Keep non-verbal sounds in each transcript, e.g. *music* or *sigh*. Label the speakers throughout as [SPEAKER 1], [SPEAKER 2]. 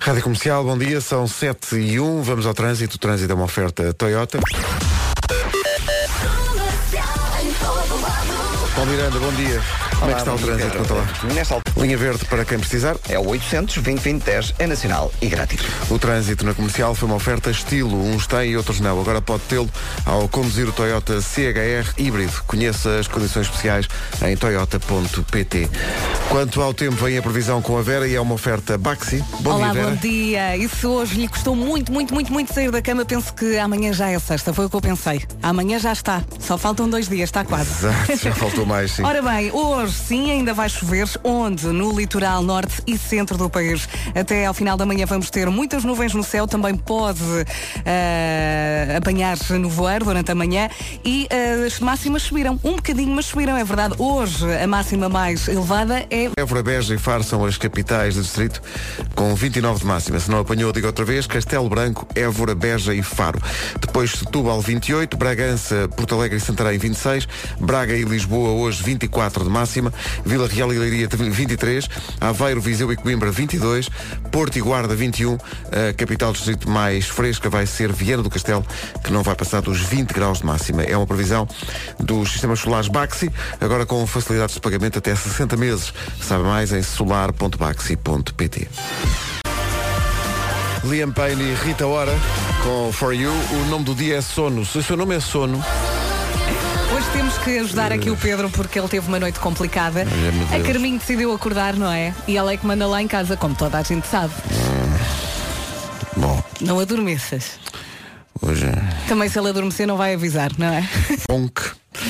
[SPEAKER 1] Rádio Comercial, bom dia, são 7 e 1, vamos ao trânsito. O trânsito é uma oferta Toyota. Paulo Miranda, bom dia. Como é que está o
[SPEAKER 2] bom dia,
[SPEAKER 1] trânsito?
[SPEAKER 2] Pedro.
[SPEAKER 1] Conta lá.
[SPEAKER 2] Nesta altura
[SPEAKER 1] Linha verde para quem precisar.
[SPEAKER 2] é o 800 2010 é nacional e grátis.
[SPEAKER 1] O trânsito na comercial foi uma oferta estilo, uns têm e outros não. Agora pode tê-lo ao conduzir o Toyota CHR híbrido. Conheça as condições especiais em toyota.pt. Quanto ao tempo, vem a previsão com a Vera e é uma oferta Baxi. Bom
[SPEAKER 3] Olá,
[SPEAKER 1] dia, Vera.
[SPEAKER 3] bom dia. Isso hoje lhe custou muito, muito, muito, muito sair da cama. Penso que amanhã já é sexta, foi o que eu pensei. Amanhã já está, só faltam dois dias, está quase.
[SPEAKER 1] Exato, já faltou
[SPEAKER 3] *laughs*
[SPEAKER 1] mais, sim.
[SPEAKER 3] Ora bem, hoje sim ainda vai chover, onde? No litoral norte e centro do país. Até ao final da manhã vamos ter muitas nuvens no céu, também pode ah, apanhar no voar durante a manhã e ah, as máximas subiram, um bocadinho, mas subiram, é verdade. Hoje a máxima mais elevada é
[SPEAKER 1] Évora, Beja e Faro são as capitais do distrito com 29 de máxima. Se não apanhou, digo outra vez, Castelo Branco, Évora, Beja e Faro. Depois Setúbal 28, Bragança, Porto Alegre e Santarém 26, Braga e Lisboa hoje 24 de máxima, Vila Real e Leiria 23, Aveiro, Viseu e Coimbra 22, Porto e Guarda 21, a capital do distrito mais fresca vai ser Viana do Castelo, que não vai passar dos 20 graus de máxima. É uma previsão dos sistemas solares Baxi, agora com facilidades de pagamento até 60 meses. Sabe mais em solar.baxi.pt. Liam Payne e Rita Ora com For You. O nome do dia é Sono. Se o seu nome é Sono,
[SPEAKER 3] Hoje temos que ajudar aqui o Pedro porque ele teve uma noite complicada.
[SPEAKER 1] Olha, é, meu
[SPEAKER 3] A
[SPEAKER 1] Deus.
[SPEAKER 3] Carminho decidiu acordar, não é? E ela é que manda lá em casa, como toda a gente sabe.
[SPEAKER 1] Ah, bom,
[SPEAKER 3] Não adormeças.
[SPEAKER 1] hoje
[SPEAKER 3] Também se ele adormecer não vai avisar, não
[SPEAKER 1] *laughs*
[SPEAKER 3] é?
[SPEAKER 1] é Onk.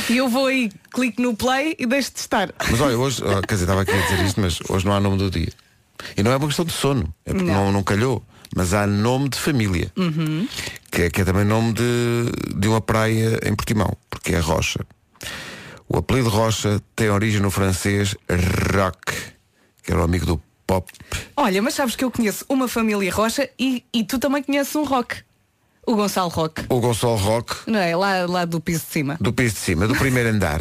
[SPEAKER 3] E eu vou aí, clico no play e deixo de estar.
[SPEAKER 1] Mas olha, hoje, oh, quer dizer, estava aqui a dizer isto, mas hoje não há nome do dia. E não é uma questão de sono, é porque não,
[SPEAKER 3] Não.
[SPEAKER 1] não, calhou. Mas há nome de família,
[SPEAKER 4] Mm-hmm.
[SPEAKER 1] que, é, que é também nome de, de uma praia em Portimão, porque é Rocha. O apelido Rocha tem origem no francês Rock, que era o amigo do pop.
[SPEAKER 3] Olha, mas sabes que eu conheço uma família Rocha e, e tu também conheces um rock. O Gonçalo Rock.
[SPEAKER 1] O Gonçalo Rock,
[SPEAKER 3] Não é? Lá, lá do piso de cima.
[SPEAKER 1] do piso de cima, do primeiro andar,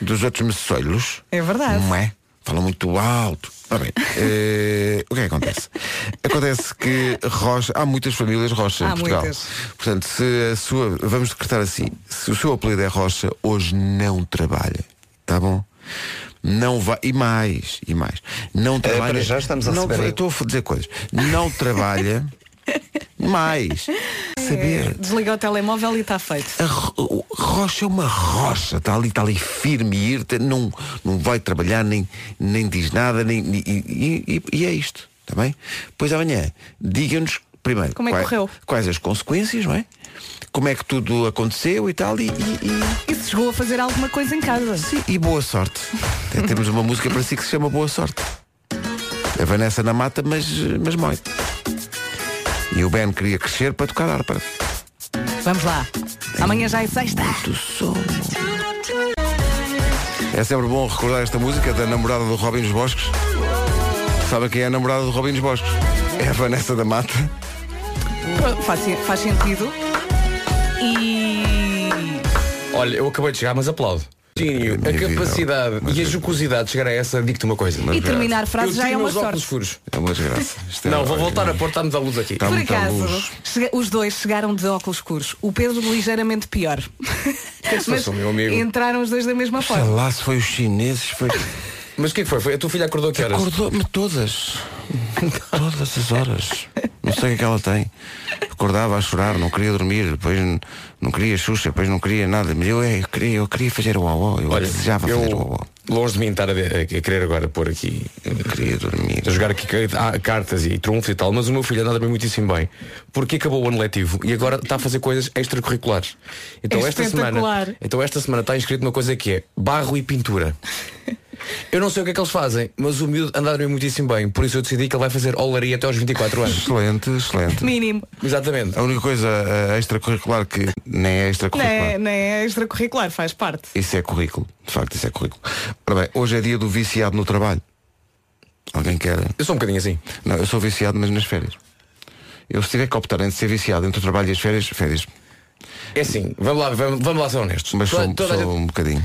[SPEAKER 1] dos outros mesolhos.
[SPEAKER 3] É verdade.
[SPEAKER 1] Não é? Fala muito alto. Ora
[SPEAKER 3] *laughs*
[SPEAKER 1] bem, eh, o que é que acontece? Acontece que Rocha, há muitas famílias Rocha em
[SPEAKER 3] Há
[SPEAKER 1] Portugal.
[SPEAKER 3] muitas.
[SPEAKER 1] Portanto, se a sua, vamos decretar assim, se o seu apelido é Rocha, hoje não trabalha, tá bom? Não vai, e mais, e mais. Não trabalha.
[SPEAKER 2] É, para já estamos a
[SPEAKER 1] não,
[SPEAKER 2] receber aí.
[SPEAKER 1] Eu estou a dizer coisas. Não
[SPEAKER 3] *laughs*
[SPEAKER 1] trabalha mais. Saber.
[SPEAKER 3] É, Desliga o telemóvel e está feito.
[SPEAKER 1] A ro- o- rocha é uma rocha, está ali, está ali firme e irta, não, não vai trabalhar, nem, nem diz nada, nem, e, e- e- e é isto, está bem? Pois amanhã, diga-nos primeiro
[SPEAKER 3] Como é que
[SPEAKER 1] quai-
[SPEAKER 3] correu?
[SPEAKER 1] quais as consequências, não é? Como é que tudo aconteceu e tal, e, e-
[SPEAKER 3] E se chegou a fazer alguma coisa em casa?
[SPEAKER 1] e- e
[SPEAKER 3] *laughs*
[SPEAKER 1] boa sorte. Até temos uma música para si que se chama Boa Sorte. A Vanessa na mata, mas, mas mói. E o Ben queria crescer para tocar harpa.
[SPEAKER 3] Vamos lá. Amanhã já é sexta.
[SPEAKER 1] do sono. É sempre bom recordar esta música da namorada do Robin dos Bosques. Sabe quem é a namorada do Robin dos Bosques? É a Vanessa da Mata.
[SPEAKER 3] Pronto, Faz, faz sentido. E.
[SPEAKER 4] Olha, eu acabei de chegar, mas aplaudo. Tinho,
[SPEAKER 1] minha
[SPEAKER 4] a
[SPEAKER 1] vida,
[SPEAKER 4] capacidade
[SPEAKER 1] mas
[SPEAKER 4] e a
[SPEAKER 1] eu-
[SPEAKER 4] jocosidade de chegar a essa, digo-te uma coisa.
[SPEAKER 3] E terminar
[SPEAKER 4] Eu
[SPEAKER 3] frases já é
[SPEAKER 4] tiro
[SPEAKER 3] uma
[SPEAKER 4] meus
[SPEAKER 3] sorte.
[SPEAKER 4] óculos furos.
[SPEAKER 1] É uma desgraça. Isto é-
[SPEAKER 4] Não, vou
[SPEAKER 1] olha,
[SPEAKER 4] voltar a pôr, está-me da luz aqui.
[SPEAKER 1] Tá. Há
[SPEAKER 3] Por
[SPEAKER 1] muita
[SPEAKER 3] acaso,
[SPEAKER 1] luz.
[SPEAKER 3] chega- os dois chegaram de óculos escuros. O Pedro ligeiramente pior.
[SPEAKER 4] que se passou, meu amigo?
[SPEAKER 3] entraram os dois da mesma
[SPEAKER 1] Sei
[SPEAKER 3] forma.
[SPEAKER 1] lá se foi os chineses, foi...
[SPEAKER 4] Mas o que é que foi? foi? A tua filha acordou a que horas?
[SPEAKER 1] Acordou-me
[SPEAKER 4] *laughs*
[SPEAKER 1] todas. todas as horas. Não sei o que é que ela tem. Acordava a chorar, não queria dormir, depois n- não queria Xuxa, depois não queria nada. Mas eu, é, eu, queria, eu queria fazer o uau, eu desejava fazer o uau.
[SPEAKER 4] longe de mim
[SPEAKER 1] tá-
[SPEAKER 4] estar a, a- a querer agora pôr aqui,
[SPEAKER 1] Queria dormir.
[SPEAKER 4] a jogar aqui ca- ah, cartas e trunfos e tal, mas o meu filho anda também muitíssimo bem, porque acabou o ano letivo e agora está a fazer coisas extracurriculares. Então
[SPEAKER 3] É
[SPEAKER 4] esta semana,
[SPEAKER 3] espetacular.
[SPEAKER 4] então esta semana está inscrito uma coisa que é barro e pintura. Eu não sei o que é que eles fazem, mas o miúdo anda a dormir muitíssimo bem, por isso eu decidi que ele vai fazer olaria até aos 24 anos.
[SPEAKER 1] Excelente, excelente.
[SPEAKER 3] Mínimo.
[SPEAKER 4] Exatamente.
[SPEAKER 1] A única coisa eh, extracurricular que nem é
[SPEAKER 3] Não
[SPEAKER 1] extracurricular.
[SPEAKER 3] é, não é extracurricular, faz parte.
[SPEAKER 1] Isso é currículo. De facto, isso é currículo. Ora bem, hoje é dia do viciado no trabalho. Alguém quer?
[SPEAKER 4] Eu sou um bocadinho assim.
[SPEAKER 1] Não, eu sou viciado, mas nas férias. Eu se tiver que optar entre ser viciado entre o trabalho e as férias, férias.
[SPEAKER 4] É assim, vamos lá, vamos, vamos lá ser honestos.
[SPEAKER 1] Mas sou,
[SPEAKER 4] Toda- toda a
[SPEAKER 1] sou
[SPEAKER 4] gente-
[SPEAKER 1] um bocadinho.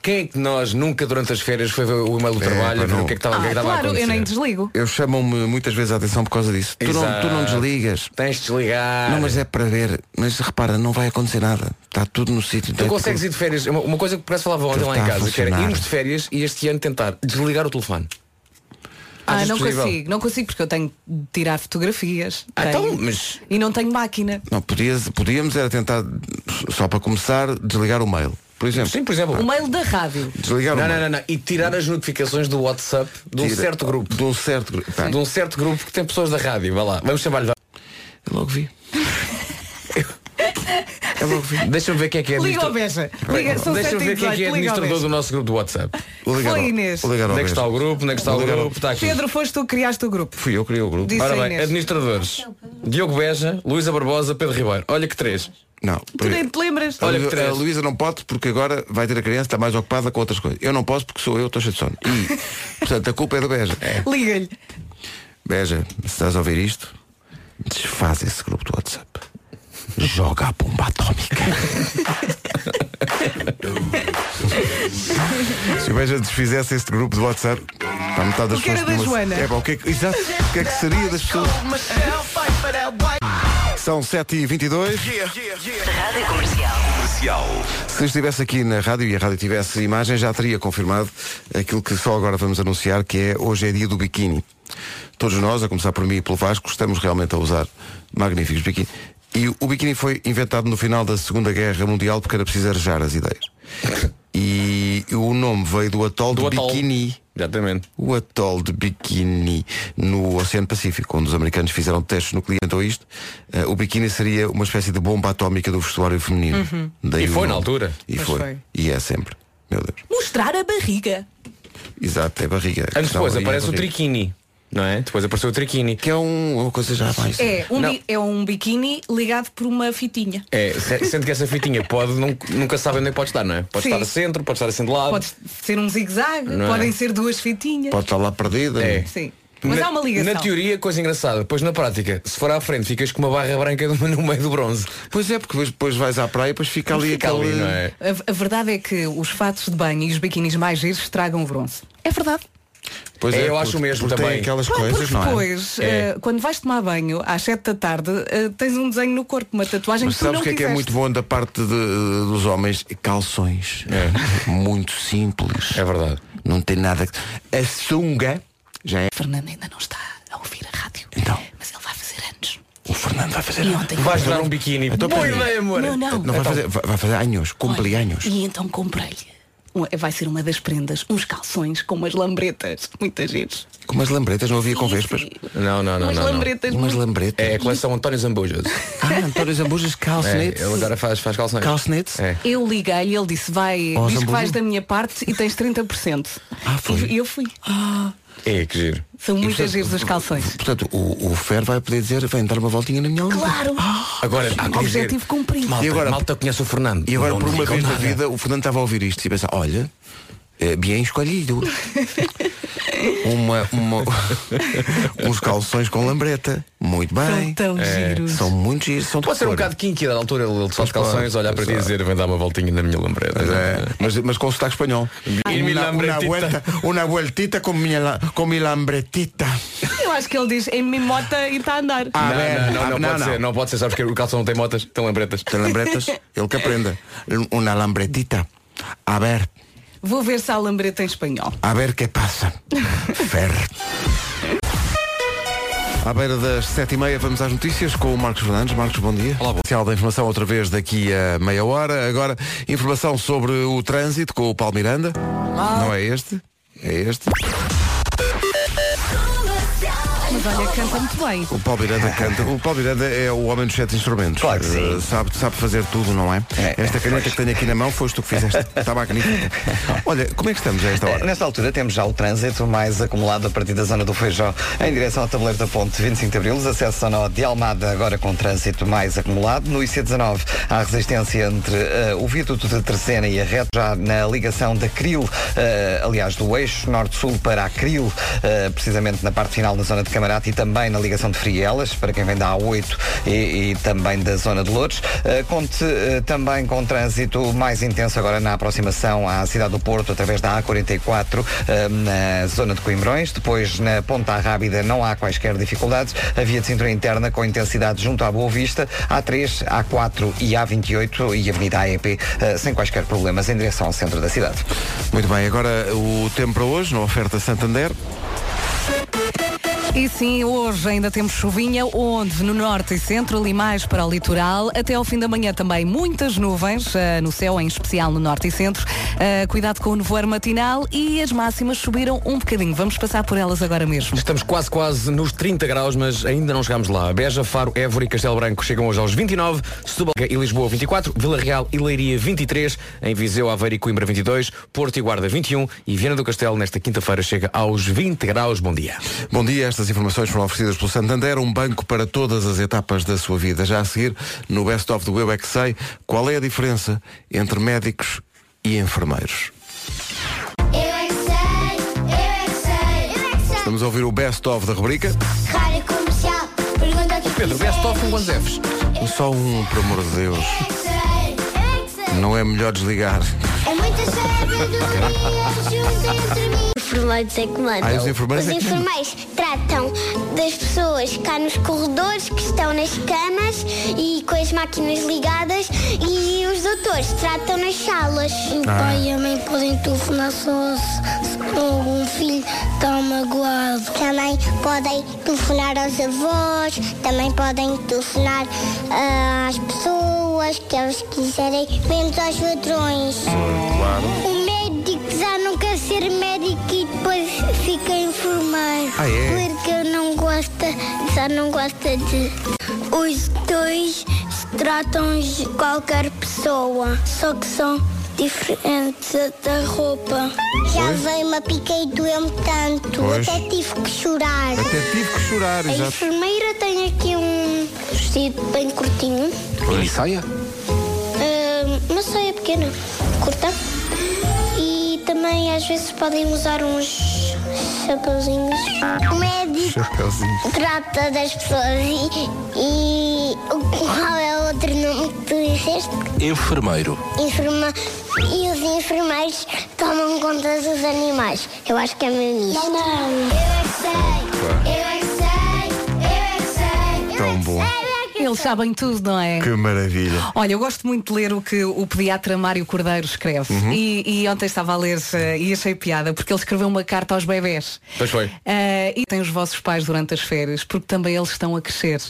[SPEAKER 4] Quem é que nós nunca durante as férias foi ver o e-mail do
[SPEAKER 1] É,
[SPEAKER 4] trabalho
[SPEAKER 1] pá,
[SPEAKER 4] ver
[SPEAKER 1] não.
[SPEAKER 4] o que é que estava o que é que estava a
[SPEAKER 3] claro, eu nem
[SPEAKER 4] acontecer?
[SPEAKER 3] desligo.
[SPEAKER 1] Eu chamo-me muitas vezes a atenção por causa disso. Tu não, tu não
[SPEAKER 4] Exato. Ah,
[SPEAKER 1] desligas.
[SPEAKER 4] Tens de desligar.
[SPEAKER 1] Não, mas é para ver. Mas repara, não vai acontecer nada. Está tudo no sítio.
[SPEAKER 4] Tu
[SPEAKER 1] Está
[SPEAKER 4] consegues
[SPEAKER 1] tudo-
[SPEAKER 4] ir de férias, uma, uma coisa que parece falava ontem
[SPEAKER 1] Tudo
[SPEAKER 4] lá em
[SPEAKER 1] está a
[SPEAKER 4] casa, que era
[SPEAKER 1] funcionar.
[SPEAKER 4] irmos de férias e este ano tentar desligar o telefone.
[SPEAKER 3] Ah,
[SPEAKER 4] Achas
[SPEAKER 3] não
[SPEAKER 4] possível?
[SPEAKER 3] consigo, não consigo porque eu tenho de tirar fotografias.
[SPEAKER 4] Ah,
[SPEAKER 3] tenho.
[SPEAKER 4] então, mas-
[SPEAKER 3] E não tenho máquina.
[SPEAKER 1] Não, podias, podíamos era tentar, só para começar, desligar o mail. Por exemplo.
[SPEAKER 4] Sim, por exemplo.
[SPEAKER 3] O mail da rádio.
[SPEAKER 1] Ah, Desligar
[SPEAKER 4] Não,
[SPEAKER 1] o
[SPEAKER 4] não,
[SPEAKER 1] mail.
[SPEAKER 4] não, não. E tirar as notificações do WhatsApp de um
[SPEAKER 1] Tira.
[SPEAKER 4] certo grupo.
[SPEAKER 1] De um certo grupo. Tá.
[SPEAKER 4] De um certo grupo que tem pessoas da rádio. Vai lá. Vamos chamar-lhe. vá.
[SPEAKER 1] Eu
[SPEAKER 4] *laughs*
[SPEAKER 1] Logo vi. Eu logo vi.
[SPEAKER 4] Deixa-me ver quem é que é
[SPEAKER 3] Liga ao
[SPEAKER 4] administrador.
[SPEAKER 3] Beja. Liga, são
[SPEAKER 4] Deixa-me
[SPEAKER 3] 7
[SPEAKER 4] ver quem é que é
[SPEAKER 3] liga ao
[SPEAKER 4] administrador
[SPEAKER 3] Beja.
[SPEAKER 4] do nosso grupo do WhatsApp.
[SPEAKER 1] Vou ligar
[SPEAKER 3] Foi,
[SPEAKER 1] ao-
[SPEAKER 3] Inês.
[SPEAKER 1] vou ligar ao
[SPEAKER 4] Onde é que
[SPEAKER 1] Inês.
[SPEAKER 4] está o grupo? Onde é que está o
[SPEAKER 1] Liga ao-
[SPEAKER 4] grupo? Está aqui.
[SPEAKER 3] Pedro, foste tu que criaste o grupo.
[SPEAKER 1] Fui eu que criei o grupo.
[SPEAKER 3] Disse
[SPEAKER 4] Ora
[SPEAKER 3] a
[SPEAKER 4] bem,
[SPEAKER 3] Inês.
[SPEAKER 4] administradores. Diogo Beja, Luísa Barbosa, Pedro Ribeiro. Olha que três.
[SPEAKER 1] Não.
[SPEAKER 3] Tu nem te lembras?
[SPEAKER 1] A
[SPEAKER 4] Olha
[SPEAKER 1] Lu-
[SPEAKER 4] que três.
[SPEAKER 1] a Luísa não pode porque agora vai ter a criança, está mais ocupada com outras coisas. Eu não posso porque sou eu, estou cheio de sono. *laughs* E, portanto, a culpa é do Beja.
[SPEAKER 3] Liga-lhe.
[SPEAKER 1] Beja, se estás a ouvir isto, desfaz esse grupo do WhatsApp. Joga a bomba atómica. se o Beja desfizesse este grupo do WhatsApp, para metade das
[SPEAKER 3] O que era
[SPEAKER 1] pessoas
[SPEAKER 3] da
[SPEAKER 1] tinham uma-
[SPEAKER 3] Joana?
[SPEAKER 1] É, pá, o que é que, exato, o que é que seria das pessoas? São 7h22.
[SPEAKER 5] Rádio Comercial.
[SPEAKER 1] Se estivesse aqui na rádio e a rádio tivesse imagem, já teria confirmado aquilo que só agora vamos anunciar, que é hoje é dia do biquíni. Todos nós, a começar por mim e pelo Vasco, estamos realmente a usar magníficos biquíni. E o biquíni foi inventado no final da Segunda Guerra Mundial porque era preciso arejar as ideias. E o nome veio do atol
[SPEAKER 4] Do
[SPEAKER 1] de
[SPEAKER 4] atol.
[SPEAKER 1] biquíni.
[SPEAKER 4] Exatamente.
[SPEAKER 1] O atol de Bikini no Oceano Pacífico, onde os americanos fizeram testes nucleares ou isto, eh, o biquíni seria uma espécie de bomba atómica do vestuário
[SPEAKER 4] Uhum.
[SPEAKER 1] feminino.
[SPEAKER 3] Uhum.
[SPEAKER 1] Daí
[SPEAKER 4] E
[SPEAKER 1] o
[SPEAKER 4] foi na
[SPEAKER 1] nome.
[SPEAKER 4] altura.
[SPEAKER 1] um- E
[SPEAKER 3] Pois
[SPEAKER 1] foi.
[SPEAKER 3] foi.
[SPEAKER 1] E é sempre. Meu Deus.
[SPEAKER 3] Mostrar a barriga.
[SPEAKER 1] Exato, é barriga.
[SPEAKER 4] Anos
[SPEAKER 1] Não,
[SPEAKER 4] depois
[SPEAKER 1] barriga,
[SPEAKER 4] aparece o
[SPEAKER 1] barriga.
[SPEAKER 4] Triquini. Não é? Depois apareceu o Triquini.
[SPEAKER 1] Que é um- uma coisa já mais.
[SPEAKER 3] É um,
[SPEAKER 4] Não.
[SPEAKER 3] bi- é um biquíni ligado por uma fitinha.
[SPEAKER 4] É, se- sendo que essa fitinha pode, nun- nunca sabe onde é que pode estar, não é? Pode
[SPEAKER 3] Sim.
[SPEAKER 4] estar a centro, pode estar assim de lado.
[SPEAKER 3] Pode ser um zigue-zague,
[SPEAKER 4] é?
[SPEAKER 3] podem ser duas fitinhas.
[SPEAKER 1] Pode estar lá perdida.
[SPEAKER 4] É.
[SPEAKER 3] Sim. Mas
[SPEAKER 4] na,
[SPEAKER 3] há uma ligação.
[SPEAKER 4] Na teoria, coisa engraçada. Depois na prática, se for à frente, ficas com uma barra branca *laughs* no no meio do bronze.
[SPEAKER 1] Pois é, porque depois vais à praia e depois fica ali
[SPEAKER 4] Fica
[SPEAKER 1] aquele.
[SPEAKER 4] ali, não é?
[SPEAKER 3] A, a verdade é que os fatos de banho e os biquínis mais giros estragam o bronze. É verdade.
[SPEAKER 1] Pois
[SPEAKER 4] É,
[SPEAKER 1] é,
[SPEAKER 4] eu acho
[SPEAKER 1] porque-
[SPEAKER 4] mesmo
[SPEAKER 1] porque tem
[SPEAKER 4] também.
[SPEAKER 1] aquelas
[SPEAKER 3] Claro,
[SPEAKER 1] coisas,
[SPEAKER 3] porque
[SPEAKER 1] não é?
[SPEAKER 3] depois,
[SPEAKER 4] É.
[SPEAKER 3] eh, quando vais tomar banho às 7 da tarde, eh, tens um desenho no corpo, uma tatuagem
[SPEAKER 1] Mas
[SPEAKER 3] que tu
[SPEAKER 1] sabes
[SPEAKER 3] não
[SPEAKER 1] o que é que é
[SPEAKER 3] quiseste.
[SPEAKER 1] muito bom da parte de- dos homens? Calções. *laughs* Muito simples.
[SPEAKER 4] É verdade.
[SPEAKER 1] Não tem nada. que- A sunga já é.
[SPEAKER 3] Fernando ainda não está a ouvir a rádio.
[SPEAKER 1] Então.
[SPEAKER 3] Mas ele vai fazer anos.
[SPEAKER 1] O Fernando vai fazer.
[SPEAKER 3] E ontem.
[SPEAKER 4] Vais dar um biquíni.
[SPEAKER 1] Então,
[SPEAKER 4] Boa
[SPEAKER 1] peraí.
[SPEAKER 4] ideia, amor. Então.
[SPEAKER 3] Não, não.
[SPEAKER 1] Não, vai, fazer, vai vai fazer anos, cumpre anos.
[SPEAKER 3] E então comprei-lhe. um- Vai ser uma das prendas, uns calções com umas lambretas, muitas vezes.
[SPEAKER 1] Com umas lambretas, não havia com vespas.
[SPEAKER 4] Não, não, não,
[SPEAKER 3] Umas
[SPEAKER 4] não, não.
[SPEAKER 3] lambretas.
[SPEAKER 1] Umas
[SPEAKER 3] muito-
[SPEAKER 1] lambretas.
[SPEAKER 4] É a coleção António Zambujas.
[SPEAKER 1] Ah,
[SPEAKER 3] então
[SPEAKER 1] António Zambujas
[SPEAKER 4] É,
[SPEAKER 1] calcenetes.
[SPEAKER 4] ele agora faz, faz calções.
[SPEAKER 1] Calcenetes?
[SPEAKER 4] É.
[SPEAKER 3] Eu liguei e ele disse, vai,
[SPEAKER 1] Oh,
[SPEAKER 3] diz que
[SPEAKER 1] Zambujo.
[SPEAKER 3] vais da minha parte e tens 30%.
[SPEAKER 1] Ah, foi. Ah.
[SPEAKER 3] E eu fui.
[SPEAKER 4] É, que giro.
[SPEAKER 3] São
[SPEAKER 1] E, então,
[SPEAKER 3] muitas
[SPEAKER 1] portanto,
[SPEAKER 3] vezes os calções.
[SPEAKER 1] Portanto, o, o Fer vai poder dizer, vem dar uma voltinha na minha lambra.
[SPEAKER 3] Claro.
[SPEAKER 4] Agora, há que dizer,
[SPEAKER 3] Ah. Objetivo cumprido.
[SPEAKER 4] Malta,
[SPEAKER 1] E agora-
[SPEAKER 4] malta conhece o Fernando.
[SPEAKER 1] E agora,
[SPEAKER 4] Não
[SPEAKER 1] por uma
[SPEAKER 4] digam
[SPEAKER 1] vez na
[SPEAKER 4] nada.
[SPEAKER 1] vida, o Fernando estava a ouvir isto e pensa, olha, é bem
[SPEAKER 4] *laughs*
[SPEAKER 1] escolhido. uma, uma- *laughs* uns calções com lambreta. Muito bem. É.
[SPEAKER 3] São tão giros.
[SPEAKER 1] São muito giros. São de
[SPEAKER 4] Pode ser um
[SPEAKER 1] cor.
[SPEAKER 4] bocado kinky da altura, ele só os
[SPEAKER 1] Pois
[SPEAKER 4] calções,
[SPEAKER 1] pode.
[SPEAKER 4] olhar para ti e dizer, vem dar uma voltinha na minha lambreta.
[SPEAKER 1] Mas, é, mas, mas com sotaque espanhol.
[SPEAKER 4] Y mi lambretita.
[SPEAKER 1] una vueltita com, minha, la- com mi lambretita.
[SPEAKER 3] Eu acho que ele diz em mim mota e está a andar.
[SPEAKER 1] Ah,
[SPEAKER 4] Não,
[SPEAKER 1] ver,
[SPEAKER 4] não, não,
[SPEAKER 1] ah,
[SPEAKER 4] não, pode ser, não pode ser, sabes que o calção não tem motas, tem lambretas.
[SPEAKER 1] Tem lambretas? Ele que aprenda. Una lambretita. A ver,
[SPEAKER 3] *laughs* Vou ver se há lambreta em espanhol.
[SPEAKER 1] a ver que passa. Fer. À beira das sete e meia vamos às notícias com o Marcos Fernandes. Marcos, bom dia. Olá, bom. da informação outra vez daqui a meia hora. Agora, informação sobre o trânsito com o Paulo Miranda. Não é este? É este.
[SPEAKER 3] Mas olha, canta muito bem.
[SPEAKER 1] O Paulo
[SPEAKER 2] *laughs*
[SPEAKER 1] Miranda canta. O Paulo Miranda é o homem dos sete instrumentos.
[SPEAKER 2] Claro que sim.
[SPEAKER 1] Eh, sabe, sabe fazer tudo, não é?
[SPEAKER 2] É,
[SPEAKER 1] Esta caneta que tenho aqui na mão foste tu que fizeste.
[SPEAKER 2] *laughs*
[SPEAKER 1] Tá Está magnífica. Olha, como é que estamos a esta hora?
[SPEAKER 2] Eh, Nesta altura temos já o trânsito mais acumulado a partir da zona do Feijó em direção ao tabuleiro da ponte 25 de Abril, acesso ao nó de Almada agora com trânsito mais acumulado. No IC19 há resistência entre eh, o viaduto de Terceira e a reta, já na ligação da Cril, eh, aliás do eixo norte-sul para a Cril, eh, precisamente na parte final da zona de Camarão. Algarate e também na ligação de Frielas, para quem vem da A8 e, e também da zona de Lourdes. Eh, conte eh, também com trânsito mais intenso agora na aproximação à cidade do Porto, através da A44, eh, na zona de Coimbrões. Depois, na Ponta Rábida, não há quaisquer dificuldades. A via de cintura interna com intensidade junto à Boa Vista, A3, A4 e A28 e Avenida AEP, eh, sem quaisquer problemas, em direção ao centro da cidade.
[SPEAKER 1] Muito bem, agora o tempo para hoje, na oferta Santander.
[SPEAKER 3] E sim, hoje ainda temos chuvinha, onde no norte e centro, ali mais para o litoral, até ao fim da manhã também muitas nuvens eh, no céu, em especial no norte e centro. Eh, cuidado com o nevoeiro matinal e as máximas subiram um bocadinho. Vamos passar por elas agora mesmo.
[SPEAKER 4] Estamos quase, quase nos 30 graus, mas ainda não chegámos lá. Beja, Faro, Évora e Castelo Branco chegam hoje aos 29, Setúbal e Lisboa 24, Vila Real e Leiria 23, em Viseu, Aveiro e Coimbra 22, Porto e Guarda 21 e Viana do Castelo nesta quinta-feira chega aos 20 graus. Bom dia.
[SPEAKER 1] Bom dia, estas informações foram oferecidas pelo Santander, um banco para todas as etapas da sua vida. Já a seguir, no Best of do Eu é que sei, qual é a diferença entre médicos e enfermeiros?
[SPEAKER 6] Eu é que sei, eu é que sei, eu é que sei.
[SPEAKER 1] Vamos ouvir o Best of da rubrica.
[SPEAKER 6] Rádio comercial, pergunta o que
[SPEAKER 4] Pedro, um best of com quantos
[SPEAKER 6] quiseres.
[SPEAKER 4] Fs?
[SPEAKER 1] Só um, por amor de Deus.
[SPEAKER 6] Eu é que sei, eu é que sei.
[SPEAKER 1] Não é melhor desligar.
[SPEAKER 6] É muita sabedoria
[SPEAKER 1] *laughs*
[SPEAKER 6] junto entre mim.
[SPEAKER 7] Os enfermeiros é que mandam.
[SPEAKER 1] Ah, os enfermeiros
[SPEAKER 7] Os
[SPEAKER 1] é que mandam.
[SPEAKER 7] enfermeiros tratam das pessoas cá nos corredores, que estão nas camas e com as máquinas ligadas e os doutores tratam nas salas. O
[SPEAKER 1] Ah.
[SPEAKER 7] pai e a mãe podem telefonar só se algum filho está magoado. Também podem telefonar aos avós, também podem telefonar ah, às pessoas que eles quiserem, menos aos ladrões.
[SPEAKER 1] Hum.
[SPEAKER 7] O médico já não quer ser médico e depois fica enfermeiro.
[SPEAKER 1] Ah, é?
[SPEAKER 7] Porque eu não gosta, já não gosta de. Os dois tratam de qualquer pessoa, só que são diferentes da roupa. Já veio uma pica e doeu-me tanto,
[SPEAKER 1] Pois.
[SPEAKER 7] até tive que chorar.
[SPEAKER 1] Até tive que chorar,
[SPEAKER 7] A
[SPEAKER 1] exato.
[SPEAKER 7] enfermeira tem aqui um vestido bem curtinho.
[SPEAKER 4] E saia?
[SPEAKER 7] Ah, uma saia pequena, curta. E também às vezes podem usar uns chapeuzinhos. O médico trata Um das pessoas e, e o qual é o outro nome que tu disseste?
[SPEAKER 8] Enfermeiro.
[SPEAKER 7] Enferma... E os enfermeiros tomam conta dos animais. Eu acho que é mesmo isto.
[SPEAKER 6] Eu é que sei, eu é que sei, eu é que sei.
[SPEAKER 1] Tão bom.
[SPEAKER 3] Eles sabem tudo, não é?
[SPEAKER 1] Que maravilha.
[SPEAKER 3] Olha, eu gosto muito de ler o que o pediatra Mário Cordeiro escreve.
[SPEAKER 1] Uhum.
[SPEAKER 3] E, e ontem estava a ler eh, e achei piada, porque ele escreveu uma carta aos bebés.
[SPEAKER 4] Pois foi.
[SPEAKER 3] Eh, e tem os vossos pais durante as férias, porque também eles estão a crescer.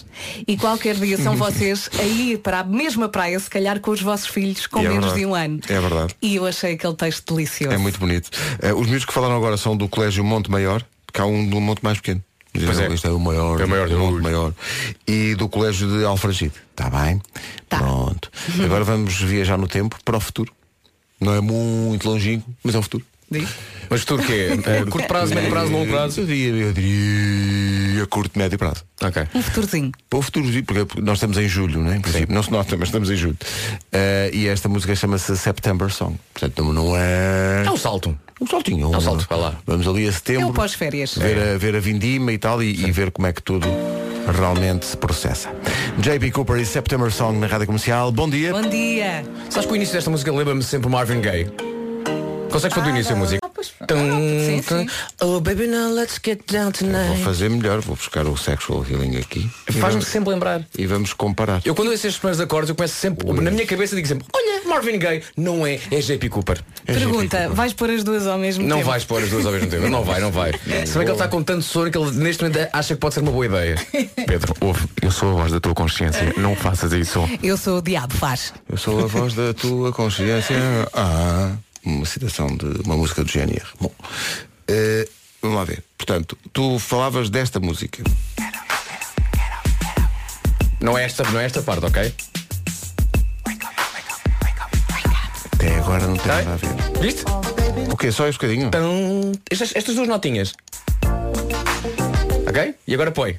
[SPEAKER 3] E qualquer dia
[SPEAKER 4] *laughs*
[SPEAKER 3] são vocês a ir para a mesma praia, se calhar com os vossos filhos, com
[SPEAKER 1] E é
[SPEAKER 3] menos
[SPEAKER 1] verdade.
[SPEAKER 3] de um ano.
[SPEAKER 1] É verdade.
[SPEAKER 3] E eu achei aquele texto delicioso.
[SPEAKER 1] É muito bonito. Eh, os miúdos que falaram agora são do Colégio Monte Maior, que há um do Monte mais pequeno.
[SPEAKER 4] Pois é.
[SPEAKER 1] Isto é o maior,
[SPEAKER 4] É o maior de
[SPEAKER 1] Monte
[SPEAKER 4] Lourdes.
[SPEAKER 1] Maior. E do Colégio de Alfragide. Está bem?
[SPEAKER 3] Tá.
[SPEAKER 1] Pronto. Agora vamos viajar no tempo para o futuro. Não é muito longínquo, mas é o futuro.
[SPEAKER 3] Diz?
[SPEAKER 4] Mas futuro o *laughs* quê? Eh, curto prazo, médio prazo, longo prazo?
[SPEAKER 1] É Eu diria, eu diria a curto, médio prazo.
[SPEAKER 4] Ok.
[SPEAKER 3] Um futurzinho.
[SPEAKER 1] Para o futuro, porque nós estamos em julho, não é? Em princípio, não se nota, mas estamos em julho. Eh, e esta música chama-se September Song. Portanto, não é.
[SPEAKER 4] É um salto.
[SPEAKER 1] Um saltinho.
[SPEAKER 4] um salto, vai lá.
[SPEAKER 1] Vamos ali a setembro.
[SPEAKER 3] É o pós-férias.
[SPEAKER 1] Ver,
[SPEAKER 4] É.
[SPEAKER 1] a, ver a vindima e tal e, e ver como é que tudo realmente se processa. JB Cooper e September Song na Rádio Comercial. Bom dia.
[SPEAKER 3] Bom dia.
[SPEAKER 4] Sabes que o início desta música lembra-me sempre Marvin Gaye? Consegues fazer o início da música? Tum,
[SPEAKER 3] Sim, sim.
[SPEAKER 4] tum. Oh baby now let's get down
[SPEAKER 1] Vou
[SPEAKER 4] tonight.
[SPEAKER 1] fazer melhor, vou buscar o Sexual Healing aqui. E
[SPEAKER 4] Faz-me
[SPEAKER 1] vamos-
[SPEAKER 4] sempre lembrar.
[SPEAKER 1] E vamos comparar.
[SPEAKER 4] Eu quando ouço estes primeiros acordes eu começo sempre, na minha cabeça digo sempre, olha, Marvin Gaye não é, é JP Cooper.
[SPEAKER 3] Pergunta, vais pôr as duas ao mesmo
[SPEAKER 4] Não
[SPEAKER 3] tempo?
[SPEAKER 4] vais pôr as duas ao mesmo tempo. Não vai, não vai. Um *laughs* Se bem que ele está com tanto sono que ele neste momento acha que pode ser uma boa *laughs* ideia.
[SPEAKER 9] Pedro, ouve, eu sou a voz da tua consciência, não faças isso.
[SPEAKER 3] Eu sou o diabo, faz.
[SPEAKER 1] Eu sou a voz da tua consciência. *laughs* Ah, uma citação de uma música do GNR. Bom, eh, vamos lá ver. Portanto, tu falavas desta música.
[SPEAKER 4] Não é esta, não é esta parte, ok?
[SPEAKER 1] Até agora não tem nada a ver.
[SPEAKER 4] Tá? Viste?
[SPEAKER 1] O quê? Só este bocadinho?
[SPEAKER 4] Tum. Estas, estas duas notinhas. Ok? E agora põe.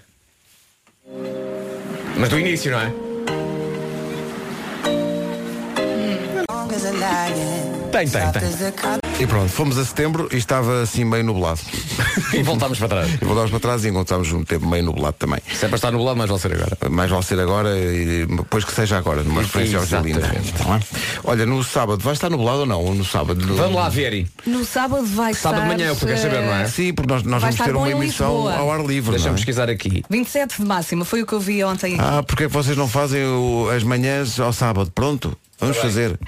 [SPEAKER 4] Mas do início, não é? Tem, tem, tem.
[SPEAKER 1] E pronto, fomos a setembro e estava assim meio nublado.
[SPEAKER 4] *laughs* E voltámos para trás.
[SPEAKER 1] E voltámos para trás e encontramos um tempo meio nublado também.
[SPEAKER 4] Se é para estar nublado, mas vai ser agora.
[SPEAKER 1] Mais vale ser agora e depois que seja agora, numa referência ao Gelinda.
[SPEAKER 4] Exatamente.
[SPEAKER 1] Tá bem? Olha, no sábado, vai estar nublado ou não? No sábado. no-
[SPEAKER 4] Vamos lá, Vieri.
[SPEAKER 3] No sábado vai estar... eh,
[SPEAKER 4] Sábado de manhã é o que eu quero saber, não é?
[SPEAKER 1] Sim, porque nós, nós
[SPEAKER 3] Vai
[SPEAKER 1] vamos
[SPEAKER 3] estar
[SPEAKER 1] ter
[SPEAKER 3] bom
[SPEAKER 1] uma
[SPEAKER 3] em
[SPEAKER 1] emissão
[SPEAKER 3] Lisboa.
[SPEAKER 1] ao ar livre. não
[SPEAKER 4] Deixa-me
[SPEAKER 1] é?
[SPEAKER 4] pesquisar aqui.
[SPEAKER 3] 27 de máxima, foi o que eu vi ontem.
[SPEAKER 1] Ah, porque é que vocês não fazem o- as manhãs ao sábado? Pronto, vamos fazer.
[SPEAKER 4] Tá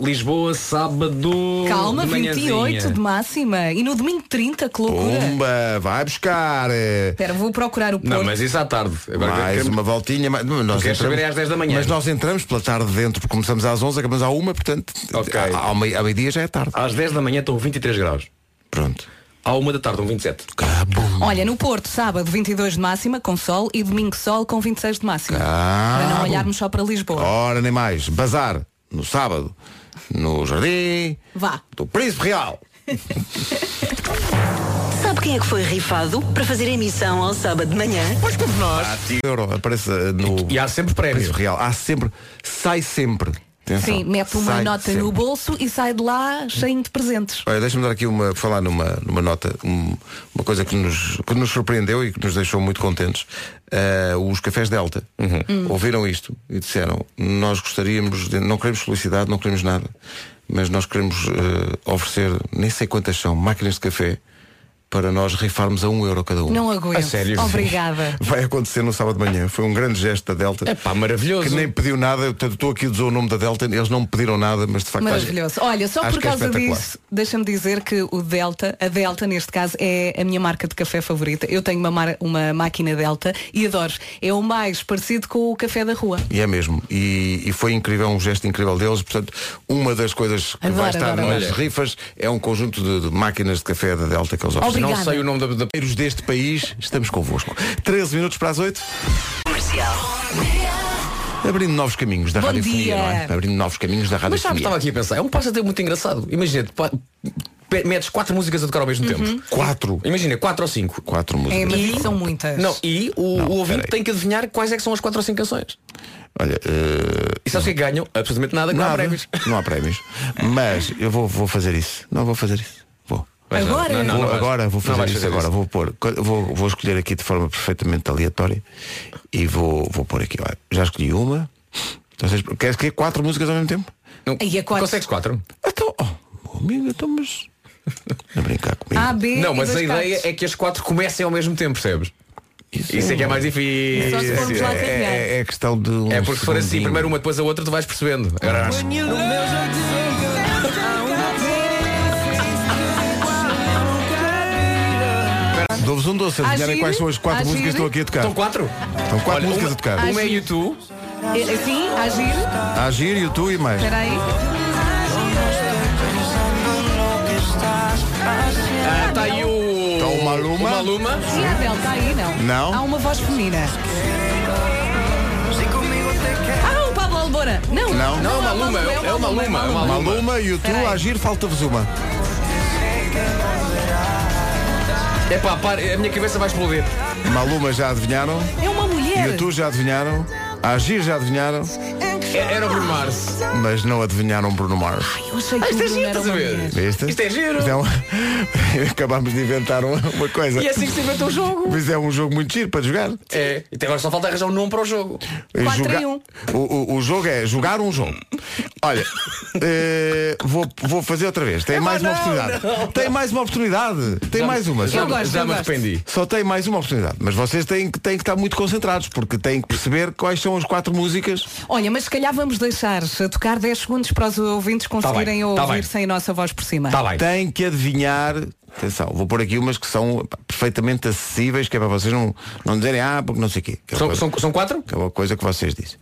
[SPEAKER 4] Lisboa, sábado.
[SPEAKER 3] Calma,
[SPEAKER 4] de manhãzinha.
[SPEAKER 3] 28 de máxima. E no domingo 30, que
[SPEAKER 1] Oh.
[SPEAKER 3] loucura.
[SPEAKER 1] Pumba, vai buscar. eh,
[SPEAKER 3] Espera, vou procurar o Porto.
[SPEAKER 4] Não, mas isso à tarde. Agora
[SPEAKER 1] Mais
[SPEAKER 4] queremos-
[SPEAKER 1] uma voltinha. mais- Nós
[SPEAKER 4] queres saber é às 10 da manhã.
[SPEAKER 1] Mas nós entramos pela tarde dentro, porque começamos às 11, acabamos à 1, portanto,
[SPEAKER 4] Ok.
[SPEAKER 1] à- ao mei- ao meio-dia já é tarde.
[SPEAKER 4] Às 10 da manhã estão 23 graus.
[SPEAKER 1] Pronto.
[SPEAKER 4] À 1 da tarde um estão 27.
[SPEAKER 3] Olha, no Porto, sábado 22 de máxima com sol e domingo sol com 26 de máxima.
[SPEAKER 1] Ah,
[SPEAKER 3] para não
[SPEAKER 1] bom.
[SPEAKER 3] olharmos só para Lisboa.
[SPEAKER 1] Ora, nem mais. Bazar, no sábado, no Jardim
[SPEAKER 3] Vá.
[SPEAKER 1] do Príncipe Real.
[SPEAKER 5] Sabe quem é que foi rifado para fazer a emissão ao sábado de manhã?
[SPEAKER 1] Euro, aparece eh, no
[SPEAKER 4] E há sempre prémios.
[SPEAKER 1] Príncipe Real. Há sempre, sai sempre. Atenção,
[SPEAKER 3] Sim, mete uma
[SPEAKER 1] sai
[SPEAKER 3] nota
[SPEAKER 1] sempre.
[SPEAKER 3] no bolso e sai de lá cheio de presentes.
[SPEAKER 1] Olha, deixa-me dar aqui uma, falar numa, numa nota, um- uma coisa que nos, que nos surpreendeu e que nos deixou muito contentes. Ah, os cafés Delta
[SPEAKER 4] Uhum.
[SPEAKER 1] Uhum. ouviram isto e disseram: Nós gostaríamos, de- não queremos publicidade, não queremos nada, mas nós queremos eh, oferecer, nem sei quantas são, máquinas de café para nós rifarmos a um euro cada uma.
[SPEAKER 3] Não aguento.
[SPEAKER 4] A sério?
[SPEAKER 3] Obrigada.
[SPEAKER 1] *laughs* Vai acontecer no sábado de manhã. Foi um grande gesto da Delta.
[SPEAKER 4] É pá, maravilhoso.
[SPEAKER 1] Que nem pediu nada. Eu estou aqui a dizer o nome da Delta. Eles não me pediram nada, mas de facto. acho-
[SPEAKER 3] Maravilhoso. Olha, só
[SPEAKER 1] Tá acho
[SPEAKER 3] por
[SPEAKER 1] que é
[SPEAKER 3] causa
[SPEAKER 1] espetacular.
[SPEAKER 3] disso, deixa-me dizer que o Delta, a Delta neste caso, é a minha marca de café favorita. Eu tenho uma, mar- uma máquina Delta e adoro. É o mais parecido com o café da rua.
[SPEAKER 1] E é mesmo. E, e foi incrível, um gesto incrível deles. Portanto, uma das coisas que vai
[SPEAKER 3] Adoro,
[SPEAKER 1] estar
[SPEAKER 3] adoro,
[SPEAKER 1] nas
[SPEAKER 4] adoro.
[SPEAKER 1] rifas é um conjunto de, de máquinas de café da Delta que eles oferecem.
[SPEAKER 4] Não
[SPEAKER 3] Obrigada.
[SPEAKER 4] sei o nome da. da...
[SPEAKER 1] Primeiros deste país, estamos convosco. 13 minutos para as 8,
[SPEAKER 5] Comercial.
[SPEAKER 1] abrindo novos caminhos da
[SPEAKER 3] Bom
[SPEAKER 1] radiofonia,
[SPEAKER 3] dia.
[SPEAKER 1] não é? Abrindo novos caminhos da
[SPEAKER 4] Mas sabes,
[SPEAKER 1] radiofonia.
[SPEAKER 4] estava aqui a pensar. É um passatempo muito engraçado. Imagina, tu pa- pe- metes quatro músicas a tocar ao mesmo tempo.
[SPEAKER 1] Uhum. Quatro.
[SPEAKER 4] Imagina, quatro ou cinco.
[SPEAKER 1] Quatro
[SPEAKER 3] É, mas
[SPEAKER 1] músicas.
[SPEAKER 3] isso são muitas.
[SPEAKER 4] Não, e o,
[SPEAKER 1] Não,
[SPEAKER 4] o ouvinte
[SPEAKER 1] peraí.
[SPEAKER 4] tem que adivinhar quais é que são as quatro ou cinco canções.
[SPEAKER 1] Olha, eh,
[SPEAKER 4] E sabes o que é que ganham? Absolutamente nada, que não há
[SPEAKER 1] nada.
[SPEAKER 4] prémios.
[SPEAKER 1] Não há prémios. Mas eu vou, vou fazer isso. Não vou fazer isso. Vou.
[SPEAKER 3] Agora?
[SPEAKER 4] Não, não,
[SPEAKER 1] Vou-
[SPEAKER 4] não vais.
[SPEAKER 1] agora vou
[SPEAKER 4] Não
[SPEAKER 1] fazer
[SPEAKER 4] vais
[SPEAKER 1] isso agora. Vou pôr. co- Vou, vou escolher aqui de forma perfeitamente aleatória e vou, vou pôr aqui. Olha, já escolhi uma. Então, vocês- queres que quatro músicas ao mesmo tempo?
[SPEAKER 4] Não,
[SPEAKER 3] Aí é quatro.
[SPEAKER 4] Consegues quatro?
[SPEAKER 1] Então, oh, amigo, então mas. Não brincar comigo.
[SPEAKER 3] A, B
[SPEAKER 4] não,
[SPEAKER 3] e
[SPEAKER 4] mas
[SPEAKER 3] dois
[SPEAKER 4] a ideia
[SPEAKER 3] cartos.
[SPEAKER 4] é que as quatro comecem ao mesmo tempo, percebes? Isso é que é mais difícil.
[SPEAKER 3] Só se formos lá
[SPEAKER 1] é, é, é questão de. Um
[SPEAKER 4] É porque se for assim,
[SPEAKER 1] segundinho.
[SPEAKER 4] primeiro uma, depois a outra, tu vais percebendo.
[SPEAKER 3] Uhum.
[SPEAKER 4] Agora,
[SPEAKER 1] Dou-vos um doce a adivinharem
[SPEAKER 3] Agir,
[SPEAKER 1] quais são as quatro
[SPEAKER 3] agir.
[SPEAKER 1] músicas que estou aqui a tocar.
[SPEAKER 4] São quatro?
[SPEAKER 1] Estão quatro
[SPEAKER 4] Olha,
[SPEAKER 1] músicas
[SPEAKER 4] uma,
[SPEAKER 1] a tocar.
[SPEAKER 4] Uma é YouTube.
[SPEAKER 3] É, Assim, agir.
[SPEAKER 1] Agir, YouTube e mais.
[SPEAKER 3] Espera aí.
[SPEAKER 10] Ah,
[SPEAKER 4] Está
[SPEAKER 10] tá
[SPEAKER 4] aí o.
[SPEAKER 1] Então, uma
[SPEAKER 4] Tá O
[SPEAKER 1] luma.
[SPEAKER 4] Maluma.
[SPEAKER 3] E a Delta aí não.
[SPEAKER 1] Não.
[SPEAKER 3] Há uma voz feminina. Ah, o Pablo Albora. Não,
[SPEAKER 1] Não.
[SPEAKER 4] Não,
[SPEAKER 3] há
[SPEAKER 4] Maluma, é o- é o Maluma. é o Maluma.
[SPEAKER 1] Maluma, YouTube,
[SPEAKER 3] Espera aí.
[SPEAKER 1] Agir, falta-vos uma.
[SPEAKER 4] É pá, para, a minha cabeça vai explodir.
[SPEAKER 1] Maluma já adivinharam.
[SPEAKER 3] É uma mulher.
[SPEAKER 1] YouTube já adivinharam. Agir já adivinharam.
[SPEAKER 4] É- Era o Bruno Mars.
[SPEAKER 1] Mas não adivinharam Bruno Mars.
[SPEAKER 3] Eu achei que
[SPEAKER 4] Ah, isto
[SPEAKER 3] o
[SPEAKER 4] é
[SPEAKER 3] Bruno
[SPEAKER 4] giro,
[SPEAKER 3] era
[SPEAKER 4] estás a
[SPEAKER 3] uma
[SPEAKER 4] ver?
[SPEAKER 3] mulher.
[SPEAKER 1] Viste?
[SPEAKER 4] Isto é giro.
[SPEAKER 1] Isto é um- *laughs* Acabámos de inventar uma, uma coisa.
[SPEAKER 4] E é assim que se inventa o jogo.
[SPEAKER 1] Mas é um jogo muito giro para jogar.
[SPEAKER 4] É. E até agora só falta arranjar um nome para o jogo.
[SPEAKER 1] É
[SPEAKER 3] Quatro
[SPEAKER 1] jogar-
[SPEAKER 3] em um.
[SPEAKER 1] O, o- o jogo é jogar um jogo.
[SPEAKER 4] *laughs*
[SPEAKER 1] Olha, eh, vou, vou fazer outra vez.
[SPEAKER 4] É
[SPEAKER 1] Tem mais uma oportunidade. Tem mais uma oportunidade. Tem mais uma.
[SPEAKER 4] Já,
[SPEAKER 1] Só,
[SPEAKER 3] Eu gosto,
[SPEAKER 4] já
[SPEAKER 3] eu
[SPEAKER 4] me
[SPEAKER 3] gosto.
[SPEAKER 4] arrependi.
[SPEAKER 1] só tem mais uma oportunidade. Mas vocês têm que, têm que estar muito concentrados porque têm que perceber quais são as quatro músicas.
[SPEAKER 3] Olha, mas se calhar vamos deixar a tocar 10 segundos para os ouvintes conseguirem
[SPEAKER 4] bem, tá
[SPEAKER 3] ouvir
[SPEAKER 4] bem.
[SPEAKER 3] sem a nossa voz por cima.
[SPEAKER 4] Está Tá bem.
[SPEAKER 1] Tem que adivinhar. Atenção, vou pôr aqui umas que são pá, perfeitamente acessíveis, que é para vocês não, não dizerem ah, porque não sei o quê. Aquela
[SPEAKER 4] São,
[SPEAKER 1] coisa-
[SPEAKER 4] são, são quatro?
[SPEAKER 1] Aquela coisa que vocês dizem.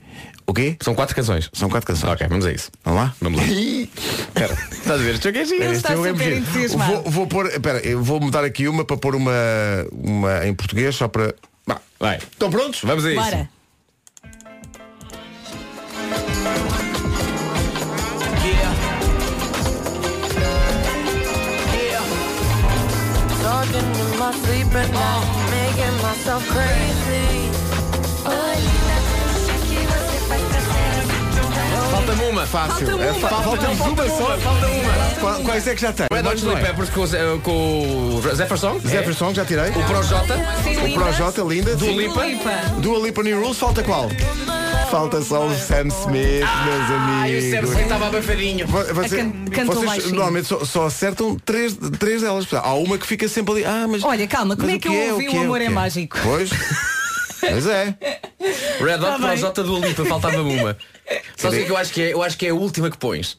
[SPEAKER 1] O quê?
[SPEAKER 4] São quatro canções.
[SPEAKER 1] São quatro canções.
[SPEAKER 4] Ok, vamos a isso.
[SPEAKER 1] Vamos lá?
[SPEAKER 4] Vamos lá. Espera, Estás a ver? Este jogo é giro.
[SPEAKER 3] Ele está
[SPEAKER 1] Este é o
[SPEAKER 3] super
[SPEAKER 1] MG.
[SPEAKER 3] entusiasmado.
[SPEAKER 1] Vou, vou pôr, espera, eu vou mudar aqui uma para pôr uma, uma em português só para. Bah,
[SPEAKER 4] Vai.
[SPEAKER 1] Estão prontos?
[SPEAKER 4] Vamos a isso.
[SPEAKER 3] Bora.
[SPEAKER 4] Falta-me uma. uma.
[SPEAKER 1] Fácil.
[SPEAKER 3] Falta uma.
[SPEAKER 1] É fa-
[SPEAKER 3] Falta
[SPEAKER 1] falta
[SPEAKER 3] uma.
[SPEAKER 1] uma só.
[SPEAKER 4] Falta uma.
[SPEAKER 1] Qua- Quais é que já tem?
[SPEAKER 4] Red Hot Chili Peppers com, o Zé- com o Jefferson.
[SPEAKER 1] Jefferson, já tirei.
[SPEAKER 4] O Projota.
[SPEAKER 3] Sim,
[SPEAKER 1] O
[SPEAKER 3] linda.
[SPEAKER 1] Projota, linda. Dua
[SPEAKER 3] Lipa.
[SPEAKER 1] Dua Lipa New Rules, falta qual? Falta só o Sam Smith,
[SPEAKER 4] Ai,
[SPEAKER 1] meus
[SPEAKER 4] Ah, o
[SPEAKER 1] amigos.
[SPEAKER 4] Sergi estava abafadinho.
[SPEAKER 1] Vo- você-
[SPEAKER 3] can- cantou
[SPEAKER 1] vocês
[SPEAKER 3] baixinho.
[SPEAKER 4] *laughs*
[SPEAKER 1] normalmente só, só acertam três, três delas. Portanto, Há uma que fica sempre ali. Ah, mas.
[SPEAKER 3] Olha, calma, como
[SPEAKER 1] mas
[SPEAKER 3] é
[SPEAKER 1] o
[SPEAKER 3] que eu
[SPEAKER 1] o
[SPEAKER 3] ouvi o
[SPEAKER 1] o
[SPEAKER 3] Amor é
[SPEAKER 1] que
[SPEAKER 3] Mágico?
[SPEAKER 1] Pois. Pois é.
[SPEAKER 4] Red
[SPEAKER 3] Tá
[SPEAKER 4] Hot
[SPEAKER 3] bem.
[SPEAKER 4] Projota do Lipa, faltava
[SPEAKER 1] *laughs*
[SPEAKER 4] uma. Sabes o que é que eu acho que é? Eu acho que é a última que pões.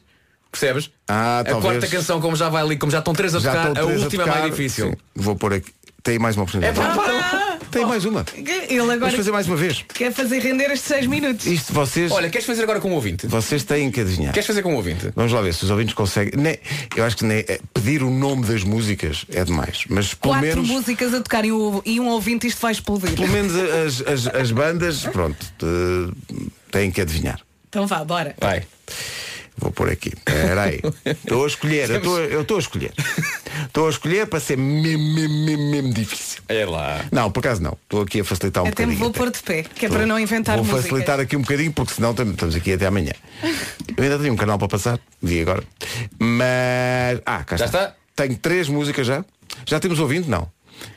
[SPEAKER 4] Percebes?
[SPEAKER 1] Ah,
[SPEAKER 4] a
[SPEAKER 1] talvez.
[SPEAKER 4] quarta canção, como já vai ali, como já estão três a
[SPEAKER 1] Já
[SPEAKER 4] tocar,
[SPEAKER 1] estão
[SPEAKER 4] a
[SPEAKER 1] três
[SPEAKER 4] última é
[SPEAKER 1] tocar.
[SPEAKER 4] mais difícil.
[SPEAKER 1] Sim, Vou pôr aqui. Tem mais uma oportunidade.
[SPEAKER 4] É pá,
[SPEAKER 1] Tem mais uma.
[SPEAKER 3] Oh, Ele
[SPEAKER 1] Vamos
[SPEAKER 3] agora
[SPEAKER 1] fazer mais uma vez.
[SPEAKER 3] quer fazer render estes seis minutos.
[SPEAKER 1] Isto vocês.
[SPEAKER 4] Olha, queres fazer agora com um ouvinte?
[SPEAKER 1] Vocês têm que adivinhar.
[SPEAKER 4] Queres fazer com um ouvinte?
[SPEAKER 1] Vamos lá ver se os ouvintes conseguem. Nem- eu acho que nem- eh, pedir o nome das músicas é demais. Mas pelo
[SPEAKER 3] Quatro
[SPEAKER 1] menos.
[SPEAKER 3] músicas a tocar e um, e um ouvinte, isto vai explodir.
[SPEAKER 1] Pelo menos as, as, as bandas, pronto, eh, têm que adivinhar.
[SPEAKER 3] Então vá, bora.
[SPEAKER 4] Vai.
[SPEAKER 1] Vou pôr aqui. Espera aí. Estou a escolher, eu estou- eu estou a escolher. Estou a escolher para ser mesmo, mesmo, mesmo, mesmo difícil.
[SPEAKER 4] É lá.
[SPEAKER 1] Não, por acaso não. Estou aqui a facilitar um
[SPEAKER 3] Até me vou
[SPEAKER 1] bocadinho.
[SPEAKER 3] pôr de pé, que é para não inventar
[SPEAKER 1] Vou
[SPEAKER 3] músicas.
[SPEAKER 1] facilitar aqui um bocadinho porque senão tam- estamos aqui até amanhã. Eu ainda tenho um canal para passar, vi agora. Mas. Ah, cá
[SPEAKER 4] Já está?
[SPEAKER 1] Tenho três músicas já. Já temos ouvindo? Não.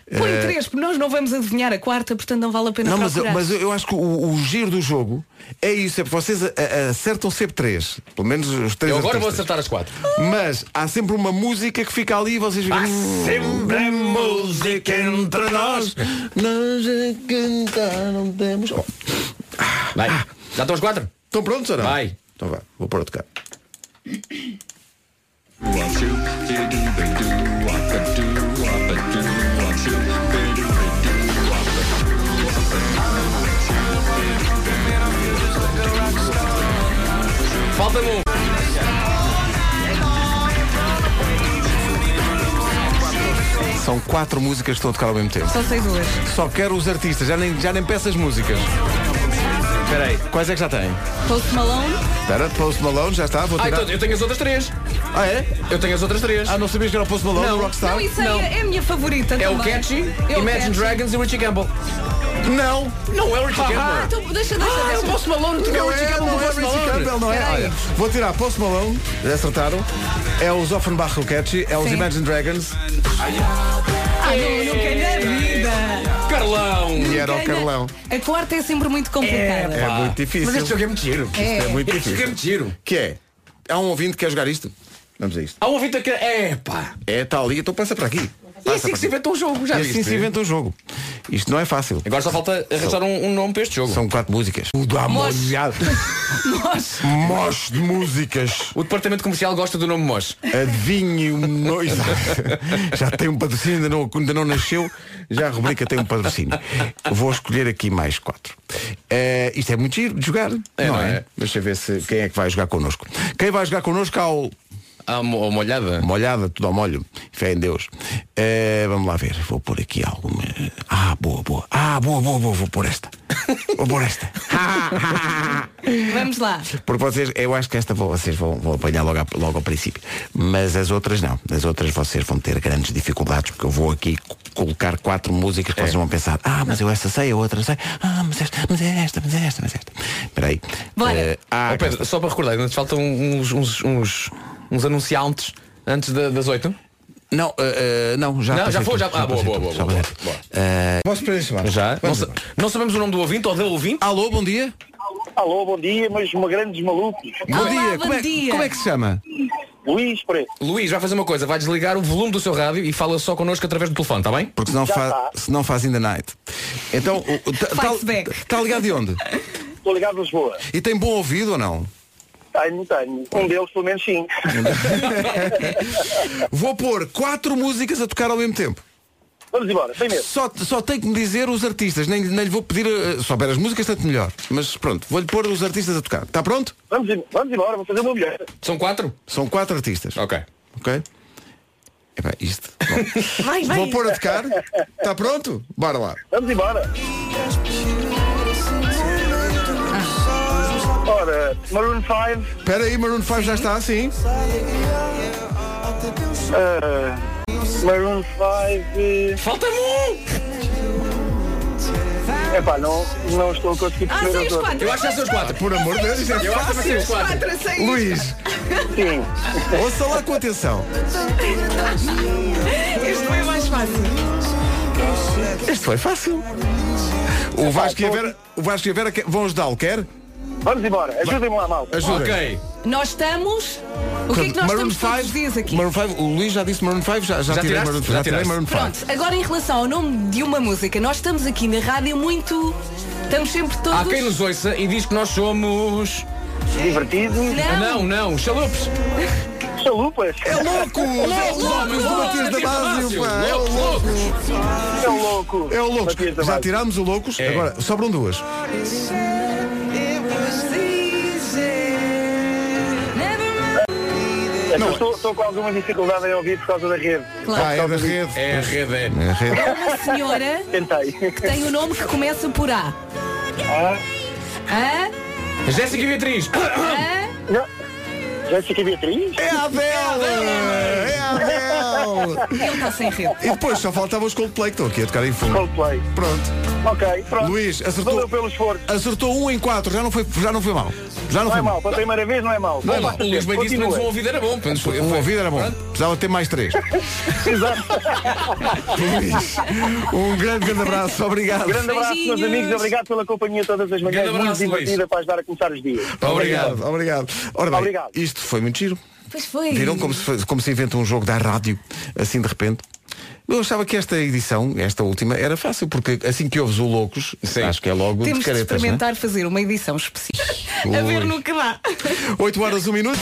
[SPEAKER 1] Eh,
[SPEAKER 3] Põe três, porque nós não vamos adivinhar a quarta, portanto não vale a pena
[SPEAKER 1] Não, mas, eu-
[SPEAKER 3] procurar.
[SPEAKER 1] mas eu eu acho que o, o giro do jogo é isso, é porque vocês a- a- acertam sempre três. Pelo menos os três.
[SPEAKER 4] Eu agora vou
[SPEAKER 1] artistas.
[SPEAKER 4] acertar as quatro.
[SPEAKER 1] Mas há sempre uma música que fica ali e vocês ficam. "Hum,
[SPEAKER 4] Há sempre música entre nós.
[SPEAKER 1] Nós
[SPEAKER 10] é
[SPEAKER 1] a cantar não temos. Oh,
[SPEAKER 4] Vai. Já estão as quatro?
[SPEAKER 1] Ah. Estão prontos ou não?
[SPEAKER 4] Vai.
[SPEAKER 1] Então vá, vou pôr a tocar.
[SPEAKER 4] Falta-me um.
[SPEAKER 1] São quatro músicas que estão a tocar ao mesmo tempo.
[SPEAKER 3] Só sei duas.
[SPEAKER 1] Só quero os artistas, já nem, já nem peço as músicas.
[SPEAKER 4] Espera aí.
[SPEAKER 1] Quais é que já têm?
[SPEAKER 3] Post Malone,
[SPEAKER 1] Espera, Post Malone, já está, vou
[SPEAKER 4] Ah,
[SPEAKER 1] tirar.
[SPEAKER 4] então eu tenho as outras três.
[SPEAKER 1] Ah, é?
[SPEAKER 4] Eu tenho as outras três.
[SPEAKER 1] Ah, não sabias que era o Post Malone,
[SPEAKER 4] Não.
[SPEAKER 1] o Rockstar?
[SPEAKER 3] não, isso aí é a minha favorita.
[SPEAKER 4] É o
[SPEAKER 3] também.
[SPEAKER 4] Catchy,
[SPEAKER 3] É o
[SPEAKER 4] Imagine
[SPEAKER 3] Catchy.
[SPEAKER 4] Dragons e o Richie Campbell.
[SPEAKER 1] Não,
[SPEAKER 4] Não é o Richie
[SPEAKER 3] Ah,
[SPEAKER 4] Campbell.
[SPEAKER 3] então deixa, deixa,
[SPEAKER 4] Ah, é
[SPEAKER 3] deixa.
[SPEAKER 4] o Post Malone, tu é o
[SPEAKER 1] não
[SPEAKER 4] Richie
[SPEAKER 1] é,
[SPEAKER 4] Campbell do
[SPEAKER 1] não é
[SPEAKER 4] Post
[SPEAKER 1] Richie Campbell,
[SPEAKER 4] Malone.
[SPEAKER 1] não é?
[SPEAKER 3] Peraí.
[SPEAKER 1] Olha, vou tirar Post Malone, já acertaram. É os Offenbach o Catchy, é os
[SPEAKER 3] Sim.
[SPEAKER 1] Imagine Dragons
[SPEAKER 3] Ah, não, nunca na vida.
[SPEAKER 4] é. Carlão.
[SPEAKER 1] e era o
[SPEAKER 3] Nunca na-
[SPEAKER 1] Carlão.
[SPEAKER 3] A quarta é sempre muito complicada.
[SPEAKER 1] É muito difícil.
[SPEAKER 4] Mas este jogo é muito giro.
[SPEAKER 3] É.
[SPEAKER 1] É muito
[SPEAKER 4] Este jogo é
[SPEAKER 1] difícil.
[SPEAKER 4] muito giro.
[SPEAKER 1] Que é? Há um ouvinte que quer jogar isto? Vamos a isto.
[SPEAKER 4] Há um ouvinte que... É, pá.
[SPEAKER 1] É, está ali, então passa para aqui.
[SPEAKER 4] E
[SPEAKER 1] Passa
[SPEAKER 4] assim que
[SPEAKER 1] para
[SPEAKER 4] se
[SPEAKER 1] aqui.
[SPEAKER 4] inventou um jogo, já
[SPEAKER 1] E assim
[SPEAKER 4] viste?
[SPEAKER 1] se inventa um jogo. Isto não é fácil.
[SPEAKER 4] Agora só falta arranjar um, um *laughs* nome para este jogo.
[SPEAKER 1] São quatro músicas. O da
[SPEAKER 3] Mosh.
[SPEAKER 1] molhada.
[SPEAKER 3] Nós,
[SPEAKER 1] Mosh de músicas.
[SPEAKER 4] O departamento comercial gosta do nome Mos.
[SPEAKER 1] Adivinhe o no... Exato. Já tem um patrocínio, ainda não, ainda não nasceu, já a rubrica tem um patrocínio. Vou escolher aqui mais quatro. Eh, isto é muito giro de jogar, não,
[SPEAKER 4] não
[SPEAKER 1] é?
[SPEAKER 4] é?
[SPEAKER 1] Deixa eu ver se, quem é que vai jogar connosco. Quem vai jogar connosco ao
[SPEAKER 4] Ah, mo- molhada.
[SPEAKER 1] molhada, tudo ao molho, fé em Deus. Eh, vamos lá ver, vou pôr aqui alguma. Ah, boa, boa. Ah, boa, boa, boa, vou pôr esta. Vou pôr esta.
[SPEAKER 3] vamos lá.
[SPEAKER 1] Porque vocês, eu acho que esta vou- vocês vão, vão apanhar logo, a- logo ao princípio. Mas as outras não. As outras vocês vão ter grandes dificuldades, porque eu vou aqui co- colocar quatro músicas que vocês vão pensar, ah, mas eu esta sei, a outra não sei, ah, mas esta, mas é esta, mas é esta, mas é esta. Espera aí.
[SPEAKER 3] Bora.
[SPEAKER 1] Eh, ah,
[SPEAKER 4] Oh, Pedro, só para recordar, ainda te faltam uns, uns, uns, uns anunciantes antes da- das oito.
[SPEAKER 1] não, eh, eh, não, já
[SPEAKER 4] Não,
[SPEAKER 1] passei
[SPEAKER 4] já foi,
[SPEAKER 1] tudo,
[SPEAKER 4] já- ah, boa,
[SPEAKER 1] passei
[SPEAKER 4] boa,
[SPEAKER 1] tudo,
[SPEAKER 4] boa,
[SPEAKER 1] já
[SPEAKER 4] boa,
[SPEAKER 1] passei.
[SPEAKER 4] boa.
[SPEAKER 1] um Eh, Posso prender chamar? Já?
[SPEAKER 4] Não, sa- não sabemos o nome do ouvinte ou da ouvinte.
[SPEAKER 1] Alô, bom dia.
[SPEAKER 8] Alô, bom dia, meus grandes malucos.
[SPEAKER 3] Olá, bom
[SPEAKER 1] como, é,
[SPEAKER 3] dia.
[SPEAKER 1] como é que se chama?
[SPEAKER 8] Luís Preto.
[SPEAKER 4] Luís, vai fazer uma coisa, vai desligar o volume do seu rádio e fala só connosco através do telefone, está bem?
[SPEAKER 1] Porque senão,
[SPEAKER 8] Já
[SPEAKER 1] fa
[SPEAKER 8] está.
[SPEAKER 1] senão faz in the night. Então,
[SPEAKER 3] Faz back.
[SPEAKER 1] está tá ligado de onde?
[SPEAKER 8] Estou ligado a Lisboa.
[SPEAKER 1] E tem bom ouvido ou não?
[SPEAKER 8] Tenho, tenho. Um deles, pelo menos, sim.
[SPEAKER 1] Vou pôr quatro músicas a tocar ao mesmo tempo.
[SPEAKER 8] Vamos embora, sem medo.
[SPEAKER 1] Só, só tem que me dizer os artistas. Nem, nem lhe vou pedir. eh, Se souber as músicas, tanto melhor. Mas pronto, vou-lhe pôr os artistas a tocar. Está pronto?
[SPEAKER 8] Vamos, em- vamos embora, vou fazer o meu melhor.
[SPEAKER 4] São quatro?
[SPEAKER 1] São quatro artistas.
[SPEAKER 4] Ok.
[SPEAKER 1] Ok? Epá,
[SPEAKER 4] *laughs*
[SPEAKER 1] isto. Bom.
[SPEAKER 3] Vai, vai.
[SPEAKER 1] vou pôr a tocar. Está pronto? Bora lá.
[SPEAKER 8] Vamos embora. Ora, Maroon 5.
[SPEAKER 1] Espera aí, Maroon 5 já está assim.
[SPEAKER 8] ah, Maroon 5.
[SPEAKER 4] Falta-me um!
[SPEAKER 8] ah, Epá, não, não estou a conseguir
[SPEAKER 3] Ah,
[SPEAKER 8] perceber os
[SPEAKER 3] são os
[SPEAKER 8] outros.
[SPEAKER 3] quatro.
[SPEAKER 4] Tipo, Eu acho que são os quatro.
[SPEAKER 1] Por amor de Deus, isso é
[SPEAKER 4] Eu acho que
[SPEAKER 1] fácil.
[SPEAKER 4] são os quatro.
[SPEAKER 3] Quatro a sair.
[SPEAKER 1] Luís,
[SPEAKER 8] Sim.
[SPEAKER 1] ouça lá com atenção.
[SPEAKER 3] Este foi o mais fácil.
[SPEAKER 1] Este foi fácil. O Vasco e a Vera, o Vasco e a Vera que- vão ajudá-lo, quer?
[SPEAKER 8] Vamos embora. Ajudem-me lá, malta.
[SPEAKER 1] Ajudem.
[SPEAKER 4] Ok.
[SPEAKER 3] Nós estamos. O que é que nós
[SPEAKER 1] Maroon
[SPEAKER 3] estamos todos os dias aqui?
[SPEAKER 1] Maroon 5, o Luís já disse Maroon 5, já, já,
[SPEAKER 4] Já
[SPEAKER 1] tirei,
[SPEAKER 4] tiraste?
[SPEAKER 1] Maroon, já
[SPEAKER 4] Já
[SPEAKER 1] tirei
[SPEAKER 4] tiraste.
[SPEAKER 1] Maroon 5.
[SPEAKER 3] Pronto, agora em relação ao nome de uma música, nós estamos aqui na rádio muito. Estamos sempre todos.
[SPEAKER 4] Há quem nos ouça e diz que nós somos.
[SPEAKER 8] Divertido.
[SPEAKER 4] Não, não, xalopes.
[SPEAKER 8] Chalupas.
[SPEAKER 1] É louco! É
[SPEAKER 4] louco,
[SPEAKER 1] louco!
[SPEAKER 4] louco,
[SPEAKER 1] Matias da
[SPEAKER 4] Matias Damasio,
[SPEAKER 1] Básio, pá! É o
[SPEAKER 4] louco,
[SPEAKER 1] louco!
[SPEAKER 8] É o louco.
[SPEAKER 1] É o louco!
[SPEAKER 8] Matias Damasio.
[SPEAKER 1] Já tirámos o loucos,
[SPEAKER 4] É.
[SPEAKER 1] agora sobram duas.
[SPEAKER 8] É que eu estou, estou com alguma dificuldade em ouvir por causa da rede.
[SPEAKER 1] Ah,
[SPEAKER 3] Claro.
[SPEAKER 1] é da rede.
[SPEAKER 4] É a rede. é.
[SPEAKER 1] É a rede.
[SPEAKER 3] Uma senhora
[SPEAKER 8] Tentei.
[SPEAKER 3] *laughs* tem o nome que começa por A.
[SPEAKER 8] Ah,
[SPEAKER 3] Hã?
[SPEAKER 4] Jéssica e Beatriz.
[SPEAKER 3] Hã?
[SPEAKER 8] não. Jéssica Beatriz?
[SPEAKER 1] É a Adele! É a Adele!
[SPEAKER 3] Ele está sem
[SPEAKER 1] *laughs*
[SPEAKER 3] rede.
[SPEAKER 1] E depois É, só faltava os Coldplay que estão aqui a tocar em fundo.
[SPEAKER 8] Coldplay.
[SPEAKER 1] Pronto.
[SPEAKER 8] Ok, pronto.
[SPEAKER 1] Luís, acertou.
[SPEAKER 8] Valeu pelo esforço.
[SPEAKER 1] Acertou um em quatro, já não foi, já não foi mal. Já não
[SPEAKER 8] Não
[SPEAKER 1] foi
[SPEAKER 8] é mal,
[SPEAKER 1] mal.
[SPEAKER 8] para a primeira vez não é mal.
[SPEAKER 4] Bom,
[SPEAKER 8] Opa,
[SPEAKER 4] o Luís bem disse que menos um
[SPEAKER 8] continua.
[SPEAKER 4] ouvido era bom. Pelo menos foi-
[SPEAKER 1] Um
[SPEAKER 4] foi.
[SPEAKER 1] ouvido era bom. Precisava ter
[SPEAKER 8] *laughs*
[SPEAKER 1] mais três. Luís, um grande, grande abraço. Obrigado.
[SPEAKER 8] Grande abraço, meus
[SPEAKER 3] Beijinhos.
[SPEAKER 8] amigos. Obrigado pela companhia todas as manhãs.
[SPEAKER 4] Grande abraço,
[SPEAKER 8] Muito divertida
[SPEAKER 4] Luís.
[SPEAKER 8] para ajudar a começar os dias.
[SPEAKER 1] Obrigado, obrigado. Ora bem,
[SPEAKER 8] Obrigado.
[SPEAKER 1] isto foi muito giro.
[SPEAKER 3] Pois foi.
[SPEAKER 1] Viram como se, faz- como se inventa um jogo da rádio, assim de repente? Eu achava que esta edição, esta última, era fácil, porque assim que ouves o Loucos,
[SPEAKER 4] Sim.
[SPEAKER 1] acho que é logo
[SPEAKER 3] Temos
[SPEAKER 1] de
[SPEAKER 3] de
[SPEAKER 1] caretas. não é?
[SPEAKER 3] experimentar fazer uma edição específica. A ver
[SPEAKER 1] *laughs* Ui.
[SPEAKER 3] no que dá.
[SPEAKER 1] 8 horas, 1 minuto.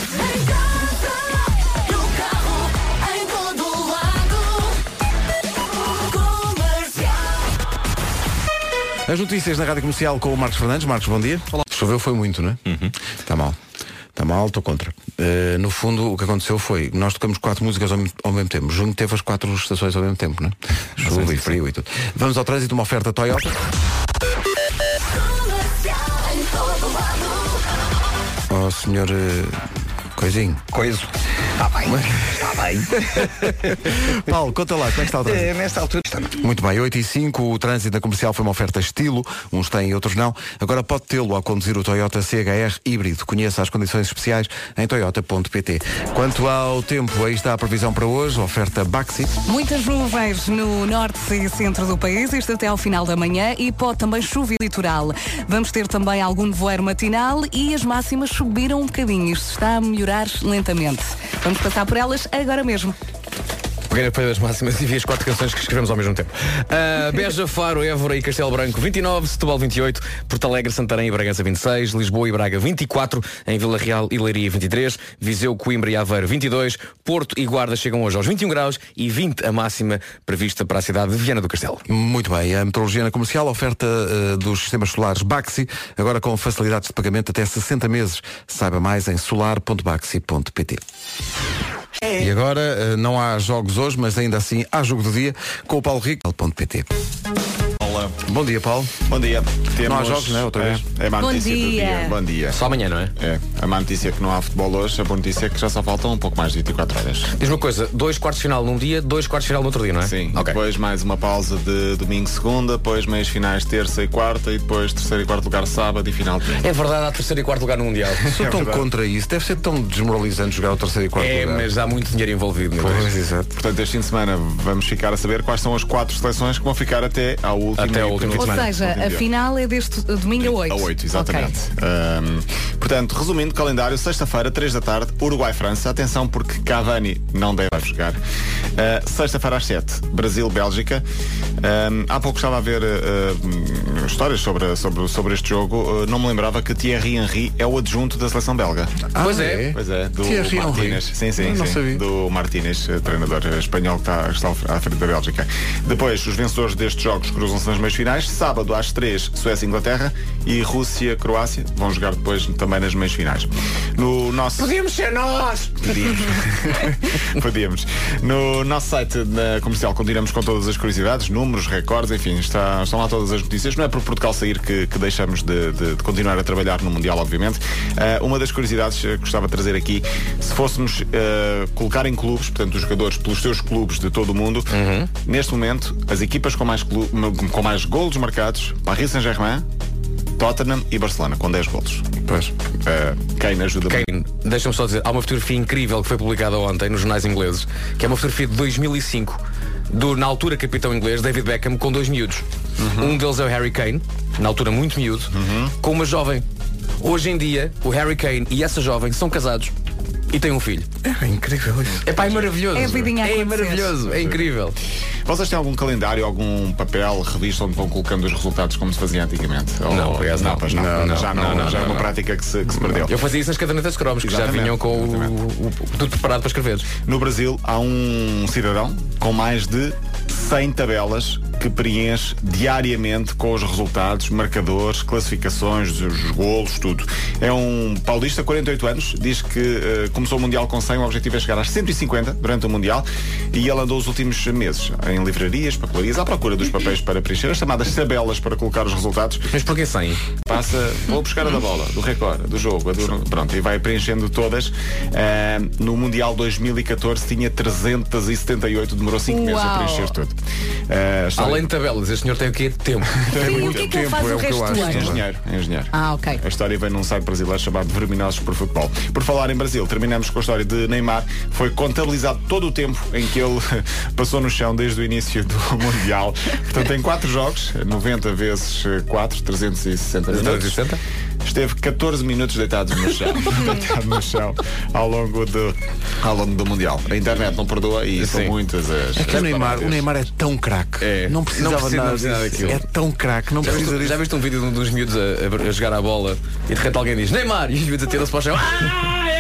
[SPEAKER 1] As notícias na Rádio Comercial com o Marcos Fernandes. Marcos, bom dia. Choveu foi muito, não é? Está mal. Está mal, estou contra. Eh, no fundo, o que aconteceu foi, nós tocamos quatro músicas ao, mesmo- ao mesmo tempo. Junto teve as quatro estações ao mesmo tempo, não é? Chuva e frio e tudo. Vamos ao trânsito, uma oferta Toyota. Ó senhor eh, Coisinho.
[SPEAKER 2] Coiso. Está bem. Está bem. *laughs*
[SPEAKER 1] Paulo, conta lá, como é que está o trânsito?
[SPEAKER 2] Eh, Nesta altura está
[SPEAKER 1] Muito bem, 8 e 5, o trânsito na comercial foi uma oferta estilo, uns têm e outros não. Agora pode tê-lo ao conduzir o Toyota CHR híbrido. Conheça as condições especiais em toyota.pt. Quanto ao tempo, aí está a previsão para hoje, oferta Baxi.
[SPEAKER 3] Muitas nuvens no norte e centro do país, isto até ao final da manhã, e pode também chover litoral. Vamos ter também algum nevoeiro matinal e as máximas subiram um bocadinho. Isto está a melhorar lentamente. Vamos passar por elas agora mesmo.
[SPEAKER 4] Peguei para as máximas e vi as quatro canções que escrevemos ao mesmo tempo. Ah, Beja, Faro, Évora e Castelo Branco 29, Setúbal 28, Porto Alegre, Santarém e Bragança 26, Lisboa e Braga 24, em Vila Real e Leiria 23, Viseu, Coimbra e Aveiro 22, Porto e Guarda chegam hoje aos 21 graus e 20 a máxima prevista para a cidade de Viana do Castelo.
[SPEAKER 1] Muito bem, a metrologia na comercial, oferta eh, dos sistemas solares Baxi, agora com facilidades de pagamento até 60 meses. Saiba mais em solar.baxi.pt. E agora, eh, não há jogos hoje, mas ainda assim há jogo do dia com o Paulo Rico.pt.
[SPEAKER 11] Olá,
[SPEAKER 1] Bom dia, Paulo.
[SPEAKER 11] bom dia. Temos...
[SPEAKER 1] Não há jogos, né, outra vez?
[SPEAKER 11] É, é a má
[SPEAKER 3] Bom
[SPEAKER 11] notícia
[SPEAKER 3] dia.
[SPEAKER 11] do dia. Bom dia.
[SPEAKER 4] Só amanhã, não é?
[SPEAKER 11] É, a má notícia é que não há futebol hoje, a boa notícia é que já só faltam um pouco mais de 24 horas.
[SPEAKER 4] Diz uma coisa, dois quartos de final num dia, dois quartos de final no outro dia, não é?
[SPEAKER 11] Sim,
[SPEAKER 4] Ok.
[SPEAKER 11] depois mais uma pausa de domingo, segunda, depois meias finais, terça e quarta, e depois terceiro e quarto lugar, sábado e final. de domingo.
[SPEAKER 4] É verdade, há terceiro e quarto lugar no Mundial.
[SPEAKER 1] *laughs* Sou
[SPEAKER 11] É
[SPEAKER 1] tão
[SPEAKER 11] verdade.
[SPEAKER 1] contra isso. Deve ser tão desmoralizante jogar o terceiro e quarto
[SPEAKER 4] é,
[SPEAKER 1] lugar.
[SPEAKER 4] mas há muito dinheiro envolvido. não é?
[SPEAKER 1] Pois, exato.
[SPEAKER 11] Portanto, este fim de semana vamos ficar a saber quais são as quatro seleções que vão ficar até ao último,
[SPEAKER 4] Até ao
[SPEAKER 11] e
[SPEAKER 4] último
[SPEAKER 11] penúltimo
[SPEAKER 4] fim
[SPEAKER 3] Ou
[SPEAKER 4] de semana.
[SPEAKER 3] seja,
[SPEAKER 11] Último
[SPEAKER 3] a
[SPEAKER 11] dia.
[SPEAKER 3] final é deste uh, domingo a 8.
[SPEAKER 11] A 8, exatamente.
[SPEAKER 3] Ok.
[SPEAKER 11] Ahm, portanto, resumindo, calendário, sexta-feira, 3 da tarde, Uruguai-França. Atenção, porque Cavani não deve jogar. Ah, sexta-feira às 7, Brasil-Bélgica. Ahm, há pouco estava a ver ah, hum, histórias sobre, sobre, sobre este jogo. Ah, não me lembrava que Thierry Henry é o adjunto da seleção belga.
[SPEAKER 4] Pois é.
[SPEAKER 11] Pois é, do
[SPEAKER 1] Thierry Henry.
[SPEAKER 11] Martínez. Sim, sim,
[SPEAKER 1] Eu não
[SPEAKER 11] sim.
[SPEAKER 1] sabia.
[SPEAKER 11] Do Martínez, eh, treinador espanhol que está, que está à frente da Bélgica. Depois, os vencedores destes jogos cruzam-se nas meias finais. Sábado às 3, Suécia e Inglaterra e Rússia Croácia vão jogar depois também nas meias finais. No nosso.
[SPEAKER 4] Podíamos ser nós!
[SPEAKER 11] *laughs* Podíamos. Podíamos. No no nosso site na comercial continuamos com todas as curiosidades, números, recordes, enfim, está- estão lá todas as notícias. Não é por Portugal sair que, que deixamos de, de- de continuar a trabalhar no Mundial, obviamente. Ah, uma das curiosidades que gostava de trazer aqui, se fôssemos ah, colocar em clubes, portanto, os jogadores pelos seus clubes de todo o mundo, neste momento, as equipas com mais, clu- com mais golos marcados, Paris Saint-Germain, Tottenham e Barcelona, com 10 golos.
[SPEAKER 1] Pois.
[SPEAKER 11] Kane ajuda
[SPEAKER 4] Kane, deixa-me só dizer, há uma fotografia incrível que foi publicada ontem nos jornais ingleses, que é uma fotografia de 2005, do, na altura capitão inglês, David Beckham, com dois miúdos. Um deles é o Harry Kane, na altura muito miúdo, com uma jovem. Hoje em dia, o Harry Kane e essa jovem são casados e têm um filho.
[SPEAKER 1] É incrível isso.
[SPEAKER 4] É pá, é maravilhoso.
[SPEAKER 3] É a vidinha a
[SPEAKER 4] é
[SPEAKER 3] acontecer.
[SPEAKER 4] maravilhoso, é incrível.
[SPEAKER 11] Vocês têm algum calendário, algum papel, revista onde vão colocando os resultados como se fazia antigamente? Ou-
[SPEAKER 4] Não, aliás, não.
[SPEAKER 11] pois não,
[SPEAKER 4] Não, não,
[SPEAKER 11] já não,
[SPEAKER 4] não, não,
[SPEAKER 11] já é
[SPEAKER 4] não,
[SPEAKER 11] uma
[SPEAKER 4] não.
[SPEAKER 11] prática que se, que se perdeu.
[SPEAKER 4] Eu fazia isso nas cadernetas cromos, que já
[SPEAKER 11] Exatamente,
[SPEAKER 4] vinham com o,
[SPEAKER 11] exatamente.
[SPEAKER 4] o- o- tudo preparado para escrever.
[SPEAKER 11] No Brasil há um cidadão com mais de 100 tabelas que preenche diariamente com os resultados, marcadores, classificações, os golos, tudo. É um paulista, 48 anos, diz que eh, começou o Mundial com 100, o objetivo é chegar às 150 durante o Mundial e ele andou os últimos meses em livrarias, papelarias, à procura dos papéis para preencher, as chamadas tabelas para colocar os resultados.
[SPEAKER 4] Mas porquê 100?
[SPEAKER 11] Passa, vou buscar a da bola, do recorde, do jogo, a do- pronto, e vai preenchendo todas. Ah, no Mundial 2014 tinha 378, demorou 5 meses a
[SPEAKER 3] Uau.
[SPEAKER 11] preencher tudo. Ah, história-
[SPEAKER 4] Além de tabelas, este senhor tem o quê? Tempo.
[SPEAKER 3] Sim, o que é que ele faz
[SPEAKER 1] é
[SPEAKER 3] o
[SPEAKER 1] o que eu
[SPEAKER 3] resto
[SPEAKER 1] acho.
[SPEAKER 3] do ano?
[SPEAKER 11] Engenheiro, engenheiro.
[SPEAKER 3] Ah, ok.
[SPEAKER 11] A história vem num site brasileiro chamado Verminosos por Futebol. Por falar em Brasil, terminamos com a história de Neymar. Foi contabilizado todo o tempo em que ele *laughs* passou no chão desde o início do *laughs* Mundial. Portanto, em 4 jogos, 90 vezes 4, 360 minutos.
[SPEAKER 4] 360?
[SPEAKER 11] Esteve 14 minutos deitado no chão, deitado no chão ao longo do, ao longo do Mundial. A internet não perdoa e são
[SPEAKER 4] Sim.
[SPEAKER 11] muitas as.
[SPEAKER 1] É que o
[SPEAKER 11] as
[SPEAKER 1] Neymar, o
[SPEAKER 11] paradas.
[SPEAKER 1] Neymar é tão craque.
[SPEAKER 11] É.
[SPEAKER 1] Não
[SPEAKER 4] Não
[SPEAKER 1] precisava
[SPEAKER 4] precisa- não
[SPEAKER 1] nada
[SPEAKER 4] precisa nada
[SPEAKER 1] disso.
[SPEAKER 4] daquilo.
[SPEAKER 1] É tão craque, não
[SPEAKER 4] Já
[SPEAKER 1] precisa
[SPEAKER 4] viste,
[SPEAKER 1] disso.
[SPEAKER 4] já viste um vídeo de um dos miúdos a, a- a jogar a bola e de repente alguém diz Neymar e os miúdos atiram-se para o chão. Ah! Ai,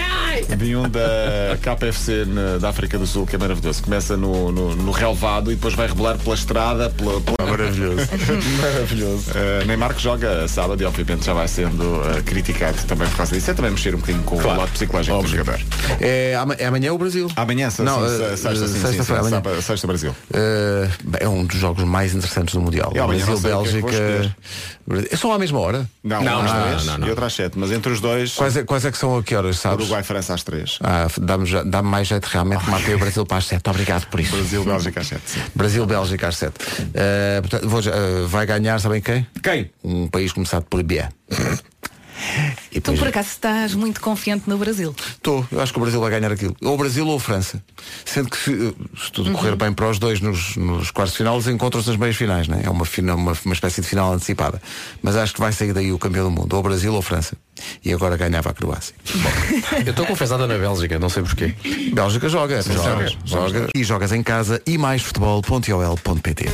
[SPEAKER 4] ai!
[SPEAKER 11] Vi um da KFC na- da África do Sul que é maravilhoso. Começa no, no, no relvado e depois vai rebolar pela estrada, pela. pela...
[SPEAKER 1] Ah, Maravilhoso.
[SPEAKER 11] *laughs*
[SPEAKER 1] É.
[SPEAKER 11] Maravilhoso. Eh, Neymar que joga sábado e obviamente já vai sendo eh, criticado também por causa disso. É também mexer um bocadinho com o lado psicológico do jogador.
[SPEAKER 1] É, ama- é amanhã o Brasil.
[SPEAKER 11] Amanhã, se-
[SPEAKER 1] Não,
[SPEAKER 11] se-
[SPEAKER 1] eh,
[SPEAKER 11] se- sexta, sim, sim,
[SPEAKER 1] sexta-feira,
[SPEAKER 11] sim,
[SPEAKER 1] amanhã.
[SPEAKER 11] sábado, sexta Brasil.
[SPEAKER 1] Eh, é um dos jogos mais interessantes do Mundial.
[SPEAKER 11] E amanhã
[SPEAKER 1] Brasil,
[SPEAKER 11] não sei o que é que
[SPEAKER 1] Bélgica.
[SPEAKER 11] vou
[SPEAKER 1] É só à mesma hora.
[SPEAKER 11] Não,
[SPEAKER 4] Não,
[SPEAKER 11] às
[SPEAKER 4] não,
[SPEAKER 11] três
[SPEAKER 4] não, não.
[SPEAKER 11] e outra às sete, mas entre os dois,
[SPEAKER 1] Quais é, quais é que são a que horas, sabes?
[SPEAKER 11] Uruguai-França às três.
[SPEAKER 1] Ah, dá-me, já- dá-me mais jeito realmente. Matei o Brasil para as 7. Obrigado por isso.
[SPEAKER 11] Brasil-Bélgica às sete. sim.
[SPEAKER 1] Brasil, Bélgica às Eh, 7. vai ganhar, sabem quem?
[SPEAKER 4] Quem?
[SPEAKER 1] Um país começado por B.
[SPEAKER 3] Tu
[SPEAKER 1] E depois-
[SPEAKER 3] por acaso estás muito confiante no Brasil.
[SPEAKER 1] Estou, eu acho que o Brasil vai ganhar aquilo. Ou o Brasil ou a França. Sendo que se, se tudo correr bem para os dois nos, nos quartos de final, eles encontram-se nas meias finais, né? é uma, fina- uma, uma espécie de final antecipada. Mas acho que vai sair daí o campeão do mundo, ou Brasil ou França. E agora ganhava a Croácia.
[SPEAKER 4] Eu estou confessada na Bélgica, não sei porquê.
[SPEAKER 1] Bélgica joga, joga,
[SPEAKER 4] joga.
[SPEAKER 1] joga. E jogas em casa e mais futebol.ol.pt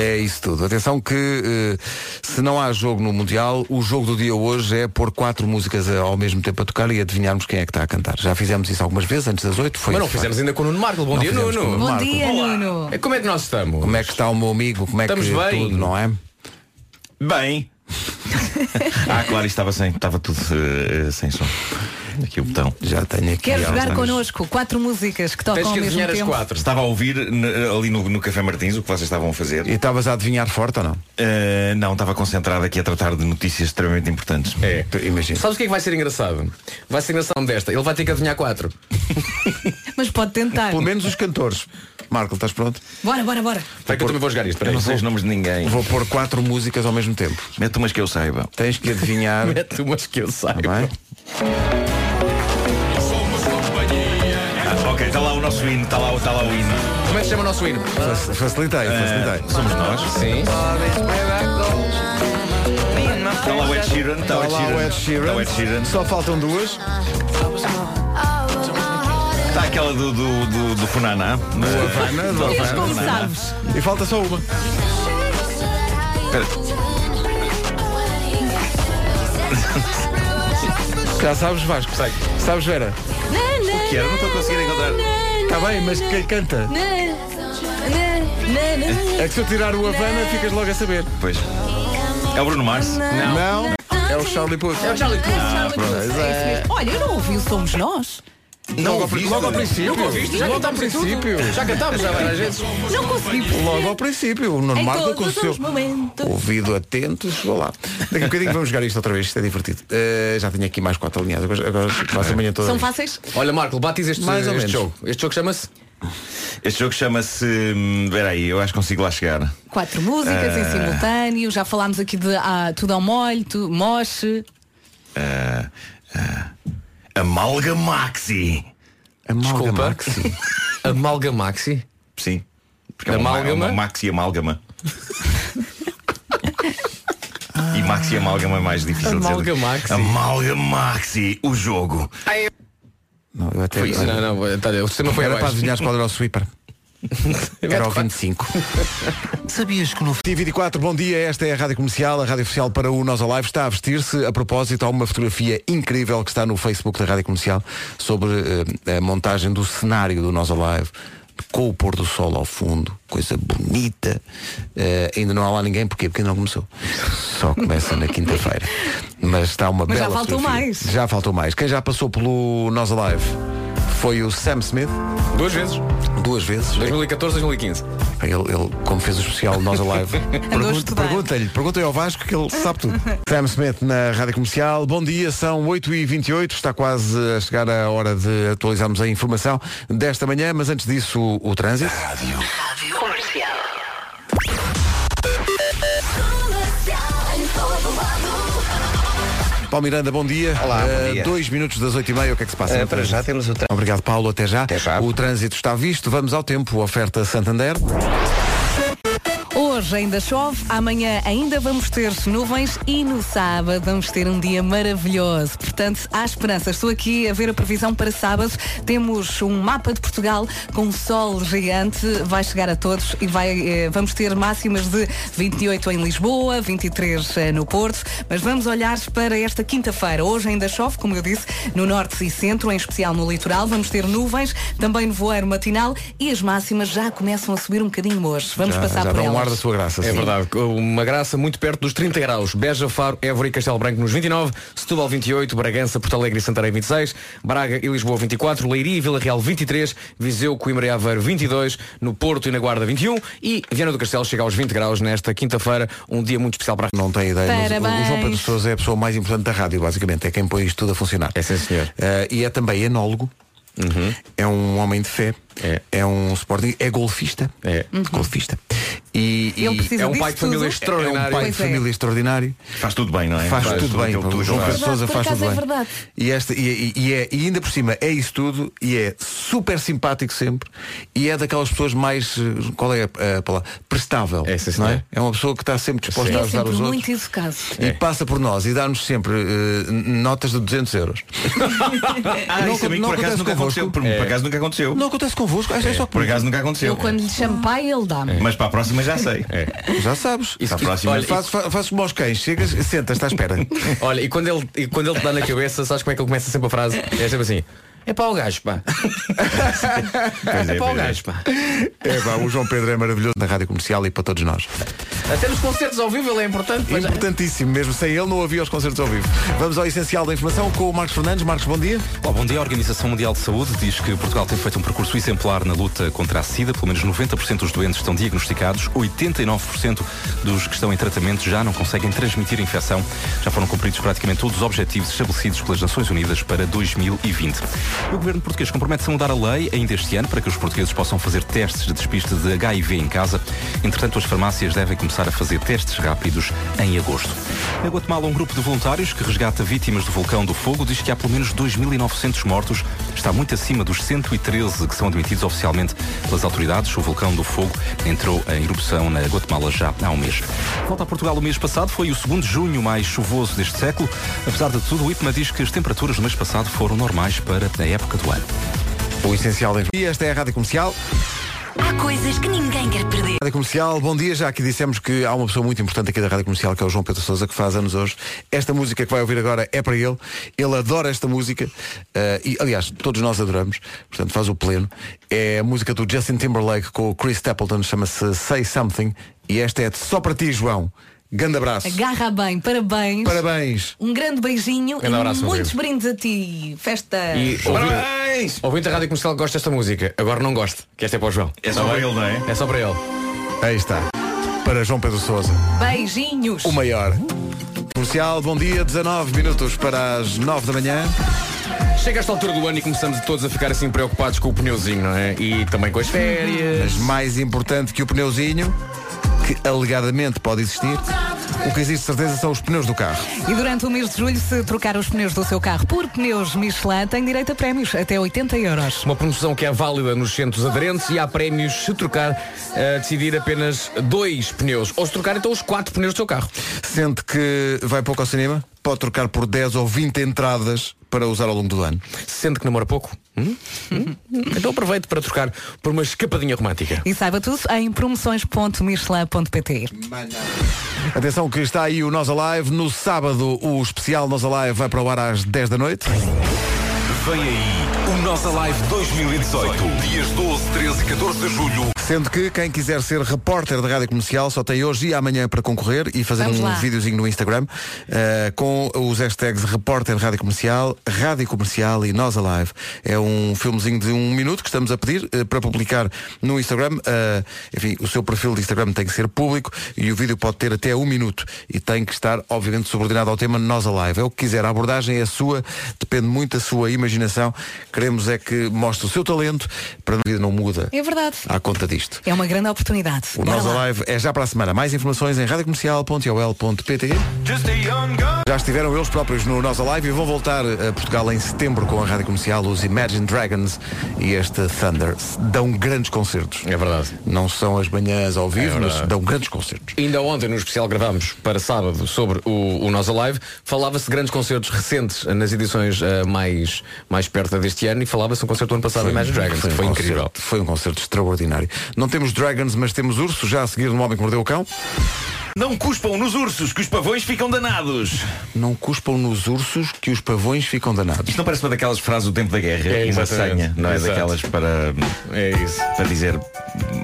[SPEAKER 1] é isso tudo. Atenção que eh, se não há jogo no Mundial, o jogo do dia hoje é pôr quatro músicas eh, ao mesmo tempo a tocar e adivinharmos quem é que está a cantar. Já fizemos isso algumas vezes, antes das oito. Foi
[SPEAKER 4] Mas não
[SPEAKER 1] isso, de facto.
[SPEAKER 4] fizemos ainda com o Nuno Marco. Bom
[SPEAKER 1] Não
[SPEAKER 4] dia,
[SPEAKER 1] fizemos com o
[SPEAKER 4] Nuno.
[SPEAKER 1] Nuno.
[SPEAKER 3] Bom
[SPEAKER 1] Marco.
[SPEAKER 3] dia, Nuno.
[SPEAKER 4] Como é que nós estamos?
[SPEAKER 1] Como é que está o meu amigo? Como é que
[SPEAKER 4] Estamos bem.
[SPEAKER 1] tudo, não é?
[SPEAKER 12] Bem. ah, claro, isto estava sem, estava tudo eh, sem som. Aqui o botão.
[SPEAKER 1] Já tenho aqui.
[SPEAKER 3] Quer
[SPEAKER 1] alguns-
[SPEAKER 3] jogar connosco quatro músicas que
[SPEAKER 4] Tens
[SPEAKER 3] tocam
[SPEAKER 4] que
[SPEAKER 3] ao mesmo
[SPEAKER 4] adivinhar as
[SPEAKER 3] tempo?
[SPEAKER 4] quatro.
[SPEAKER 12] Estava a ouvir n- ali no, no Café Martins o que vocês estavam a fazer.
[SPEAKER 1] E estavas a adivinhar forte ou não?
[SPEAKER 12] Eh, não, estava concentrado aqui a tratar de notícias extremamente importantes.
[SPEAKER 4] É.
[SPEAKER 1] Imagina.
[SPEAKER 4] Sabes o que é que vai ser engraçado? Vai ser engraçado desta. Ele vai ter que adivinhar quatro.
[SPEAKER 3] Mas pode tentar.
[SPEAKER 1] Pelo menos os cantores. Marco, estás pronto?
[SPEAKER 3] Bora, bora, bora.
[SPEAKER 4] Vai que eu também vou jogar isto.
[SPEAKER 12] é Eu
[SPEAKER 4] peraí.
[SPEAKER 12] não sei os nomes de ninguém.
[SPEAKER 1] Vou pôr quatro músicas ao mesmo tempo.
[SPEAKER 12] Mete umas que eu saiba.
[SPEAKER 1] Tens que
[SPEAKER 4] *laughs*
[SPEAKER 1] adivinhar.
[SPEAKER 4] Mete umas que eu
[SPEAKER 1] Tá
[SPEAKER 4] saiba.
[SPEAKER 1] bem?
[SPEAKER 12] Ah, ok, está lá o nosso hino, está lá, está lá o hino. Eh,
[SPEAKER 4] Como é que se chama o nosso hino?
[SPEAKER 1] Fac-
[SPEAKER 3] *laughs*
[SPEAKER 1] Facilitei, facilitei.
[SPEAKER 12] Somos nós.
[SPEAKER 4] Sim.
[SPEAKER 12] Está Tá lá o Ed Sheeran. Está
[SPEAKER 1] Olá, Tá o Ed Sheeran.
[SPEAKER 12] Está o Ed Sheeran.
[SPEAKER 1] Só faltam duas.
[SPEAKER 12] Está Tá aquela do, do, do, do Funaná.
[SPEAKER 1] Havana, do
[SPEAKER 3] Vês
[SPEAKER 1] Havana.
[SPEAKER 3] como sabes.
[SPEAKER 1] E falta só uma. Já sabes, Vasco.
[SPEAKER 4] Sei.
[SPEAKER 1] Sabes, Vera?
[SPEAKER 12] Que era, não estou a conseguir encontrar.
[SPEAKER 1] Está bem, mas quem canta? É que se eu tirar o Havana, ficas logo a saber.
[SPEAKER 12] Pois. É o Bruno Mars.
[SPEAKER 1] Não, é o Charlie Puth.
[SPEAKER 12] Ah,
[SPEAKER 1] é.
[SPEAKER 12] É
[SPEAKER 3] É o Charlie Puth. Olha, eu não ouvi o Somos Nós.
[SPEAKER 1] Não ouvi. Logo ao princípio.
[SPEAKER 4] Nunca ouviste? Já
[SPEAKER 1] Logo ao
[SPEAKER 4] cantámos em
[SPEAKER 1] princípio.
[SPEAKER 4] tudo. Já cantámos já várias vezes.
[SPEAKER 3] Não consegui perceber.
[SPEAKER 1] Logo ao princípio, o Nuno
[SPEAKER 3] Em
[SPEAKER 1] Marco
[SPEAKER 3] É todos
[SPEAKER 1] com o seu
[SPEAKER 3] os momentos.
[SPEAKER 1] ouvido atento, chegou lá. Daqui a bocadinho vamos jogar isto outra vez, isto é divertido. Eh, já tenho aqui mais quatro alinhados, agora, agora faço a manhã toda.
[SPEAKER 3] São fáceis?
[SPEAKER 4] Olha, Marco, batiz este,
[SPEAKER 1] Mais ou
[SPEAKER 4] este
[SPEAKER 1] menos.
[SPEAKER 4] jogo. Este jogo chama-se.
[SPEAKER 12] Este jogo chama-se. hum, Espera aí, eu acho que consigo lá chegar.
[SPEAKER 3] Quatro músicas em
[SPEAKER 1] É.
[SPEAKER 12] Ah.
[SPEAKER 3] simultâneo, já falámos aqui de ah, tudo ao molho, tu, moche.
[SPEAKER 12] Ah, ah, Amalga Maxi.
[SPEAKER 4] Desculpa. *laughs* Amalga Maxi.
[SPEAKER 12] Sim. Porque É uma,
[SPEAKER 4] Amálgama?
[SPEAKER 12] uma maxi amálgama. e maxi amálgama é mais difícil de dizer.
[SPEAKER 4] Amalga Maxi.
[SPEAKER 12] Amalga Maxi, o jogo.
[SPEAKER 1] Não, eu até,
[SPEAKER 4] Foi isso, não, não. tá, o sistema foi
[SPEAKER 1] era para
[SPEAKER 4] abaixo.
[SPEAKER 1] adivinhar qual era
[SPEAKER 4] *laughs*
[SPEAKER 1] o sweeper. Era o 25. Sabias que no T24, bom dia, esta é a Rádio Comercial, a Rádio Oficial para o Nós Alive está a vestir-se a propósito há uma fotografia incrível que está no Facebook da Rádio Comercial sobre eh, a montagem do cenário do Nós Alive com o pôr do sol ao fundo, coisa bonita. Eh, ainda não há lá ninguém, porquê? Porque ainda não começou. Só começa na quinta-feira. Mas está uma
[SPEAKER 3] Mas já
[SPEAKER 1] bela
[SPEAKER 3] faltou
[SPEAKER 1] fotografia.
[SPEAKER 3] mais.
[SPEAKER 1] Já faltou mais. Quem já passou pelo Nós Alive foi o Sam Smith,
[SPEAKER 4] Duas vezes.
[SPEAKER 1] duas vezes.
[SPEAKER 4] 2014, 2015.
[SPEAKER 1] Ele, ele, como fez o especial Nós Alive,
[SPEAKER 3] a
[SPEAKER 1] pergunta-
[SPEAKER 3] estudar.
[SPEAKER 1] pergunta-lhe, pergunta ao Vasco que ele
[SPEAKER 3] *laughs*
[SPEAKER 1] sabe tudo. Sam Smith na Rádio Comercial, bom dia, são 8h28, está quase a chegar a hora de atualizarmos a informação desta manhã, mas antes disso o, o trânsito.
[SPEAKER 5] Comercial.
[SPEAKER 1] Paulo Miranda, bom dia.
[SPEAKER 2] Olá, bom
[SPEAKER 1] Eh,
[SPEAKER 2] dia.
[SPEAKER 1] dois minutos das 8h30, o que é que se passa?
[SPEAKER 2] Eh,
[SPEAKER 1] no
[SPEAKER 2] para
[SPEAKER 1] trânsito?
[SPEAKER 2] já temos o trânsito.
[SPEAKER 1] Obrigado Paulo, até já.
[SPEAKER 2] Até já.
[SPEAKER 1] O trânsito está visto, vamos ao tempo, oferta Santander.
[SPEAKER 3] Hoje ainda chove, amanhã ainda vamos ter nuvens e no sábado vamos ter um dia maravilhoso. Portanto, há esperança. Estou aqui a ver a previsão para sábado. Temos um mapa de Portugal com um sol gigante, vai chegar a todos e vai, eh, vamos ter máximas de 28 em Lisboa, 23 eh, no Porto, mas vamos olhar para esta quinta-feira. Hoje ainda chove, como eu disse, no norte e centro, em especial no litoral. Vamos ter nuvens, também nevoeiro matinal e as máximas já começam a subir um bocadinho hoje. Vamos
[SPEAKER 1] Já-
[SPEAKER 3] passar
[SPEAKER 1] já
[SPEAKER 3] por
[SPEAKER 1] dá um
[SPEAKER 3] elas.
[SPEAKER 1] ar da sua graça.
[SPEAKER 4] É
[SPEAKER 1] sim.
[SPEAKER 4] verdade, uma graça muito perto dos 30 graus. Beja, Faro, Évora e Castelo Branco nos 29, Setúbal 28, Bragança, Porto Alegre e Santarém 26, Braga e Lisboa 24, Leiria e Vila Real 23, Viseu, Coimbra e Aveiro 22, no Porto e na Guarda 21 e Viana do Castelo chega aos 20 graus nesta quinta-feira, um dia muito especial para
[SPEAKER 1] Não tem ideia. mas o- O
[SPEAKER 3] Parabéns.
[SPEAKER 1] João Pedro Sousa é a pessoa mais importante da rádio, basicamente. É quem põe isto tudo a funcionar.
[SPEAKER 4] É, sim, senhor. Uhum.
[SPEAKER 1] Eh, e é também enólogo. É um homem de fé.
[SPEAKER 4] É.
[SPEAKER 1] um Sporting. É golfista. Uhum.
[SPEAKER 4] É.
[SPEAKER 1] Golfista. E, e
[SPEAKER 3] Ele precisa
[SPEAKER 4] é um
[SPEAKER 3] disso
[SPEAKER 4] pai de família
[SPEAKER 3] tudo.
[SPEAKER 1] é um
[SPEAKER 4] extraordinário.
[SPEAKER 1] pai de
[SPEAKER 3] Pois é.
[SPEAKER 1] família extraordinário.
[SPEAKER 12] Faz tudo bem, não é?
[SPEAKER 1] Faz, tudo bem.
[SPEAKER 12] aquilo que tu
[SPEAKER 1] O João Pedro
[SPEAKER 3] Verdade,
[SPEAKER 12] fazes.
[SPEAKER 1] Sousa
[SPEAKER 3] por
[SPEAKER 1] faz tudo
[SPEAKER 3] acaso é
[SPEAKER 1] bem.
[SPEAKER 3] verdade.
[SPEAKER 1] E, esta, e, e- e é, e ainda por cima é isso tudo e é super simpático sempre e é daquelas pessoas mais. eh, Qual é a, a palavra? Prestável.
[SPEAKER 4] É, sim,
[SPEAKER 1] não é?
[SPEAKER 4] senhor.
[SPEAKER 1] é uma pessoa que está sempre disposta
[SPEAKER 3] E
[SPEAKER 1] a
[SPEAKER 3] é
[SPEAKER 1] ajudar
[SPEAKER 3] sempre
[SPEAKER 1] os outros
[SPEAKER 3] muito educado.
[SPEAKER 1] e passa por nós e dá-nos sempre eh, n- notas de 200 euros.
[SPEAKER 12] Ah,
[SPEAKER 1] Não
[SPEAKER 12] isso a mim
[SPEAKER 1] acon- não
[SPEAKER 12] por acaso
[SPEAKER 1] acontece
[SPEAKER 12] nunca aconteceu.
[SPEAKER 1] convosco?
[SPEAKER 12] Por, por acaso nunca aconteceu.
[SPEAKER 1] Não acontece convosco, é, é só
[SPEAKER 12] Por
[SPEAKER 1] por
[SPEAKER 12] acaso nunca
[SPEAKER 3] Eu
[SPEAKER 12] aconteceu.
[SPEAKER 3] quando lhe chamo pai, ele
[SPEAKER 4] É.
[SPEAKER 1] É.
[SPEAKER 3] dá-me.
[SPEAKER 12] Mas para a próxima já sei.
[SPEAKER 1] Já sabes.
[SPEAKER 12] Isso-
[SPEAKER 1] Tá
[SPEAKER 12] isso-
[SPEAKER 1] próximo.
[SPEAKER 12] olha,
[SPEAKER 1] Fazes fa- fazes como aos cães, chegas, sentas, está à
[SPEAKER 12] *laughs*
[SPEAKER 1] espera.
[SPEAKER 4] Olha, e quando ele, e quando ele te dá na cabeça, sabes como é que ele começa sempre a frase? É sempre assim. É para o gajo, pá.
[SPEAKER 12] Pois
[SPEAKER 4] é, para
[SPEAKER 12] é,
[SPEAKER 4] o
[SPEAKER 12] pois é.
[SPEAKER 4] gajo, pá.
[SPEAKER 1] é, pá, o João Pedro é maravilhoso na rádio comercial e para todos nós.
[SPEAKER 4] Até nos concertos ao vivo ele é importante. mas-
[SPEAKER 1] Importantíssimo, mesmo sem ele não havia os concertos ao vivo. Vamos ao essencial da informação com o Marcos Fernandes. Marcos, bom dia.
[SPEAKER 13] Olá, bom dia. A Organização Mundial de Saúde diz que Portugal tem feito um percurso exemplar na luta contra a SIDA. Pelo menos 90% dos doentes estão diagnosticados, 89% dos que estão em tratamento já não conseguem transmitir a infecção. Já foram cumpridos praticamente todos os objetivos estabelecidos pelas Nações Unidas para 2020. E O governo português compromete-se a mudar a lei ainda este ano para que os portugueses possam fazer testes de despiste de HIV em casa. Entretanto, as farmácias devem começar a fazer testes rápidos em agosto. Na Guatemala, um grupo de voluntários que resgata vítimas do vulcão do fogo diz que há pelo menos 2.900 mortos. Está muito acima dos 113 que são admitidos oficialmente pelas autoridades. O vulcão do fogo entrou em erupção na Guatemala já há um mês. Volta a Portugal o mês passado foi o segundo de junho mais chuvoso deste século. Apesar de tudo, o IPMA diz que as temperaturas do mês passado foram normais para a época do ano.
[SPEAKER 1] O essencial da informação. E esta é a rádio comercial.
[SPEAKER 5] Há coisas que ninguém quer perder.
[SPEAKER 1] Rádio Comercial, bom dia. Já aqui dissemos que há uma pessoa muito importante aqui da Rádio Comercial, que é o João Pedro Sousa, que faz anos hoje. Esta música que vai ouvir agora é para ele. Ele adora esta música. eh, e, aliás, todos nós adoramos. Portanto, faz o pleno. É a música do Justin Timberlake com o Chris Stapleton, chama-se Say Something. E esta é de só para ti, João, Grande abraço.
[SPEAKER 3] Agarra bem, parabéns.
[SPEAKER 1] Parabéns.
[SPEAKER 3] Um grande beijinho
[SPEAKER 4] Grande
[SPEAKER 3] e
[SPEAKER 4] abraço,
[SPEAKER 3] muitos brindes a ti. Festa.
[SPEAKER 4] E ouvinte, ouvinte da Rádio Comercial que gosta desta música, agora não gosta, que esta é para o João.
[SPEAKER 12] É só para ele, não é?
[SPEAKER 4] É só para ele.
[SPEAKER 1] Aí está. Para João Pedro Sousa.
[SPEAKER 3] Beijinhos.
[SPEAKER 1] O maior. Comercial, bom dia, 19 minutos para as 9 da manhã.
[SPEAKER 4] Chega esta altura do ano e começamos todos a ficar assim preocupados com o pneuzinho, não é? E também com as férias.
[SPEAKER 1] Mas mais importante que o pneuzinho, que alegadamente pode existir, o que existe de certeza são os pneus do carro.
[SPEAKER 3] E durante o mês de julho, se trocar os pneus do seu carro por pneus Michelin, tem direito a prémios até 80 euros.
[SPEAKER 4] Uma promoção que é válida nos centros aderentes e há prémios se trocar, eh, decidir apenas dois pneus. Ou se trocar então os quatro pneus do seu carro.
[SPEAKER 1] Sente que vai pouco ao cinema, pode trocar por 10 ou 20 entradas para usar ao longo do ano.
[SPEAKER 4] Sente que namora pouco? Hum? Hum? Então aproveite para trocar por uma escapadinha romântica.
[SPEAKER 3] E saiba tudo em promoções.michelin.pt
[SPEAKER 1] Atenção que está aí o Nós Alive. No sábado, o especial Nós Alive vai para o ar às 10 da noite.
[SPEAKER 14] Vem aí o Nossa Live 2018, dias 12, 13 e 14 de julho.
[SPEAKER 1] Sendo que quem quiser ser repórter da Rádio Comercial só tem hoje e amanhã para concorrer e fazer
[SPEAKER 14] Vamos
[SPEAKER 1] um
[SPEAKER 14] lá.
[SPEAKER 1] videozinho no Instagram eh, com os hashtags repórter Rádio Comercial, Rádio Comercial e Nós Alive. É um filmezinho de um minuto que estamos a pedir eh, para publicar no Instagram. Eh, enfim, o seu perfil de Instagram tem que ser público e o vídeo pode ter até um minuto e tem que estar, obviamente, subordinado ao tema Nós Alive. É o que quiser. A abordagem é sua, depende muito da sua imaginação. Queremos é que mostre o seu talento para a vida não muda
[SPEAKER 3] É verdade.
[SPEAKER 1] à conta disto.
[SPEAKER 3] É uma grande oportunidade.
[SPEAKER 1] O
[SPEAKER 3] Bora
[SPEAKER 1] Nós
[SPEAKER 3] lá.
[SPEAKER 1] Alive é já para a semana. Mais informações em radiocomercial.ol.pt Já estiveram eles próprios no Nós Alive e vão voltar a Portugal em setembro com a Rádio Comercial, os Imagine Dragons e este Thunder. Dão grandes concertos.
[SPEAKER 4] É verdade.
[SPEAKER 1] Não são as manhãs ao vivo,
[SPEAKER 4] É
[SPEAKER 1] mas
[SPEAKER 4] verdade.
[SPEAKER 1] dão grandes concertos.
[SPEAKER 4] Ainda ontem, no especial que gravámos para sábado sobre o, o Nós Alive, falava-se de grandes concertos recentes eh, nas edições eh, mais, mais perto deste ano e falava-se um concerto do ano passado da Imagine Dragons, que foi
[SPEAKER 1] um
[SPEAKER 4] incrível.
[SPEAKER 1] concerto- foi um concerto extraordinário. Não temos Dragons, mas temos Urso, já a seguir no Homem que Mordeu o Cão.
[SPEAKER 12] Não cuspam nos ursos, que os pavões ficam danados.
[SPEAKER 1] Não cuspam nos ursos que os pavões ficam danados.
[SPEAKER 12] Isto não parece uma daquelas frases do tempo da guerra,
[SPEAKER 1] É,
[SPEAKER 12] uma
[SPEAKER 1] exatamente.
[SPEAKER 12] senha, não é
[SPEAKER 1] Exato. É
[SPEAKER 12] daquelas para para dizer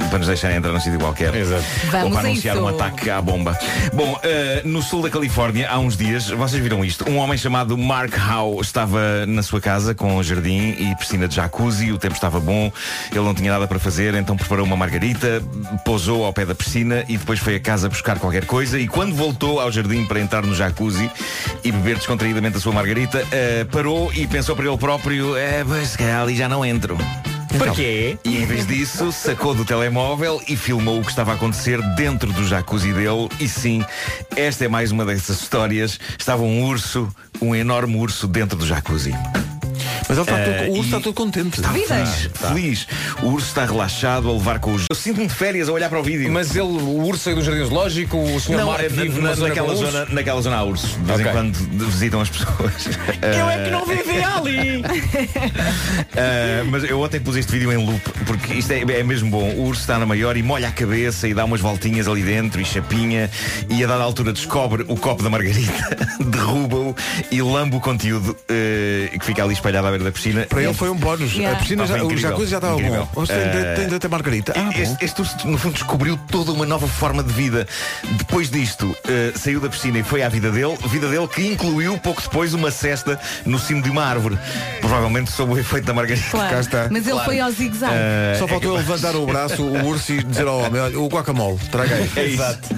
[SPEAKER 12] para nos deixarem entrar num sítio qualquer. Ou
[SPEAKER 14] Vamos a
[SPEAKER 12] para anunciar
[SPEAKER 14] isso.
[SPEAKER 12] um ataque à bomba. Bom, eh, no sul da Califórnia, há uns dias, vocês viram isto, um homem chamado Mark Howe estava na sua casa com jardim e piscina de jacuzzi, o tempo estava bom, ele não tinha nada para fazer, então preparou uma margarita, pousou ao pé da piscina e depois foi a casa buscar qualquer coisa e quando voltou ao jardim para entrar no jacuzzi e beber descontraídamente a sua margarita, eh, parou e pensou para ele próprio, é, pois, se calhar ali já não entro. Porquê? E em vez disso, sacou do telemóvel e filmou o que estava a acontecer dentro do jacuzzi dele. E sim, esta é mais uma dessas histórias. Estava um urso, um enorme urso dentro do jacuzzi.
[SPEAKER 1] Mas ele está
[SPEAKER 12] Eh,
[SPEAKER 1] todo- o urso
[SPEAKER 12] e-
[SPEAKER 1] está todo contente.
[SPEAKER 12] Está feliz, feliz. O urso está relaxado a levar com os. Eu sinto-me de férias a olhar para o vídeo.
[SPEAKER 4] Mas ele, o urso saiu do Jardim Zoológico, o senhor
[SPEAKER 12] Não,
[SPEAKER 4] Marco
[SPEAKER 12] é,
[SPEAKER 4] vive
[SPEAKER 12] na-
[SPEAKER 4] na zona
[SPEAKER 12] naquela,
[SPEAKER 4] com urso.
[SPEAKER 12] zona, naquela zona há urso. De vez
[SPEAKER 4] Ok.
[SPEAKER 12] em quando de- visitam as pessoas.
[SPEAKER 4] Eu é que não
[SPEAKER 12] Eh,
[SPEAKER 15] *laughs*
[SPEAKER 4] vivia ali!
[SPEAKER 12] Uh, mas eu ontem pus este vídeo em loop porque isto é, é mesmo bom. O urso está na maior e molha a cabeça e dá umas voltinhas ali dentro e chapinha e a dada altura descobre o copo da margarita, *laughs* derruba-o e lambe o conteúdo uh, que fica ali espalhado à beira da piscina.
[SPEAKER 1] Para ele foi um bónus.
[SPEAKER 12] Yeah.
[SPEAKER 1] A piscina
[SPEAKER 12] Ah,
[SPEAKER 1] já,
[SPEAKER 12] foi
[SPEAKER 1] o
[SPEAKER 12] incrível,
[SPEAKER 1] jacuzzi já estava
[SPEAKER 12] incrível.
[SPEAKER 1] bom. Hoje tem, de-
[SPEAKER 12] Eh,
[SPEAKER 1] tem de ter margarita. Ah, bom.
[SPEAKER 12] este, este urso, no fundo, descobriu toda uma nova forma de vida. Depois disto, eh, saiu da piscina e foi à vida dele, vida dele que incluiu pouco depois uma cesta no cimo de uma árvore. Provavelmente sob o efeito da margarita.
[SPEAKER 3] Claro.
[SPEAKER 12] Cá está.
[SPEAKER 3] Mas ele
[SPEAKER 12] Claro.
[SPEAKER 3] foi ao zigue-zague.
[SPEAKER 12] Eh,
[SPEAKER 1] Só faltou
[SPEAKER 12] é
[SPEAKER 1] ele
[SPEAKER 12] capaz.
[SPEAKER 1] levantar o braço, o urso e dizer ao homem, olha, o guacamole, traga aí.
[SPEAKER 12] É *laughs* Exato.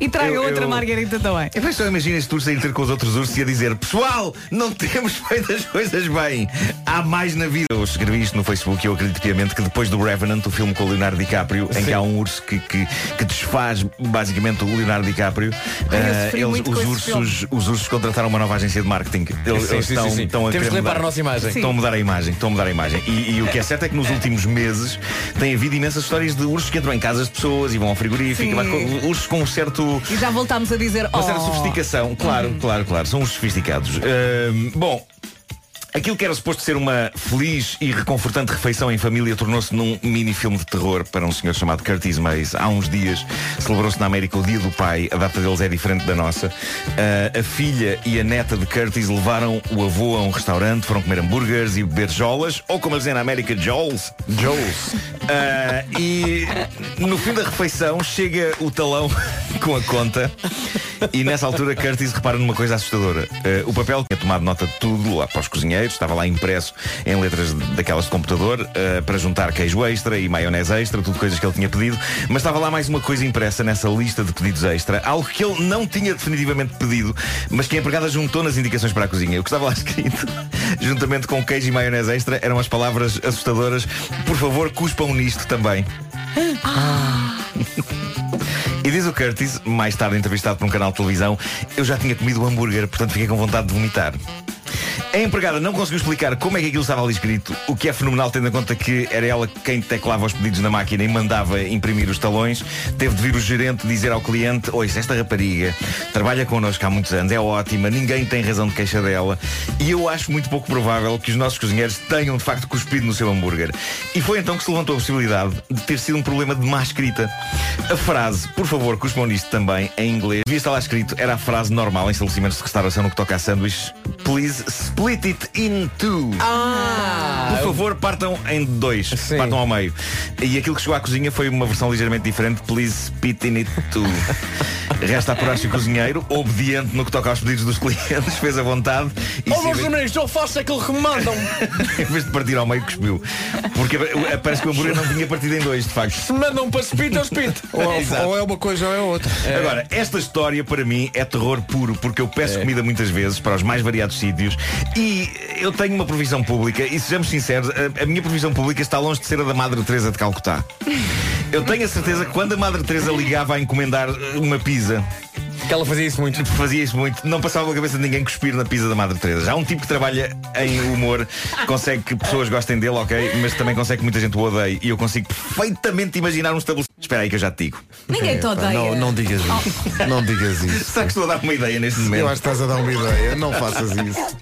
[SPEAKER 3] E traga
[SPEAKER 12] Eu-
[SPEAKER 3] outra
[SPEAKER 12] eu-
[SPEAKER 3] margarita também.
[SPEAKER 12] Eu só imagino este urso a ir ter com os outros ursos e a dizer Pessoal, não temos *laughs* feito as coisas bem Há mais na vida Eu escrevi isto no Facebook e eu acredito piamente Que depois do Revenant, o filme com o Leonardo DiCaprio Em que há um urso que, que, que desfaz basicamente o Leonardo DiCaprio
[SPEAKER 14] Ai, eu
[SPEAKER 12] eh,
[SPEAKER 14] sofri muito
[SPEAKER 12] os,
[SPEAKER 14] com esse
[SPEAKER 12] ursos, os ursos contrataram uma nova agência de marketing Eles,
[SPEAKER 14] Sim,
[SPEAKER 12] eles
[SPEAKER 14] sim,
[SPEAKER 12] estão,
[SPEAKER 14] sim, sim.
[SPEAKER 12] estão a
[SPEAKER 14] Temos
[SPEAKER 12] querer
[SPEAKER 14] que limpar
[SPEAKER 12] mudar.
[SPEAKER 14] a nossa imagem.
[SPEAKER 12] Estão a mudar a imagem, estão a mudar a imagem e, e o que é certo é que nos últimos meses Tem havido imensas histórias de ursos que entram em casas de pessoas E vão ao frigorífico,
[SPEAKER 3] Sim.
[SPEAKER 12] mas com- ursos com um certo
[SPEAKER 3] E já voltámos a dizer,
[SPEAKER 12] uma certa
[SPEAKER 3] oh,
[SPEAKER 12] sofisticação, claro, claro, claro. São os sofisticados. Ahm, bom. Aquilo que era suposto ser uma feliz e reconfortante refeição em família tornou-se num mini-filme de terror para um senhor chamado Curtis Mays. Há uns dias celebrou-se na América o Dia do Pai. A data deles é diferente da nossa. Ah, a filha e a neta de Curtis levaram o avô a um restaurante, foram comer hambúrgueres e beber jolas, ou como eles dizem na América, Joles. Joles. e no fim da refeição chega o talão *laughs* com a conta e nessa altura Curtis repara numa coisa assustadora. Eh, o papel tinha tomado nota de tudo lá para os cozinheiros, estava lá impresso em letras de- daquelas de computador eh, para juntar queijo extra e maionese extra, tudo coisas que ele tinha pedido, mas estava lá mais uma coisa impressa nessa lista de pedidos extra, algo que ele não tinha definitivamente pedido, mas que a empregada juntou nas indicações para a cozinha. O que estava lá *laughs* escrito, juntamente com queijo e maionese extra, eram as palavras assustadoras. Por favor, cuspam nisto também. Ah. E diz o Curtis, mais tarde entrevistado por um canal de televisão, eu já tinha comido o hambúrguer, portanto fiquei com vontade de vomitar. A empregada não conseguiu explicar como é que aquilo estava ali escrito, o que é fenomenal tendo em conta que era ela quem teclava os pedidos na máquina e mandava imprimir os talões. Teve de vir o gerente dizer ao cliente, oi, esta rapariga trabalha connosco há muitos anos, é ótima, ninguém tem razão de queixa dela. E eu acho muito pouco provável que os nossos cozinheiros tenham de facto cuspido no seu hambúrguer. E foi então que se levantou a possibilidade de ter sido um problema de má escrita. A frase, por favor, cuspam nisto também, em inglês, devia estar lá escrito, era a frase normal em estabelecimentos de restauração no que toca a sanduíches. Please split it in two.
[SPEAKER 10] Ah,
[SPEAKER 12] Por favor, partam em dois. Partam ao meio. E aquilo que chegou à cozinha foi uma versão ligeiramente diferente. Please spit in it too. Resta apurar se o cozinheiro, obediente no que toca aos pedidos dos clientes, fez a vontade e se em vez-
[SPEAKER 16] eu faço aquilo que me mandam.
[SPEAKER 12] *laughs* em vez de partir ao meio cuspiu. Porque eh, parece que o hambúrguer não tinha partido em dois, de facto. um-
[SPEAKER 16] Se mandam para Spit, eu
[SPEAKER 12] *laughs*
[SPEAKER 16] Spit.
[SPEAKER 12] Exato.
[SPEAKER 1] é uma coisa ou é outra.
[SPEAKER 12] Agora, esta história para mim é terror puro, porque eu
[SPEAKER 16] É.
[SPEAKER 12] peço comida muitas vezes para os mais variados sítios e eu tenho uma provisão pública e sejamos sinceros, a, a minha provisão pública está longe de ser a da Madre Teresa de Calcutá. Eu tenho a certeza que quando a Madre Teresa ligava a encomendar eh, uma pizza,
[SPEAKER 4] que ela fazia isso muito.
[SPEAKER 12] Fazia isso muito. Não passava pela cabeça de ninguém cuspir na pizza da Madre Teresa. Já há um tipo que trabalha em humor, consegue que pessoas gostem dele, ok, mas também consegue que muita gente o odeie. E eu consigo perfeitamente imaginar um estabelecimento. Espera aí que eu já te digo.
[SPEAKER 3] é
[SPEAKER 1] Ninguém te Epá, odeia. não- não digas
[SPEAKER 12] isso.
[SPEAKER 1] Não digas isso.
[SPEAKER 12] Será que estou a dar uma ideia neste momento?
[SPEAKER 1] Eu acho que estás a dar uma ideia. Não faças isso.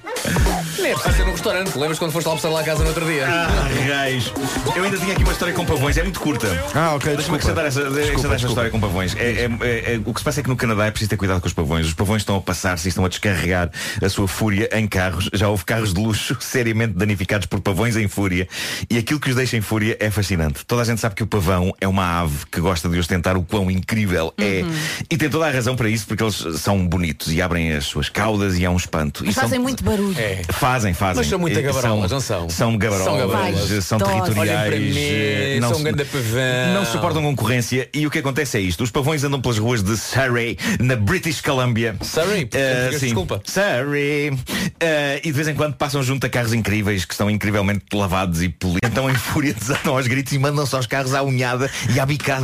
[SPEAKER 4] Nem é preciso ser num restaurante. Lembras quando foste almoçar lá à casa no outro dia?
[SPEAKER 12] Ah, raios. Eu ainda tinha aqui uma história com pavões, é muito curta.
[SPEAKER 1] Ah, ok.
[SPEAKER 12] Deixa-me acrescentar essa, acrescentar essa história com pavões. É, é- é- é- o que se passa é que no Canadá é preciso ter cuidado com os pavões. Os pavões estão a passar-se e estão a descarregar a sua fúria em carros. Já houve carros de luxo *laughs* seriamente danificados por pavões em fúria. E aquilo que os deixa em fúria é fascinante. Toda a gente sabe que o pavão é uma ave que gosta de ostentar o quão incrível é. E tem toda a razão para isso, porque eles são bonitos e abrem as suas caudas e há um espanto. E
[SPEAKER 5] Mas
[SPEAKER 12] são- É.
[SPEAKER 5] fazem muito barulho.
[SPEAKER 12] Fazem, fazem.
[SPEAKER 4] Mas são muito
[SPEAKER 12] Eh,
[SPEAKER 4] gabarolas, não são?
[SPEAKER 12] São
[SPEAKER 4] São
[SPEAKER 12] gabarolas,
[SPEAKER 4] gabarolas.
[SPEAKER 12] eh, são
[SPEAKER 4] Dó.
[SPEAKER 12] territoriais.
[SPEAKER 4] Olhem para
[SPEAKER 12] eh,
[SPEAKER 4] mim, são
[SPEAKER 12] se-
[SPEAKER 4] ganda pavão.
[SPEAKER 12] Não suportam concorrência e o que acontece é isto. Os pavões andam pelas ruas de Surrey, na British Columbia.
[SPEAKER 4] Surrey,
[SPEAKER 12] Eh,
[SPEAKER 4] português,
[SPEAKER 12] sim.
[SPEAKER 4] desculpa.
[SPEAKER 12] Surrey. Eh, e de vez em quando passam junto a carros incríveis que estão incrivelmente lavados e polidos. Então em fúria *laughs* desandam aos gritos e mandam-se aos carros à unhada e à bicada.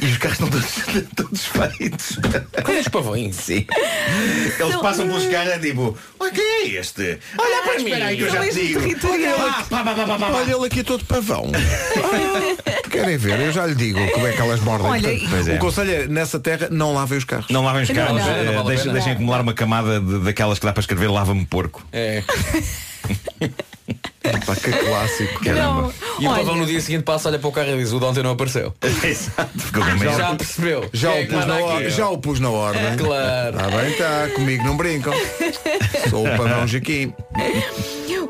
[SPEAKER 12] E os carros estão todos, *laughs* todos feitos.
[SPEAKER 4] Com os pavões?
[SPEAKER 12] Sim. Eles passam pelos carros é tipo, olha quem é este?
[SPEAKER 1] Ah,
[SPEAKER 12] Olha para mim, espera aí que eu já te digo. Olha lá, pá, pá, pá, pá, pá, pá.
[SPEAKER 1] Olha ele aqui é todo pavão. Ah, Querem ver? Eu já lhe digo como é que elas mordem.
[SPEAKER 12] Olha,
[SPEAKER 1] Portanto,
[SPEAKER 12] e- Pois é.
[SPEAKER 1] O conselho é, nessa terra, não lavem os carros.
[SPEAKER 12] Não lavem os carros, eh,
[SPEAKER 1] Não vale a
[SPEAKER 12] deixem,
[SPEAKER 1] pena.
[SPEAKER 12] deixem acumular uma camada de- daquelas que dá para escrever lava-me porco.
[SPEAKER 4] É.
[SPEAKER 1] Pá, que clássico.
[SPEAKER 4] Caramba. E o
[SPEAKER 1] Olha.
[SPEAKER 4] pavão no dia seguinte passa, olha para o carro e diz, o de ontem não apareceu.
[SPEAKER 12] *laughs* Exato,
[SPEAKER 1] meio-
[SPEAKER 4] Já percebeu.
[SPEAKER 1] Já,
[SPEAKER 4] Quem é
[SPEAKER 1] o
[SPEAKER 4] que manda
[SPEAKER 1] pus na
[SPEAKER 4] aqui? É
[SPEAKER 1] or- já o pus na ordem.
[SPEAKER 4] Claro.
[SPEAKER 1] Está bem, está. Comigo não brincam. Sou o
[SPEAKER 4] *laughs*
[SPEAKER 1] pavão Jaquim.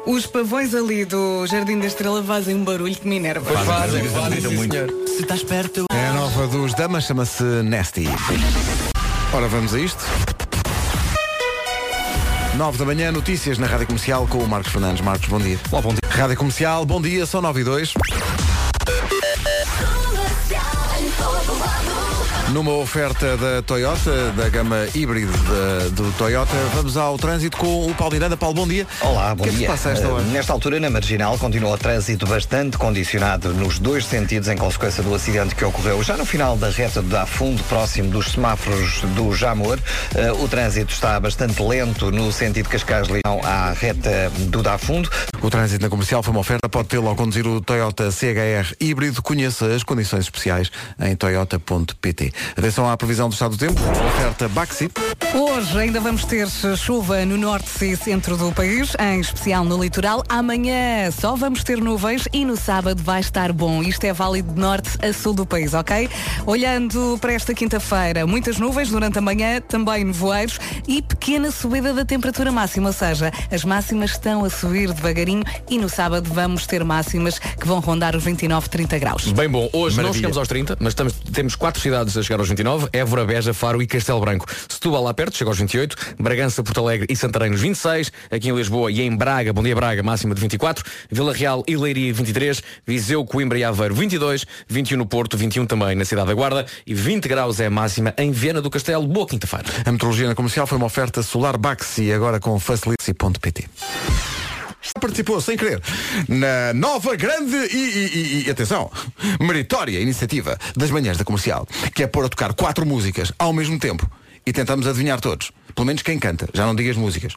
[SPEAKER 3] Os pavões ali do Jardim da Estrela fazem um barulho que me enerva.
[SPEAKER 1] Pois fazem, fazem, sim,
[SPEAKER 4] senhor.
[SPEAKER 3] Se estás perto.
[SPEAKER 1] É a nova dos damas, chama-se Nasty. Ora, vamos a isto. 9 da manhã, notícias na Rádio Comercial com o Marcos Fernandes. Marcos, bom dia. Olá, bom dia. Rádio Comercial, bom dia, são 9 e 2. Numa oferta da Toyota, da gama híbrida da- do Toyota, vamos ao trânsito com o Paulo Miranda. Paulo, bom dia.
[SPEAKER 2] Olá, bom
[SPEAKER 1] O que é que
[SPEAKER 2] dia.
[SPEAKER 1] se passa a esta hora?
[SPEAKER 2] Eh, Nesta altura, na Marginal, continua o trânsito bastante condicionado nos dois sentidos em consequência do acidente que ocorreu já no final da reta do Afundo, próximo dos semáforos do Jamor. Eh, O trânsito está bastante lento no sentido Cascais-Leão à reta do Dafundo.
[SPEAKER 1] O trânsito na comercial foi uma oferta. Pode tê-lo ao conduzir o Toyota CHR híbrido. Conheça as condições especiais em toyota.pt. Atenção à previsão do estado do tempo. Uma oferta Baxi.
[SPEAKER 3] Hoje ainda vamos ter chuva no norte e centro do país, em especial no litoral. Amanhã só vamos ter nuvens e no sábado vai estar bom. Isto é válido de norte a sul do país, ok? Olhando para esta quinta-feira, muitas nuvens durante a manhã, também nevoeiros e pequena subida da temperatura máxima, ou seja, as máximas estão a subir devagarinho e no sábado vamos ter máximas que vão rondar os 29, 30 graus.
[SPEAKER 4] Bem bom, hoje não
[SPEAKER 3] Maravilha.
[SPEAKER 4] chegamos aos 30, mas estamos- temos quatro cidades a chegar aos 29, Évora, Beja, Faro e Castelo Branco. Setúbal lá perto, chega aos 28, Bragança, Porto Alegre e Santarém nos 26, aqui em Lisboa e em Braga, Bom Dia Braga, máxima de 24, Vila Real e Leiria 23, Viseu, Coimbra e Aveiro 22, 21 no Porto, 21 também na Cidade da Guarda e 20 graus é a máxima em Viana do Castelo. Boa quinta-feira.
[SPEAKER 1] A metrologia na comercial foi uma oferta solar Baxi, agora com facility.pt. Participou, sem querer, na nova, grande e, e- e- e, atenção, meritória iniciativa das manhãs da comercial, que é pôr a tocar quatro músicas ao mesmo tempo e tentamos adivinhar todos, pelo menos quem canta, já não diga as músicas.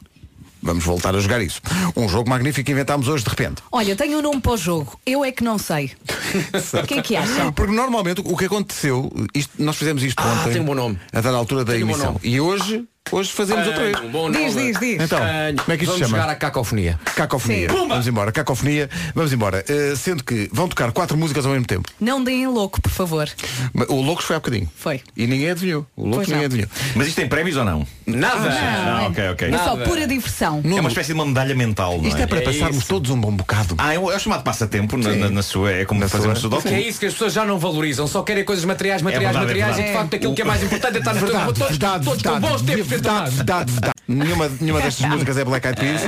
[SPEAKER 1] Vamos voltar a jogar isso. Um jogo magnífico que inventámos hoje de repente.
[SPEAKER 3] Olha, tenho um nome para o jogo. Eu é que não sei. O que é que acham?
[SPEAKER 1] Porque normalmente o que aconteceu, isto- nós fizemos isto ontem.
[SPEAKER 4] tem um bom nome.
[SPEAKER 1] A dada altura da
[SPEAKER 4] Tem um bom
[SPEAKER 1] emissão.
[SPEAKER 4] nome.
[SPEAKER 1] E hoje, hoje fazemos outra vez.
[SPEAKER 4] Um bom nome.
[SPEAKER 1] Então, como é que isto
[SPEAKER 4] Vamos
[SPEAKER 1] se chama?
[SPEAKER 4] jogar à cacofonia.
[SPEAKER 1] Cacofonia.
[SPEAKER 4] Sim. Pumba!
[SPEAKER 1] Vamos embora, cacofonia. Vamos embora. Eh, sendo que vão tocar quatro músicas ao mesmo tempo.
[SPEAKER 3] Não deem louco, por favor.
[SPEAKER 1] Mas O Loucos foi há bocadinho.
[SPEAKER 3] Foi.
[SPEAKER 1] E ninguém adivinhou. O Loucos
[SPEAKER 3] Pois não.
[SPEAKER 1] ninguém adivinhou.
[SPEAKER 12] Mas isto tem prémios ou não?
[SPEAKER 3] Nada.
[SPEAKER 12] Não, ok, ok.
[SPEAKER 3] É só pura diversão.
[SPEAKER 12] É uma espécie de uma medalha mental. não
[SPEAKER 1] Isto é para passarmos todos um bom bocado.
[SPEAKER 12] Ah, é o é o chamado passatempo na, na, na sua. É como fazer um sudoku.
[SPEAKER 4] Porque é isso que as pessoas já não valorizam, só querem coisas materiais, materiais,
[SPEAKER 12] verdade, é
[SPEAKER 4] materiais e
[SPEAKER 12] verdade.
[SPEAKER 4] de facto aquilo que é mais importante é estar
[SPEAKER 1] Verdade,
[SPEAKER 4] no todos,
[SPEAKER 1] verdade,
[SPEAKER 4] todos com
[SPEAKER 1] verdade,
[SPEAKER 4] bons tempos
[SPEAKER 1] verdade, verdade, verdade. Nenhuma,
[SPEAKER 4] *laughs*
[SPEAKER 1] nenhuma destas músicas é Black Eyed Peas.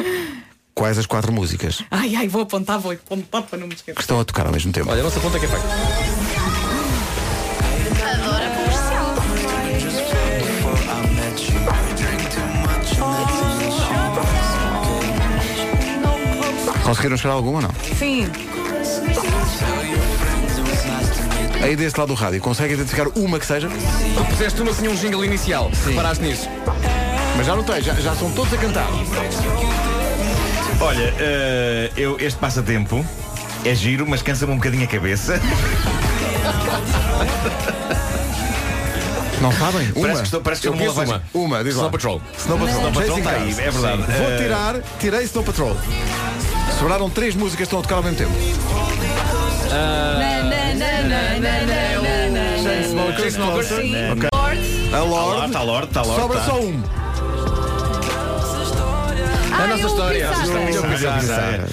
[SPEAKER 1] Quais as quatro músicas
[SPEAKER 3] Ai, ai, vou apontar, vou apontar para não me esquecer.
[SPEAKER 1] que estão a tocar ao mesmo tempo?
[SPEAKER 4] Olha, a nossa conta é que é feita.
[SPEAKER 1] Conseguiram chegar a alguma ou não?
[SPEAKER 3] Sim.
[SPEAKER 1] Aí desse lado do rádio, consegue identificar uma que seja?
[SPEAKER 4] Tu puseste uma que tinha um jingle inicial, se reparaste nisso.
[SPEAKER 1] Mas já não tem, já, já são todos a cantar.
[SPEAKER 12] Olha, eh, eu, este passatempo é giro, mas cansa-me um bocadinho a cabeça.
[SPEAKER 1] Não sabem? Uma.
[SPEAKER 12] Parece que estou, parece que
[SPEAKER 1] Eu
[SPEAKER 12] estou numa
[SPEAKER 1] conheço
[SPEAKER 12] lavagem.
[SPEAKER 1] Uma, uma diz lá.
[SPEAKER 12] Snow Patrol.
[SPEAKER 1] Snow Patrol.
[SPEAKER 12] Snow Patrol
[SPEAKER 1] Chasing
[SPEAKER 4] tá
[SPEAKER 12] está aí,
[SPEAKER 1] Cars.
[SPEAKER 12] é verdade.
[SPEAKER 1] Sim. Vou
[SPEAKER 12] Eh,
[SPEAKER 1] tirar, tirei Snow Patrol. Sobraram três músicas que estão a tocar ao mesmo tempo.
[SPEAKER 12] É
[SPEAKER 1] Ok. A Lorde.
[SPEAKER 12] A Lorde, a Lorde,
[SPEAKER 1] Sobra
[SPEAKER 12] Ah, tá.
[SPEAKER 1] só um.
[SPEAKER 12] A nossa história.
[SPEAKER 1] bizarra.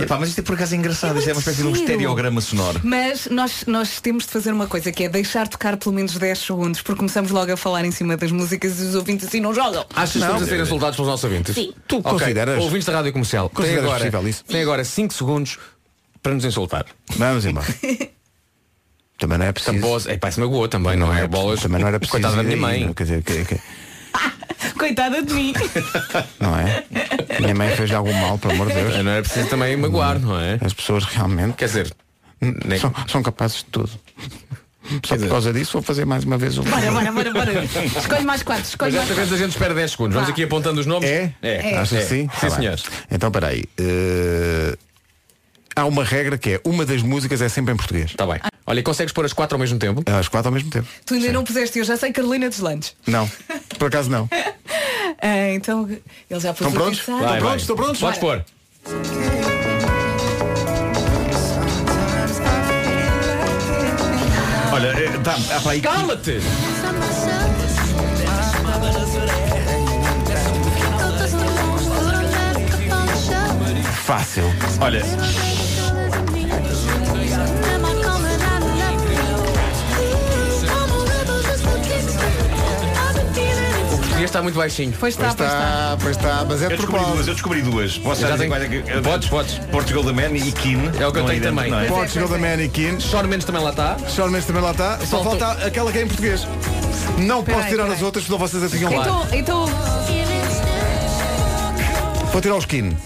[SPEAKER 12] Epá, mas isto é por acaso é engraçado. Isto é uma espécie de um
[SPEAKER 3] giro.
[SPEAKER 12] estereograma sonoro.
[SPEAKER 3] Mas nós, nós temos de fazer uma coisa, que é deixar tocar pelo menos 10 segundos, porque começamos logo a falar em cima das músicas e os ouvintes assim não jogam.
[SPEAKER 4] Achas que estamos a ser insultados pelos nossos ouvintes?
[SPEAKER 3] Sim.
[SPEAKER 1] Tu
[SPEAKER 4] Ok,
[SPEAKER 1] consideras?
[SPEAKER 4] Ouvintes da Rádio Comercial, tem
[SPEAKER 1] Consideras
[SPEAKER 4] agora,
[SPEAKER 1] possível isso?
[SPEAKER 4] tem agora 5 segundos para nos insultar. *laughs*
[SPEAKER 1] Vamos embora. Também não é preciso.
[SPEAKER 4] Tampouso, é pá, se magoou também, não, é? Bolas.
[SPEAKER 1] Também não era preciso.
[SPEAKER 4] Coitada da
[SPEAKER 1] ir
[SPEAKER 4] minha
[SPEAKER 1] aí,
[SPEAKER 4] mãe.
[SPEAKER 1] não, Quer dizer, que- que-
[SPEAKER 3] Coitada de mim.
[SPEAKER 1] não é? Minha mãe fez algum mal, pelo amor de Deus.
[SPEAKER 4] Não era preciso também magoar, não é?
[SPEAKER 1] As pessoas realmente.
[SPEAKER 4] Quer dizer,
[SPEAKER 1] São, são capazes de tudo. Só por causa disso vou fazer mais uma vez um- o.
[SPEAKER 3] Bora, bora, bora, bora. Escolhe mais quatro, escolhe
[SPEAKER 4] mas
[SPEAKER 3] mais quatro.
[SPEAKER 4] desta vez a gente espera 10 segundos. Vamos
[SPEAKER 3] Vá.
[SPEAKER 4] aqui apontando os nomes. É? É.
[SPEAKER 1] Acho que sim?
[SPEAKER 4] Sim,
[SPEAKER 1] Tá bem.
[SPEAKER 4] senhor.
[SPEAKER 1] Então, peraí. eh, Há uma regra que é uma das músicas é sempre em português. Está
[SPEAKER 4] Tá bem. Olha, e consegues pôr as quatro ao mesmo tempo?
[SPEAKER 1] As quatro ao mesmo tempo.
[SPEAKER 3] Tu ainda não puseste, eu já sei Carolina dos Landes.
[SPEAKER 1] Não. Por acaso não.
[SPEAKER 3] Ah, então ele já pôs
[SPEAKER 1] Estão
[SPEAKER 3] a
[SPEAKER 1] prontos?
[SPEAKER 3] pensar.
[SPEAKER 1] Estão prontos? Estão prontos?
[SPEAKER 3] Podes pôr.
[SPEAKER 12] Olha, eh, tá, há para aí.
[SPEAKER 4] Cala-te!
[SPEAKER 1] Fácil.
[SPEAKER 12] Olha.
[SPEAKER 4] Este está muito baixinho.
[SPEAKER 3] Pois está, pois está.
[SPEAKER 1] Pois está, mas é
[SPEAKER 12] eu descobri duas, eu descobri duas. Vocês
[SPEAKER 4] Eu já
[SPEAKER 12] sabem
[SPEAKER 4] tenho-
[SPEAKER 12] quais é que- eu-
[SPEAKER 4] Podes, podes.
[SPEAKER 12] Portugal da Man e Kin.
[SPEAKER 4] É o que eu
[SPEAKER 12] Não
[SPEAKER 4] tenho
[SPEAKER 12] dentro,
[SPEAKER 4] também.
[SPEAKER 12] não é?
[SPEAKER 1] Portugal da Mannequin.
[SPEAKER 4] Sean Mendes também lá está.
[SPEAKER 1] Sean Mendes também lá está. Só
[SPEAKER 4] Faltou.
[SPEAKER 1] falta aquela que é em português. Não
[SPEAKER 3] Peraí,
[SPEAKER 1] posso tirar
[SPEAKER 3] peraí.
[SPEAKER 1] as outras, senão vocês atinham lá.
[SPEAKER 3] Então, então.
[SPEAKER 1] Vou tirar o skin.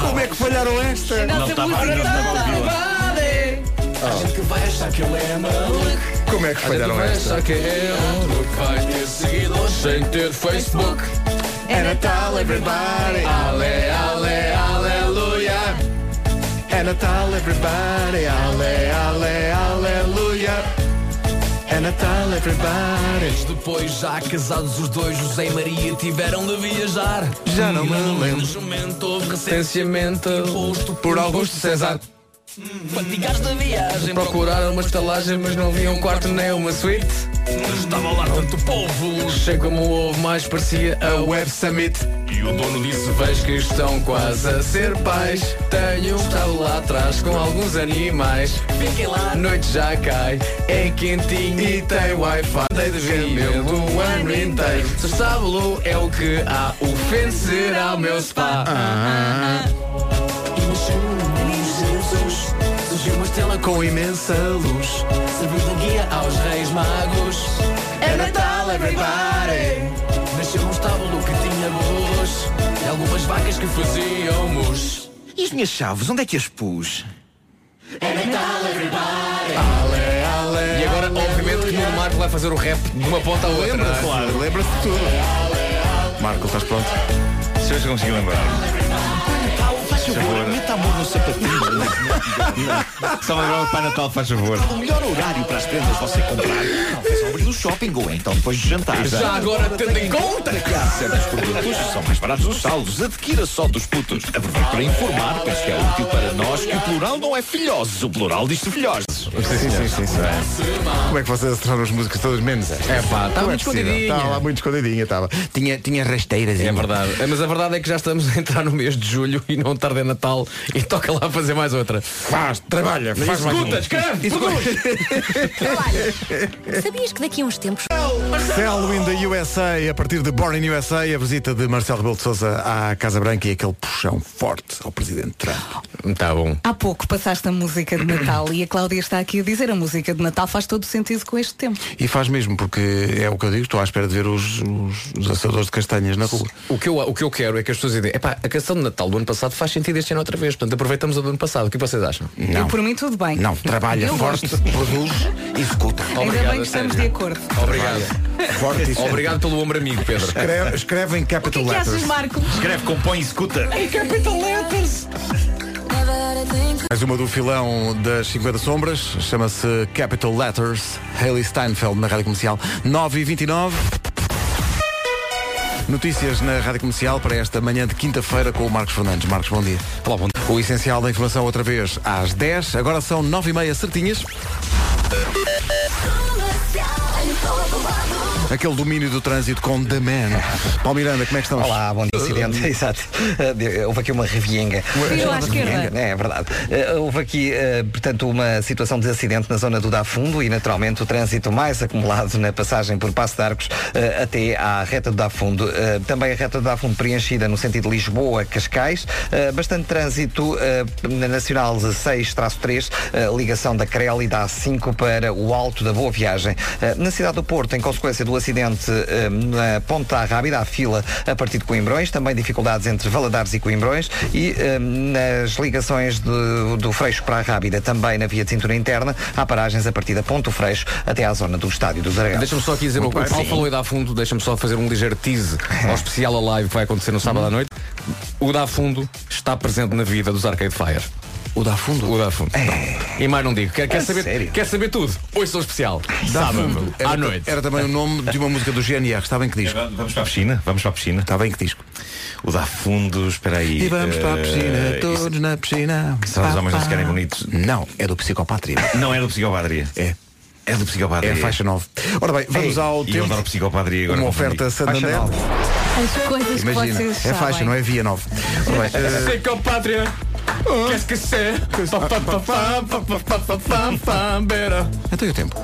[SPEAKER 1] Como é que falharam esta?
[SPEAKER 3] Nossa
[SPEAKER 10] tá
[SPEAKER 6] estava-
[SPEAKER 3] música
[SPEAKER 6] não estava a ouvi-la.
[SPEAKER 3] Vale.
[SPEAKER 1] Ah. Como é que falharam esta?
[SPEAKER 4] que é um louco, faz ter seguidores.
[SPEAKER 16] sem ter Facebook.
[SPEAKER 6] É Natal,
[SPEAKER 16] everybody. Ale, ale, aleluia.
[SPEAKER 10] É Natal, everybody. Ale, ale, aleluia. É Natal, everybody.
[SPEAKER 16] Mas depois, já casados os dois, José e Maria tiveram de viajar.
[SPEAKER 10] Já não me lembro.
[SPEAKER 16] Jumento, houve recenseamento imposto por Augusto César. Fatigados da viagem, procuraram uma estalagem, mas não havia um quarto nem uma suíte. Não estava lá tanto povo. Cheio como o ovo, mais parecia a Web Summit. E o dono disse: Vejo que estão quase a ser pais. Tenho um estado lá atrás com alguns animais. Fiquem lá, a noite já cai, é quentinho e tem Wi-Fi. Dei de ver do ano inteiro. Se sábado é o que há, o fim será o meu spa. ah, Surgiu uma estrela com imensa luz Serviu de guia aos reis magos É Natal, everybody Nasceu um estábulo que tinha burros E algumas vacas que faziam mus
[SPEAKER 17] E as minhas chaves, onde é que as pus?
[SPEAKER 16] É Natal, everybody Ale, ale, E agora, obviamente, que o Marco vai fazer o rap de uma ponta à outra
[SPEAKER 4] é?
[SPEAKER 16] Lembra-se,
[SPEAKER 1] claro, lembra-se de tudo Marco, estás pronto?
[SPEAKER 12] Se eu conseguir lembrar
[SPEAKER 17] Faz favor, meta amor no sapatinho.
[SPEAKER 12] Só lembrar o Pai Natal, faz favor.
[SPEAKER 17] O melhor horário para as prendas você comprar talvez ao abrir do shopping ou então depois de
[SPEAKER 12] Tá,
[SPEAKER 17] jantar.
[SPEAKER 16] Já agora tendo em conta
[SPEAKER 17] que há certos produtos que são mais baratos dos saldos, adquira só dos putos. Aproveito para informar, penso que é útil para nós, que o plural não é filhosos, o plural diz-se filhosos.
[SPEAKER 1] Sim, sim, sim, sim. Como é que vocês acertaram as músicas todas menos? esta?
[SPEAKER 4] É pá, tá
[SPEAKER 1] Como
[SPEAKER 4] muito
[SPEAKER 1] possível?
[SPEAKER 4] escondidinha.
[SPEAKER 1] Estava lá muito escondidinha, estava. Tinha, tinha rasteiras.
[SPEAKER 4] É verdade. Mas a verdade é que já estamos a entrar no mês de julho e não tarda é Natal e toca lá fazer mais outra. Faz, trabalha, É, faz mais um.
[SPEAKER 16] Escuta,
[SPEAKER 4] uma.
[SPEAKER 16] escreve,
[SPEAKER 18] Sabias que daqui a uns tempos.
[SPEAKER 1] Celo in the USA, a partir de Born in USA, a visita de Marcelo Rebelo de Sousa à Casa Branca e aquele puxão forte ao Presidente Trump.
[SPEAKER 4] Está bom.
[SPEAKER 3] Há pouco passaste a música de Natal e a Cláudia está aqui a dizer a música de Natal faz todo sentido com este tempo.
[SPEAKER 1] E faz mesmo, porque é o que eu digo, estou à espera de ver os, os, os assadores de castanhas na rua.
[SPEAKER 4] O que, eu, o que eu quero é que as pessoas digam, epá, a canção de Natal do ano passado faz sentido este ano outra vez, portanto aproveitamos a do ano passado. O que vocês acham?
[SPEAKER 3] Eu por mim tudo bem.
[SPEAKER 4] Não, trabalha
[SPEAKER 3] Eu
[SPEAKER 4] forte,
[SPEAKER 3] gosto.
[SPEAKER 1] produz e escuta.
[SPEAKER 3] Ainda bem que estamos de acordo.
[SPEAKER 4] Obrigado.
[SPEAKER 1] Forte e
[SPEAKER 4] Obrigado pelo ombro amigo, Pedro.
[SPEAKER 1] Escreve, escreve em capital
[SPEAKER 10] é
[SPEAKER 1] letters.
[SPEAKER 12] Escreve, compõe e escuta.
[SPEAKER 16] Em capital letters
[SPEAKER 1] Mais uma do filão das 50 sombras, chama-se Capital Letters, Haley Steinfeld na Rádio Comercial, 9h29. Notícias na Rádio Comercial para esta manhã de quinta-feira com o Marcos Fernandes. Marcos, bom dia.
[SPEAKER 4] Olá, bom
[SPEAKER 1] dia. O essencial da informação outra vez às 10, agora são 9h30 certinhas. Aquele domínio do trânsito com The Man. Paulo Miranda, como é que estamos?
[SPEAKER 2] Olá, bom dia, Ocidente. Exato. *laughs* Eh, Houve aqui uma revienga.
[SPEAKER 1] Virou à
[SPEAKER 2] Uma
[SPEAKER 1] esquerda.
[SPEAKER 2] revienga, É, é verdade. Eh, Houve aqui, eh, portanto, uma situação de acidente na zona do Dafundo e, naturalmente, o trânsito mais acumulado na passagem por Passo de Arcos eh, até à reta do Dafundo. Eh, Também a reta do Dafundo preenchida no sentido Lisboa-Cascais. Eh, Bastante trânsito eh, na Nacional 6-3, eh, ligação da Crel e da A5 para o Alto da Boa Viagem. Eh, Na cidade do Porto, em consequência do acidente eh, na Ponta Rábida, à fila a partir de Coimbrões, também dificuldades entre Valadares e Coimbrões e eh, nas ligações do, do Freixo para a Rábida, também na via de cintura interna, há paragens a partir da Ponto Freixo até à zona do Estádio dos Aragão.
[SPEAKER 4] Deixa-me só aqui dizer, o
[SPEAKER 2] Muito
[SPEAKER 4] Paulo
[SPEAKER 2] bem.
[SPEAKER 4] falou aí da fundo, deixa-me só fazer um ligeiro tease ao especial a live que vai acontecer no sábado à noite. O da fundo está presente na vida dos Arcade Fire.
[SPEAKER 1] O da fundo?
[SPEAKER 4] O da fundo. E mais não digo. Quer, quer saber, quer saber tudo? Ouça o especial. Sábado,
[SPEAKER 1] Era-
[SPEAKER 4] à noite.
[SPEAKER 1] Era também o nome de uma música do GNR, está bem que disco?
[SPEAKER 12] Vamos para a piscina? Vamos para a piscina.
[SPEAKER 1] Está Tá bem que disco.
[SPEAKER 12] O da fundo, espera aí.
[SPEAKER 1] E vamos para a
[SPEAKER 12] eh,
[SPEAKER 1] piscina,
[SPEAKER 12] isso-
[SPEAKER 1] todos na piscina.
[SPEAKER 12] Que são os homens não se querem
[SPEAKER 1] Pá, pá.
[SPEAKER 12] bonitos.
[SPEAKER 1] Não, é do psicopatria.
[SPEAKER 12] Não é do psicopatria.
[SPEAKER 1] É.
[SPEAKER 12] É do psicopatria.
[SPEAKER 1] É a faixa 9. Ora bem, vamos ao
[SPEAKER 12] E eu
[SPEAKER 1] tempo.
[SPEAKER 12] adoro psicopatria agora.
[SPEAKER 1] Uma
[SPEAKER 12] confundi.
[SPEAKER 1] oferta Santander.
[SPEAKER 18] As coisas que
[SPEAKER 1] Imagina,
[SPEAKER 18] vocês
[SPEAKER 1] é
[SPEAKER 18] sabem.
[SPEAKER 1] faixa, não é via 9. Ora bem, eh,
[SPEAKER 16] Sei que é o pátria Quer esquecer Pá, pá, pá, pá, pá, pá, pá, pá, pá, pá, beira.
[SPEAKER 1] Então e o tempo?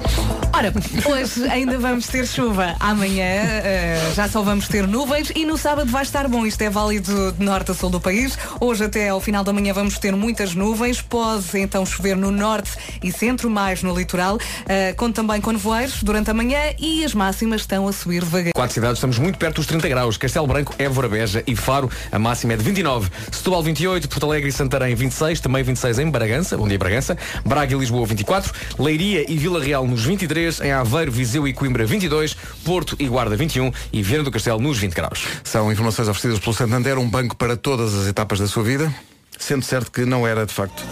[SPEAKER 3] Ora, hoje ainda vamos ter chuva. Amanhã eh, já só vamos ter nuvens e no sábado vai estar bom. Isto é válido de norte a sul do país. Hoje até ao final da manhã vamos ter muitas nuvens. Pode então chover no norte e centro, mais no litoral. Eh, conto também com nevoeiros durante a manhã e as máximas estão a subir devagar.
[SPEAKER 4] Quatro cidades, estamos muito perto dos 30 graus. Castelo Branco, Évora Beja e Faro. A máxima é de 29. Setúbal 28, Porto Alegre e Santarém 26, também 26 em Bragança. Bom dia, Bragança. Braga e Lisboa 24, Leiria e Vila Real nos 23, 23, em Aveiro, Viseu e Coimbra 22, Porto e Guarda 21 e Viana do Castelo nos 20 graus.
[SPEAKER 1] São informações oferecidas pelo Santander, um banco para todas as etapas da sua vida, sendo certo que não era de facto.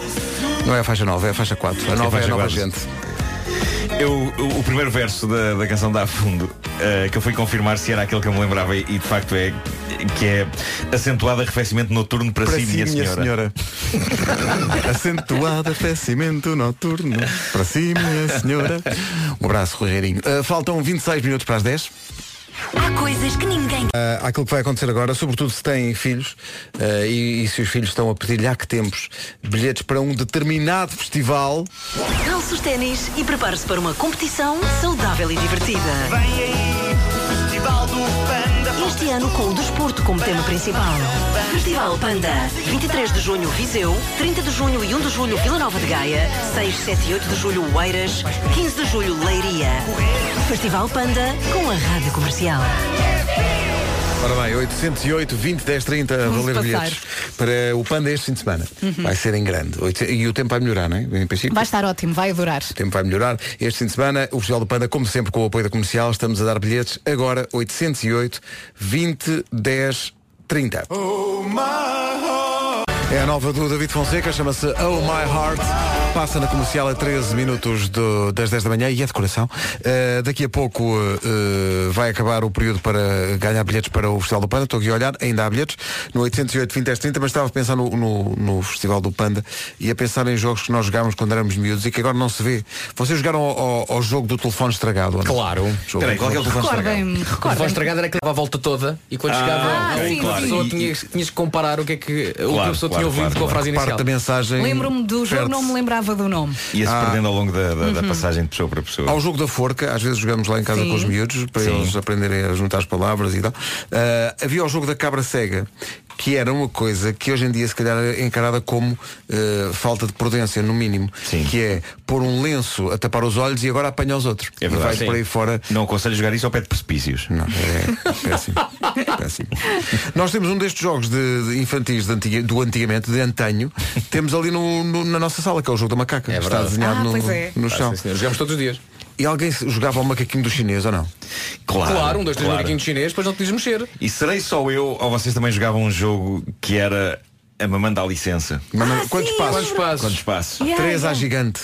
[SPEAKER 1] Não é a faixa 9, é a faixa 4. A
[SPEAKER 12] É
[SPEAKER 1] 9 é a
[SPEAKER 12] faixa
[SPEAKER 1] nova
[SPEAKER 12] 4.
[SPEAKER 1] gente.
[SPEAKER 12] Eu, o, o primeiro verso da, da canção da Afundo, eh, que eu fui confirmar se era aquele que eu me lembrava e de facto é que é acentuado arrefecimento noturno para, si, minha senhora.
[SPEAKER 1] Acentuada, fecimento noturno. Para si, minha senhora. Um abraço, Rui Reirinho. Ah, faltam 26 minutos para as 10.
[SPEAKER 5] Há coisas que ninguém.
[SPEAKER 1] Ah, aquilo que vai acontecer agora, sobretudo se têm filhos ah, e, e se os filhos estão a pedir-lhe há que tempos bilhetes para um determinado festival.
[SPEAKER 5] Calça os ténis e prepare-se para uma competição saudável e divertida. Vem aí, Festival do Panda. Este ano com o desporto como tema principal. Festival Panda. 23 de junho, Viseu. 30 de junho e 1 de julho, Vila Nova de Gaia. 6, 7 e 8 de julho, Oeiras. 15 de julho, Leiria. Festival Panda com a Rádio Comercial.
[SPEAKER 1] Ora bem, 808 20 10 30 a
[SPEAKER 5] Vamos
[SPEAKER 1] valer
[SPEAKER 5] passar.
[SPEAKER 1] bilhetes para o Panda este fim de semana.
[SPEAKER 3] Uhum.
[SPEAKER 1] Vai ser em grande. Oito- E o tempo vai melhorar, não é? Em princípio.
[SPEAKER 3] Vai estar ótimo, vai adorar.
[SPEAKER 1] O tempo vai melhorar. Este fim de semana, o Festival do Panda, como sempre, com o apoio da comercial, estamos a dar bilhetes agora 808 20 10 30. É a nova do David Fonseca, chama-se Oh My Heart. Passa na comercial a 13 minutos do- das 10 da manhã e é de coração. Uh, daqui a pouco uh, uh, vai acabar o período para ganhar bilhetes para o Festival do Panda. Estou aqui a olhar, ainda há bilhetes. No 808, 20, 10, 30, mas estava a pensar no, no- no Festival do Panda e a pensar em jogos que nós jogámos quando éramos miúdos e que agora não se vê. Vocês jogaram ao, ao- ao jogo do telefone estragado? ou não?
[SPEAKER 4] Claro.
[SPEAKER 1] Jogo
[SPEAKER 4] Peraí,
[SPEAKER 1] do
[SPEAKER 4] qual é que é o telefone
[SPEAKER 3] Recordem-me,
[SPEAKER 4] O telefone
[SPEAKER 3] recordem-me.
[SPEAKER 4] estragado era que dava a volta toda e quando
[SPEAKER 1] Ah,
[SPEAKER 4] chegava
[SPEAKER 3] ok,
[SPEAKER 4] a
[SPEAKER 3] claro.
[SPEAKER 4] pessoa
[SPEAKER 3] E-
[SPEAKER 4] tinhas, tinhas que comparar o que é que a outra
[SPEAKER 12] Claro,
[SPEAKER 4] pessoa tinha
[SPEAKER 12] claro,
[SPEAKER 4] ouvido
[SPEAKER 12] claro,
[SPEAKER 4] com a
[SPEAKER 12] claro.
[SPEAKER 4] frase inicial.
[SPEAKER 12] Parte da mensagem
[SPEAKER 3] Lembro-me do jogo,
[SPEAKER 1] Perde-se.
[SPEAKER 3] não me lembrava do nome.
[SPEAKER 12] Ia-se
[SPEAKER 1] Ah.
[SPEAKER 12] perdendo ao longo da, da- da
[SPEAKER 3] Uhum.
[SPEAKER 12] passagem de pessoa para É pessoa.
[SPEAKER 1] Ao jogo da forca, às vezes jogamos lá em casa
[SPEAKER 3] Sim.
[SPEAKER 1] com os miúdos, para
[SPEAKER 12] Sim.
[SPEAKER 1] eles aprenderem a juntar as palavras e tal. Ah, havia o jogo da cabra cega, que era uma coisa que hoje em dia se calhar é encarada como ah, falta de prudência, no mínimo. Que é pôr um lenço a tapar os olhos e agora apanha os outros.
[SPEAKER 12] É
[SPEAKER 1] e
[SPEAKER 12] verdade.
[SPEAKER 1] vai
[SPEAKER 12] Sim.
[SPEAKER 1] por aí
[SPEAKER 12] *laughs*
[SPEAKER 1] fora.
[SPEAKER 12] Não aconselho jogar isso ao pé de precipícios.
[SPEAKER 1] Não, é péssimo. péssimo. Nós temos um destes jogos de, de infantis de antiga- do antigamente,
[SPEAKER 4] *laughs*
[SPEAKER 1] de antanho, temos ali no- no- na nossa sala, que é o jogo da macaca. que está
[SPEAKER 4] verdade.
[SPEAKER 1] desenhado
[SPEAKER 4] Ah,
[SPEAKER 1] no,
[SPEAKER 4] pois é.
[SPEAKER 1] no
[SPEAKER 4] Ah,
[SPEAKER 1] chão.
[SPEAKER 4] sim, senhor. Jogamos todos os dias.
[SPEAKER 1] E alguém se- jogava o macaquinho do chinês ou não?
[SPEAKER 12] Claro,
[SPEAKER 4] Claro, um, dois, três
[SPEAKER 12] claro.
[SPEAKER 4] macaquinhos chinês, depois não te diz mexer.
[SPEAKER 12] E serei só eu ou vocês também jogavam um jogo que era a mamãe dá licença?
[SPEAKER 1] Mamãe- Ah, quantos sim, passos?
[SPEAKER 12] Quantos
[SPEAKER 1] lembro.
[SPEAKER 12] passos? Quantos passos?
[SPEAKER 1] Yeah, Três à yeah. gigante.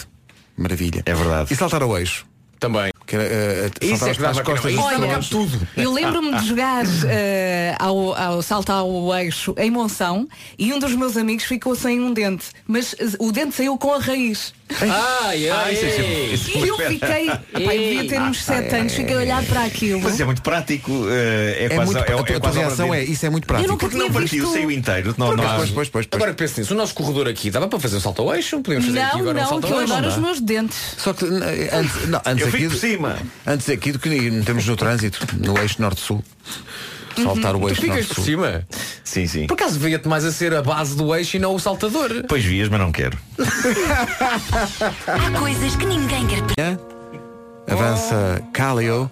[SPEAKER 1] Maravilha.
[SPEAKER 12] É verdade.
[SPEAKER 1] E saltar ao eixo.
[SPEAKER 4] Também.
[SPEAKER 1] Que era, eh, eh,
[SPEAKER 4] Isso
[SPEAKER 1] saltar
[SPEAKER 4] é
[SPEAKER 1] as-
[SPEAKER 4] que dava
[SPEAKER 1] as costas
[SPEAKER 4] cabo.
[SPEAKER 1] dos
[SPEAKER 4] Isso dava
[SPEAKER 1] outros.
[SPEAKER 4] cabo de tudo.
[SPEAKER 3] Eu
[SPEAKER 1] Ah,
[SPEAKER 3] lembro-me de jogar eh, ao, ao saltar ao eixo em Monção e um dos meus amigos ficou sem um dente, mas eh, o dente saiu com a raiz.
[SPEAKER 4] Ai, ai,
[SPEAKER 12] Ah, isso é sempre- isso é
[SPEAKER 3] E eu
[SPEAKER 12] espera.
[SPEAKER 3] fiquei, pá, eu devia ter uns 7 anos, fiquei a olhar para aquilo.
[SPEAKER 12] Mas isso é muito prático. eh, É,
[SPEAKER 1] É
[SPEAKER 12] quase,
[SPEAKER 1] muito-
[SPEAKER 12] é,
[SPEAKER 1] a
[SPEAKER 12] é
[SPEAKER 1] tua- a tua
[SPEAKER 12] quase obra
[SPEAKER 1] reação
[SPEAKER 12] de-
[SPEAKER 1] é, isso é muito
[SPEAKER 12] Porque
[SPEAKER 1] prático. Eu nunca
[SPEAKER 12] não
[SPEAKER 1] tinha
[SPEAKER 12] partiu,
[SPEAKER 1] visto-
[SPEAKER 12] saiu inteiro. Não,
[SPEAKER 1] Porque-
[SPEAKER 12] não há-
[SPEAKER 1] Pois, pois, pois, pois.
[SPEAKER 4] Agora que penso nisso, o nosso corredor aqui dava para fazer um salto ao eixo, podíamos fazer aqui
[SPEAKER 3] Não,
[SPEAKER 4] agora um
[SPEAKER 3] não,
[SPEAKER 4] salto
[SPEAKER 3] que eu
[SPEAKER 4] ao eixo.
[SPEAKER 3] adoro os
[SPEAKER 4] não dá?
[SPEAKER 3] meus dentes.
[SPEAKER 1] Só que eh, antes, não, antes
[SPEAKER 4] Eu
[SPEAKER 1] aqui
[SPEAKER 4] fico
[SPEAKER 1] do-
[SPEAKER 4] por cima.
[SPEAKER 1] Antes aqui do que metemos no trânsito, no eixo norte-sul. Saltar
[SPEAKER 4] Uhum.
[SPEAKER 1] o
[SPEAKER 4] Tu
[SPEAKER 1] eixo
[SPEAKER 4] ficas
[SPEAKER 1] norte-sul.
[SPEAKER 4] por cima.
[SPEAKER 12] Sim, sim.
[SPEAKER 4] Por acaso veia-te mais a ser a base do eixo e não o saltador?
[SPEAKER 12] Pois vias, mas não quero.
[SPEAKER 5] Há coisas que ninguém quer.
[SPEAKER 1] Hã? Avança Calio.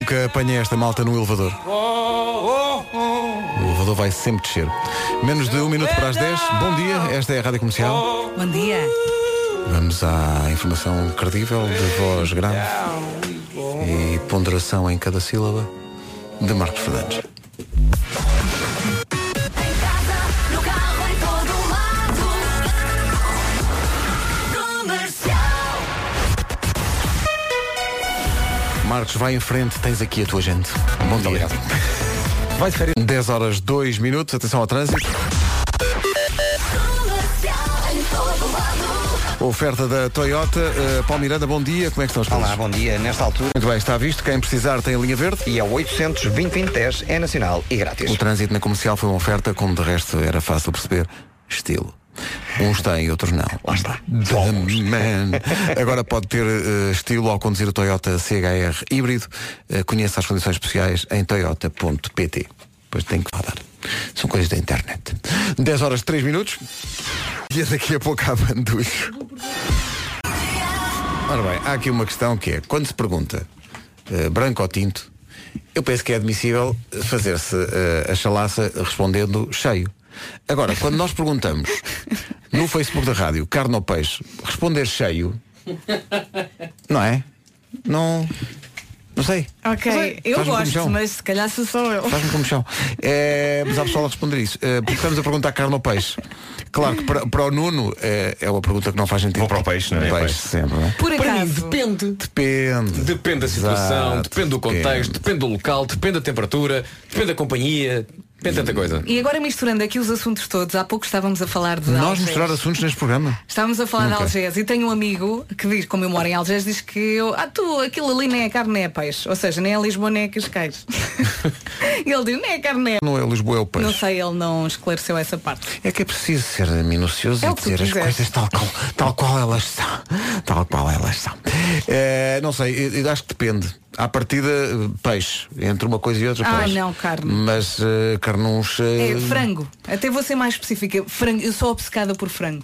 [SPEAKER 1] Nunca apanhei esta malta no elevador.
[SPEAKER 16] Oh,
[SPEAKER 1] O elevador vai sempre descer. Menos de um minuto para as 10. Bom dia, esta é a Rádio Comercial.
[SPEAKER 3] Bom dia.
[SPEAKER 1] Vamos à informação credível de voz grave e ponderação em cada sílaba de Marcos Fernandes. Marcos, vai em frente, tens aqui a tua gente. Bom dia. Vai de férias. 10 horas 2 minutos, atenção ao trânsito. Oferta da Toyota. Uh, Paulo Miranda, bom dia. Como é que estão as coisas?
[SPEAKER 2] Olá, bom dia. Nesta altura.
[SPEAKER 1] Muito bem, está visto. Quem precisar tem a linha verde.
[SPEAKER 2] E é 800 é nacional e grátis.
[SPEAKER 1] O trânsito na comercial foi uma oferta, como de resto era fácil perceber, estilo. Uns têm, outros não. Lá está. Agora pode ter eh, estilo ao conduzir o Toyota CHR híbrido. Eh, conheça as condições especiais em toyota.pt. Pois tem que falar. São coisas da internet. 10 horas 3 minutos. E é daqui a pouco há bandulho. Ora bem, há aqui uma questão que é, quando se pergunta eh, branco ou tinto, eu penso que é admissível eh, fazer-se eh, a chalaça respondendo cheio. Agora, quando nós perguntamos no Facebook da rádio, carne ou peixe, responder cheio, não é? Não. Não sei.
[SPEAKER 7] é
[SPEAKER 19] Ok, eu
[SPEAKER 1] Faz-me como
[SPEAKER 19] gosto,
[SPEAKER 1] chão.
[SPEAKER 19] mas se calhar sou só eu.
[SPEAKER 1] Faz-me como chão. É, mas há pessoal a responder isso. É, porque estamos a perguntar carne ou peixe. Claro que para, para o Nuno é, é uma pergunta que não faz sentido. Ou para o peixe, não é? Peixe, sempre. não é?
[SPEAKER 3] Por
[SPEAKER 4] Para mim, depende.
[SPEAKER 1] Depende.
[SPEAKER 4] Depende da situação,
[SPEAKER 1] Exato,
[SPEAKER 4] depende do contexto, depende do local, depende da temperatura, depende da companhia, depende de tanta coisa.
[SPEAKER 3] E agora misturando aqui os assuntos todos, há pouco estávamos a falar de
[SPEAKER 1] Nós
[SPEAKER 3] Algés.
[SPEAKER 1] misturar assuntos neste programa.
[SPEAKER 3] Estávamos a falar
[SPEAKER 1] Nunca.
[SPEAKER 3] de Algés e tenho um amigo que diz, como eu moro em Algés, diz que eu, ah tu, aquilo ali nem é carne nem é peixe. Ou seja, nem é Lisboa nem é Cascais. *laughs* e ele diz, nem é carne nem é.
[SPEAKER 1] Não é Lisboa, é o peixe.
[SPEAKER 3] Não sei, ele não esclareceu essa parte.
[SPEAKER 1] É que é preciso ser minucioso
[SPEAKER 3] É
[SPEAKER 1] e
[SPEAKER 3] o que tu
[SPEAKER 1] dizer as
[SPEAKER 3] quiseres.
[SPEAKER 1] coisas tal qual, tal qual elas são. Tal qual elas são. Eh, não sei, eu- eu acho que depende. À partida, eh, peixe. Entre uma coisa e outra,
[SPEAKER 3] Ah,
[SPEAKER 1] peixe.
[SPEAKER 3] não, carne.
[SPEAKER 1] Mas eh, carnuns. eh,
[SPEAKER 3] É
[SPEAKER 4] Hum.
[SPEAKER 3] frango. Até vou ser mais específica. Frango, eu sou obcecada por frango.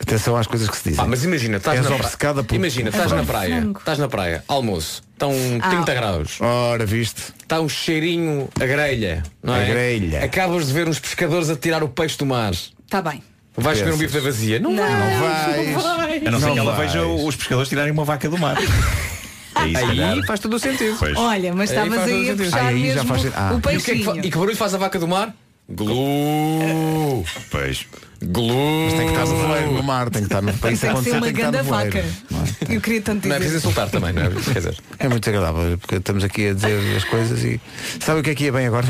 [SPEAKER 1] Atenção às coisas que se dizem.
[SPEAKER 4] Pá, Ah, mas imagina, estás
[SPEAKER 1] És
[SPEAKER 4] na
[SPEAKER 1] obcecada
[SPEAKER 4] praia.
[SPEAKER 1] por-
[SPEAKER 4] Imagina,
[SPEAKER 1] por
[SPEAKER 4] estás na
[SPEAKER 1] frango.
[SPEAKER 4] praia,
[SPEAKER 1] Frango.
[SPEAKER 4] estás na praia, almoço, estão
[SPEAKER 1] Ah.
[SPEAKER 4] 30 graus.
[SPEAKER 1] Ora, viste?
[SPEAKER 4] Está um cheirinho a grelha, não é?
[SPEAKER 1] A grelha.
[SPEAKER 4] Acabas de ver uns pescadores a tirar o peixe do mar.
[SPEAKER 3] Está Tá bem.
[SPEAKER 4] Vais comer um
[SPEAKER 12] Pensas.
[SPEAKER 4] bife da vazia? Não,
[SPEAKER 3] Não.
[SPEAKER 4] vais.
[SPEAKER 3] Não vais. Não vais.
[SPEAKER 12] A não ser
[SPEAKER 4] Não
[SPEAKER 12] que ela
[SPEAKER 4] vais.
[SPEAKER 12] veja os pescadores tirarem uma vaca do mar. Aí, se
[SPEAKER 4] Aí
[SPEAKER 12] calhar.
[SPEAKER 4] faz todo o sentido.
[SPEAKER 12] Pois.
[SPEAKER 3] Olha, mas estavas
[SPEAKER 4] faz
[SPEAKER 3] aí
[SPEAKER 4] todo
[SPEAKER 3] a
[SPEAKER 4] sentido.
[SPEAKER 3] puxar Aí já mesmo faz- Ah. o
[SPEAKER 4] E que é que fa- E
[SPEAKER 3] peixinho.
[SPEAKER 4] que, barulho faz a vaca do mar? Glu.
[SPEAKER 12] Pois.
[SPEAKER 4] Glu.
[SPEAKER 1] Mas tem que estar no voeiro no mar, tem que estar no
[SPEAKER 3] Tem
[SPEAKER 1] país.
[SPEAKER 3] que ser uma grande vaca. Eu queria tanto
[SPEAKER 4] Não é preciso
[SPEAKER 3] dizer.
[SPEAKER 4] insultar também, não é? Quer dizer,
[SPEAKER 1] É muito agradável, porque estamos aqui a dizer as coisas e. Sabe o que é que ia bem agora?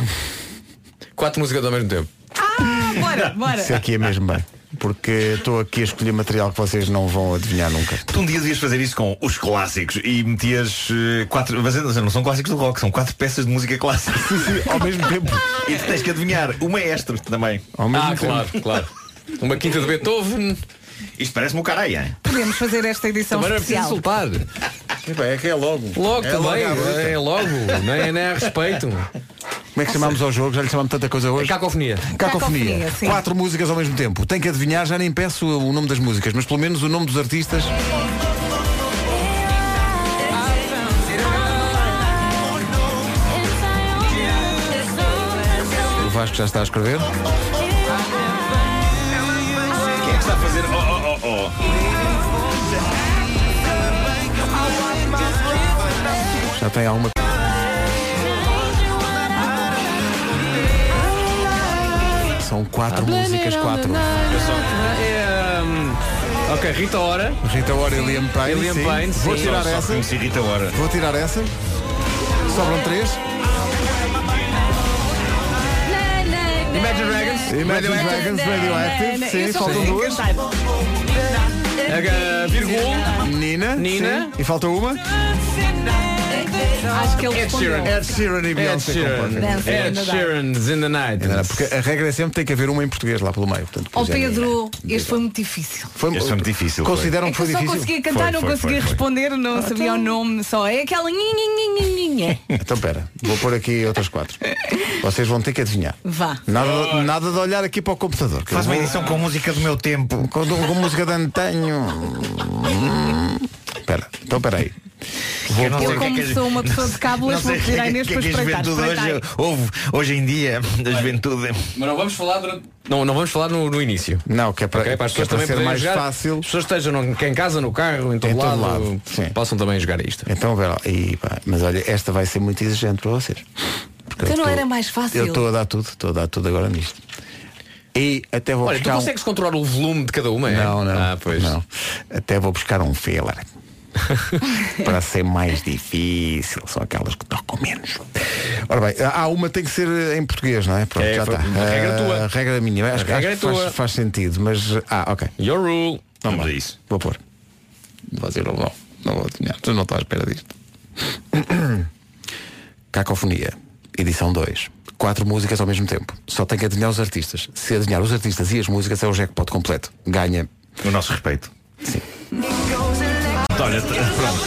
[SPEAKER 4] quatro músicas ao mesmo tempo.
[SPEAKER 3] Ah, bora, bora.
[SPEAKER 1] Isso aqui é mesmo bem. Porque estou aqui a escolher material que vocês não vão adivinhar nunca.
[SPEAKER 12] Tu um dia devias fazer isso com os clássicos e metias eh, quatro. Mas não são clássicos do rock, são quatro peças de música clássica.
[SPEAKER 1] ao mesmo tempo.
[SPEAKER 12] E tu tens que adivinhar. O maestro também.
[SPEAKER 1] Ao
[SPEAKER 4] mesmo Ah, tempo. claro, claro. Uma quinta de Beethoven.
[SPEAKER 12] Isto parece-me o caralho, hein?
[SPEAKER 3] Podemos fazer esta edição
[SPEAKER 4] Também não é preciso
[SPEAKER 3] especial.
[SPEAKER 4] insultar.
[SPEAKER 1] é que é logo.
[SPEAKER 4] Logo
[SPEAKER 1] É
[SPEAKER 4] também,
[SPEAKER 1] logo à bruta.
[SPEAKER 4] é logo. Nem, nem a respeito. É
[SPEAKER 1] Como é que chamámos ao jogo? Já lhe chamámos tanta coisa hoje?
[SPEAKER 4] Cacofonia.
[SPEAKER 1] Cacofonia.
[SPEAKER 4] Cacofonia, sim.
[SPEAKER 1] Quatro músicas ao mesmo tempo. Tem que adivinhar, já nem peço o nome das músicas, mas pelo menos o nome dos artistas. O Vasco já está a escrever.
[SPEAKER 12] Quem é que está a fazer? Oh, oh, oh,
[SPEAKER 1] Já tem alguma. São quatro músicas, quatro.
[SPEAKER 4] Eu só- é, hum, Ok, Rita Ora.
[SPEAKER 1] Rita Ora e Liam Payne.
[SPEAKER 4] Liam
[SPEAKER 1] sim.
[SPEAKER 4] Payne,
[SPEAKER 1] Vou
[SPEAKER 4] sim.
[SPEAKER 1] tirar
[SPEAKER 4] Só- um só
[SPEAKER 1] essa.
[SPEAKER 12] conheci Rita Ora.
[SPEAKER 1] Vou tirar essa. Sobram três.
[SPEAKER 4] Imagine Dragons.
[SPEAKER 1] Imagine Dragons, Radioactive. Sim, faltam duas.
[SPEAKER 4] Ah, Virgul.
[SPEAKER 1] Nina.
[SPEAKER 4] Nina.
[SPEAKER 1] sim. E falta uma.
[SPEAKER 3] Acho que ele
[SPEAKER 4] Ed
[SPEAKER 3] respondeu.
[SPEAKER 4] Sheeran.
[SPEAKER 1] Ed Sheeran e Beyoncé.
[SPEAKER 4] Sheeran.
[SPEAKER 1] compõem.
[SPEAKER 3] Dança in
[SPEAKER 4] Ed
[SPEAKER 3] the dark.
[SPEAKER 4] Sheeran's in the night.
[SPEAKER 1] Ainda não, Porque a regra é sempre tem que haver uma em português lá pelo meio. Portanto,
[SPEAKER 3] Oh
[SPEAKER 4] é,
[SPEAKER 1] já-
[SPEAKER 3] Pedro, este foi muito difícil.
[SPEAKER 1] Foi,
[SPEAKER 12] Esse foi muito difícil, foi.
[SPEAKER 1] Consideram
[SPEAKER 3] É
[SPEAKER 1] que
[SPEAKER 3] que
[SPEAKER 1] foi
[SPEAKER 3] eu só
[SPEAKER 1] difícil.
[SPEAKER 3] conseguia cantar, não conseguia responder, não sabia o nome, só é aquela nhinhinhinhinhinha.
[SPEAKER 1] Então pera, vou pôr aqui outras quatro. Vocês vão ter que adivinhar.
[SPEAKER 3] Vá.
[SPEAKER 1] Nada, nada de olhar aqui para o computador. que
[SPEAKER 12] Faz
[SPEAKER 1] eu
[SPEAKER 12] uma
[SPEAKER 1] vou-
[SPEAKER 12] edição com música do meu tempo.
[SPEAKER 1] Com, com música de antanho. Espera, então espera aí. Vou
[SPEAKER 12] não sei
[SPEAKER 1] pôr-
[SPEAKER 12] o
[SPEAKER 3] Eu
[SPEAKER 12] que é
[SPEAKER 3] como
[SPEAKER 12] que-
[SPEAKER 3] sou uma pessoa de cábulas,
[SPEAKER 12] Não
[SPEAKER 3] Tá vou
[SPEAKER 12] sei o que
[SPEAKER 3] pedir à
[SPEAKER 12] é
[SPEAKER 3] Inês
[SPEAKER 12] que-
[SPEAKER 3] para
[SPEAKER 12] que é que a
[SPEAKER 3] espreitar.
[SPEAKER 12] juventude
[SPEAKER 3] espreitar.
[SPEAKER 12] hoje, ouve, hoje em dia, da juventude.
[SPEAKER 4] Mas não vamos falar durante... Não, não vamos falar no, no início.
[SPEAKER 1] Não, que é para,
[SPEAKER 4] Ok? Para as
[SPEAKER 1] que é
[SPEAKER 4] pessoas
[SPEAKER 1] para
[SPEAKER 4] também
[SPEAKER 1] ser
[SPEAKER 4] poderem
[SPEAKER 1] mais
[SPEAKER 4] jogar.
[SPEAKER 1] fácil.
[SPEAKER 4] As pessoas estejam no- em casa, no carro, em todo,
[SPEAKER 1] Em todo
[SPEAKER 4] lado,
[SPEAKER 1] lado, sim.
[SPEAKER 4] possam também jogar a isto.
[SPEAKER 1] Então pera lá. E, pá, mas olha, esta vai ser muito exigente para vocês. Porque eu
[SPEAKER 3] Então não
[SPEAKER 1] estou-
[SPEAKER 3] era mais fácil?
[SPEAKER 1] Eu estou a dar tudo, estou a dar tudo agora nisto. E até vou
[SPEAKER 4] Olha, tu
[SPEAKER 1] buscar. um-
[SPEAKER 4] consegues controlar o volume de cada uma, é?
[SPEAKER 1] Não, não.
[SPEAKER 4] Ah, pois.
[SPEAKER 1] não. Até vou buscar
[SPEAKER 4] *laughs*
[SPEAKER 1] um filler. para ser mais difícil. São aquelas que tocam menos. Ora bem, há uma tem que ser em português, não é? Pronto,
[SPEAKER 4] É,
[SPEAKER 1] já
[SPEAKER 4] foi-
[SPEAKER 1] está.
[SPEAKER 4] a regra é
[SPEAKER 1] Ah,
[SPEAKER 4] tua.
[SPEAKER 1] A regra é minha. Acho,
[SPEAKER 4] regra
[SPEAKER 1] acho
[SPEAKER 4] é
[SPEAKER 1] que
[SPEAKER 4] tua.
[SPEAKER 1] faz, faz sentido, mas. Ah, ok.
[SPEAKER 4] Your rule.
[SPEAKER 1] Não vou isso. Vou pôr. Vou dizer, não, vou. não vou adivinhar. Tu não estás à espera disto. Cacofonia, edição 2. Quatro músicas ao mesmo tempo. Só tem que adivinhar os artistas. Se adivinhar os artistas e as músicas é o jackpot completo. Ganha.
[SPEAKER 12] O nosso respeito. Então, Olha, t- pronto.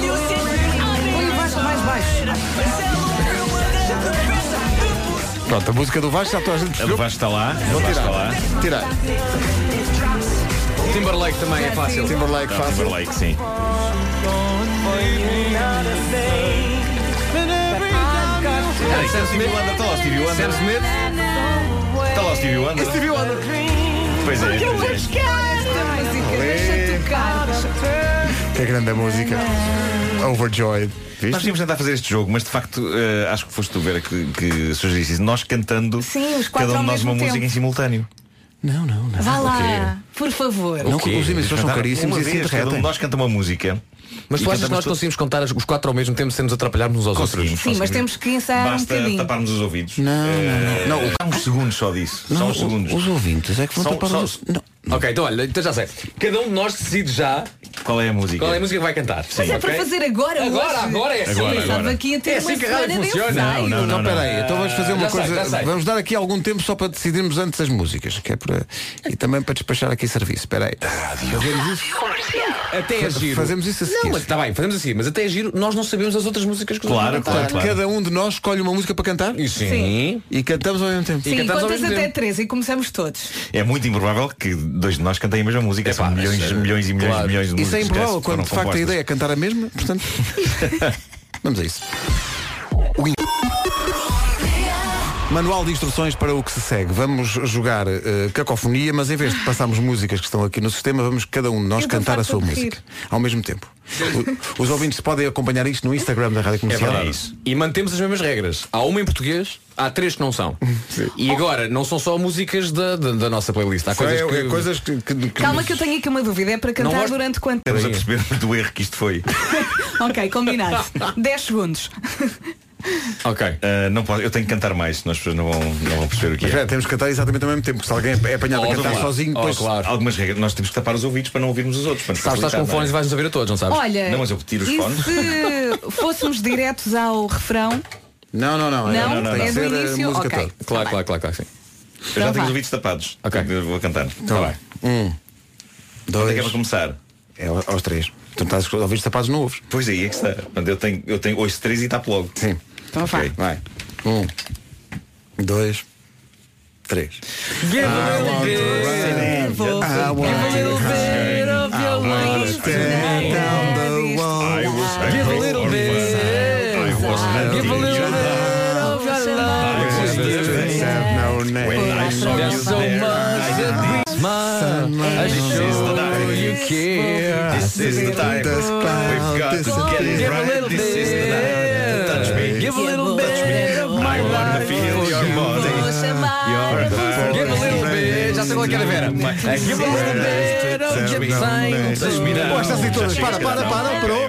[SPEAKER 3] Põe o Vasco mais baixo.
[SPEAKER 1] Pronto, a música do Vasco já toda a gente
[SPEAKER 12] A
[SPEAKER 1] percebeu.
[SPEAKER 12] do Vasco está lá. A do Vasco está lá.
[SPEAKER 1] Tira.
[SPEAKER 4] Timberlake também é fácil.
[SPEAKER 1] Timberlake
[SPEAKER 12] Não,
[SPEAKER 1] fácil.
[SPEAKER 12] Timberlake, sim. Peraí, Sam Stevie Wonder, está lá o Stevie Wonder.
[SPEAKER 4] Sam Smith.
[SPEAKER 12] Está lá o Stevie Wonder.
[SPEAKER 4] Stevie Wonder.
[SPEAKER 12] Pois é,
[SPEAKER 3] Eu vou
[SPEAKER 12] pois é.
[SPEAKER 3] buscar esta música. deixa tocar.
[SPEAKER 1] Que é grande a música. Overjoyed.
[SPEAKER 12] Nós tínhamos tentar fazer este jogo, mas de facto eh, acho que foste tu ver que, que sugeriste isso. Nós cantando
[SPEAKER 3] Sim, os quatro
[SPEAKER 12] cada um
[SPEAKER 3] ao
[SPEAKER 12] de nós
[SPEAKER 3] mesmo
[SPEAKER 12] uma
[SPEAKER 3] tempo.
[SPEAKER 12] música em simultâneo.
[SPEAKER 1] Não, não, não.
[SPEAKER 3] Vá lá, por favor.
[SPEAKER 12] O quê?
[SPEAKER 1] os emissores são
[SPEAKER 12] Cantar
[SPEAKER 1] caríssimos
[SPEAKER 12] uma
[SPEAKER 1] e se
[SPEAKER 12] vez, Cada um de
[SPEAKER 1] derretem.
[SPEAKER 12] nós canta uma música.
[SPEAKER 4] Mas tu achas
[SPEAKER 12] E
[SPEAKER 4] que
[SPEAKER 12] cantamos
[SPEAKER 4] nós
[SPEAKER 12] todos-
[SPEAKER 4] conseguimos contar as- os quatro ao mesmo tempo sem nos atrapalharmos uns aos outros?
[SPEAKER 3] Sim, mas temos que ensaiar um
[SPEAKER 12] Basta
[SPEAKER 3] bocadinho.
[SPEAKER 12] taparmos os ouvidos. Não, não, não. Há uns segundos só disso. só uns segundos. Os
[SPEAKER 1] ouvintes é que
[SPEAKER 12] vão tapar os
[SPEAKER 4] Ok, então olha, então já sei. Cada um de nós decide já
[SPEAKER 12] Qual é a música?
[SPEAKER 4] qual é a música que vai cantar.
[SPEAKER 3] Mas é para fazer agora,
[SPEAKER 4] Agora,
[SPEAKER 3] hoje.
[SPEAKER 4] agora é assim.
[SPEAKER 3] Eu
[SPEAKER 4] Agora,
[SPEAKER 3] estava
[SPEAKER 4] agora.
[SPEAKER 3] aqui a ter
[SPEAKER 4] É
[SPEAKER 3] uma
[SPEAKER 4] assim que a rádio
[SPEAKER 3] semana de
[SPEAKER 4] funciona.
[SPEAKER 3] ensaio.
[SPEAKER 4] Não, não,
[SPEAKER 1] Então
[SPEAKER 4] não.
[SPEAKER 1] peraí, então vamos fazer uma
[SPEAKER 4] Já sei,
[SPEAKER 1] coisa.
[SPEAKER 4] já sei.
[SPEAKER 1] vamos dar aqui algum tempo só para decidirmos antes as músicas, que é para e também para despachar aqui serviço. Espera aí. Fazemos isso.
[SPEAKER 4] Até
[SPEAKER 1] Fa-
[SPEAKER 4] é giro.
[SPEAKER 1] fazemos isso a seguir.
[SPEAKER 4] Não, mas está bem, fazemos assim, mas até é giro, nós não sabemos as outras músicas que os outros vão
[SPEAKER 1] Portanto,
[SPEAKER 4] cantar.
[SPEAKER 1] cada um de nós escolhe uma música para cantar.
[SPEAKER 4] E sim. Sim.
[SPEAKER 1] E cantamos ao mesmo tempo.
[SPEAKER 3] Sim, contas até três e começamos todos.
[SPEAKER 12] É muito improvável que dois de nós cantem a mesma música. São milhões,
[SPEAKER 1] mas,
[SPEAKER 12] milhões e milhões
[SPEAKER 1] Claro.
[SPEAKER 12] e milhões de músicas.
[SPEAKER 1] Isso é
[SPEAKER 12] que
[SPEAKER 1] improvável
[SPEAKER 12] foram
[SPEAKER 1] quando de facto a
[SPEAKER 12] compostas.
[SPEAKER 1] ideia é cantar a mesma, portanto.
[SPEAKER 12] *laughs*
[SPEAKER 1] Vamos a isso. O in- Manual de instruções para o que se segue. Vamos jogar eh, cacofonia, mas em vez de passarmos músicas que estão aqui no sistema, vamos cada um de nós
[SPEAKER 10] Eu tô
[SPEAKER 1] cantar a
[SPEAKER 10] farta
[SPEAKER 1] sua
[SPEAKER 10] de rir.
[SPEAKER 1] música. Ao mesmo tempo. O- os ouvintes podem acompanhar isto no Instagram da Rádio
[SPEAKER 4] É
[SPEAKER 1] Comercial.
[SPEAKER 4] verdade. E mantemos as mesmas regras. Há uma em português, há três que não são. E agora, não são só músicas da, da, da nossa playlist. Há
[SPEAKER 1] Só
[SPEAKER 4] coisas
[SPEAKER 1] é-
[SPEAKER 4] que...
[SPEAKER 1] é coisas que,
[SPEAKER 3] Calma que eu tenho aqui uma dúvida. É para
[SPEAKER 4] Não
[SPEAKER 3] cantar
[SPEAKER 4] gosto-
[SPEAKER 3] durante quanto
[SPEAKER 12] Estamos a
[SPEAKER 3] tempo?
[SPEAKER 12] perceber do erro que isto foi.
[SPEAKER 3] *laughs* Ok, combinado. 10 segundos.
[SPEAKER 12] Ok. Eh, não posso, eu tenho que cantar mais, senão as pessoas não vão, não vão perceber o
[SPEAKER 1] Mas,
[SPEAKER 12] que é.
[SPEAKER 1] espera, temos que cantar exatamente ao mesmo tempo, porque se alguém é apanhado a cantar sozinho, depois.
[SPEAKER 12] Algumas regras. Nós temos que tapar os ouvidos para não ouvirmos os outros. para nos
[SPEAKER 4] Oh, Sabes, estás
[SPEAKER 12] facilitar,
[SPEAKER 4] com
[SPEAKER 12] não é?
[SPEAKER 4] fones e vais nos ouvir a todos, não sabes?
[SPEAKER 3] Olha,
[SPEAKER 12] Não, mas eu tiro os
[SPEAKER 3] e
[SPEAKER 12] fones.
[SPEAKER 3] se fôssemos diretos ao refrão,
[SPEAKER 1] Não, não, não.
[SPEAKER 3] Não? Não, não, não, É não. do
[SPEAKER 1] Tem que ser a
[SPEAKER 3] início?
[SPEAKER 1] música
[SPEAKER 3] Ok.
[SPEAKER 1] toda.
[SPEAKER 4] Claro, claro, claro, claro, sim.
[SPEAKER 12] Eu já
[SPEAKER 3] Então
[SPEAKER 12] tenho
[SPEAKER 3] vá.
[SPEAKER 12] os ouvidos tapados. Ok. Vou cantar.
[SPEAKER 1] Então
[SPEAKER 12] tá bem.
[SPEAKER 1] Um,
[SPEAKER 12] Onde é que é para começar?
[SPEAKER 1] É aos três. Tu estás a ouvir tapados não ouves.
[SPEAKER 12] Pois aí é que está. Portanto, eu tenho, eu tenho ouço três e tapo logo.
[SPEAKER 1] Sim.
[SPEAKER 3] Então
[SPEAKER 12] vai.
[SPEAKER 1] Vai. Um, dois, três. Ah,
[SPEAKER 10] Give a little bit of your love tonight. I was Give a little bit. I was Give a little bit of your love. I was
[SPEAKER 1] have no name.
[SPEAKER 10] When I saw you so much, I show you care. This is the time. We've got to get it right. This is the night. Touch me. Give a little bit of my life. Feel your body. Your heart. Give a little bit. Já sei qual é que era, Vera. Give a little bit of your time.
[SPEAKER 12] Pô, estas assim todas.
[SPEAKER 1] Para, para, para, parou.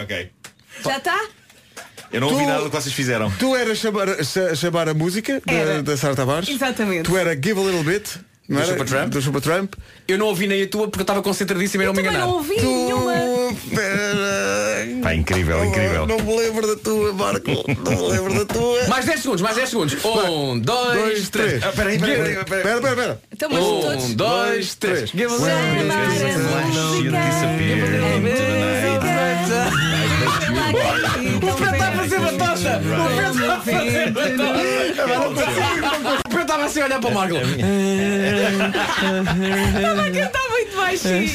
[SPEAKER 19] tá?
[SPEAKER 3] já está?
[SPEAKER 12] Eu não ouvi
[SPEAKER 1] Tu-
[SPEAKER 12] nada do que vocês fizeram.
[SPEAKER 1] Tu eras chamar, cha- chamar a música da,
[SPEAKER 12] Era.
[SPEAKER 1] da Sara Tavares.
[SPEAKER 3] Exatamente.
[SPEAKER 1] Tu era Give a Little Bit. Não
[SPEAKER 4] Do
[SPEAKER 1] era?
[SPEAKER 4] Supertramp.
[SPEAKER 1] Do Supertramp.
[SPEAKER 4] Eu não ouvi nem a tua porque eu estava concentradíssimo e não me
[SPEAKER 3] Também
[SPEAKER 4] enganar.
[SPEAKER 3] não ouvi nenhuma.
[SPEAKER 12] Pá, incrível,
[SPEAKER 10] é
[SPEAKER 12] incrível.
[SPEAKER 1] Não me lembro da tua, Marco. Não me lembro da tua.
[SPEAKER 4] Mais 10 segundos, mais 10 segundos. Um, dois, três.
[SPEAKER 1] Dois, três. Ah, peraí, peraí, peraí, peraí. Pera, pera, pera.
[SPEAKER 3] Então, mas todos-
[SPEAKER 4] Um, dois, três. Give a little
[SPEAKER 10] O Pedro está a fazer batata! O Pedro está a fazer batata!
[SPEAKER 4] O Pedro estava assim a olhar para o Marco.
[SPEAKER 10] Ela
[SPEAKER 3] cantar muito baixinho!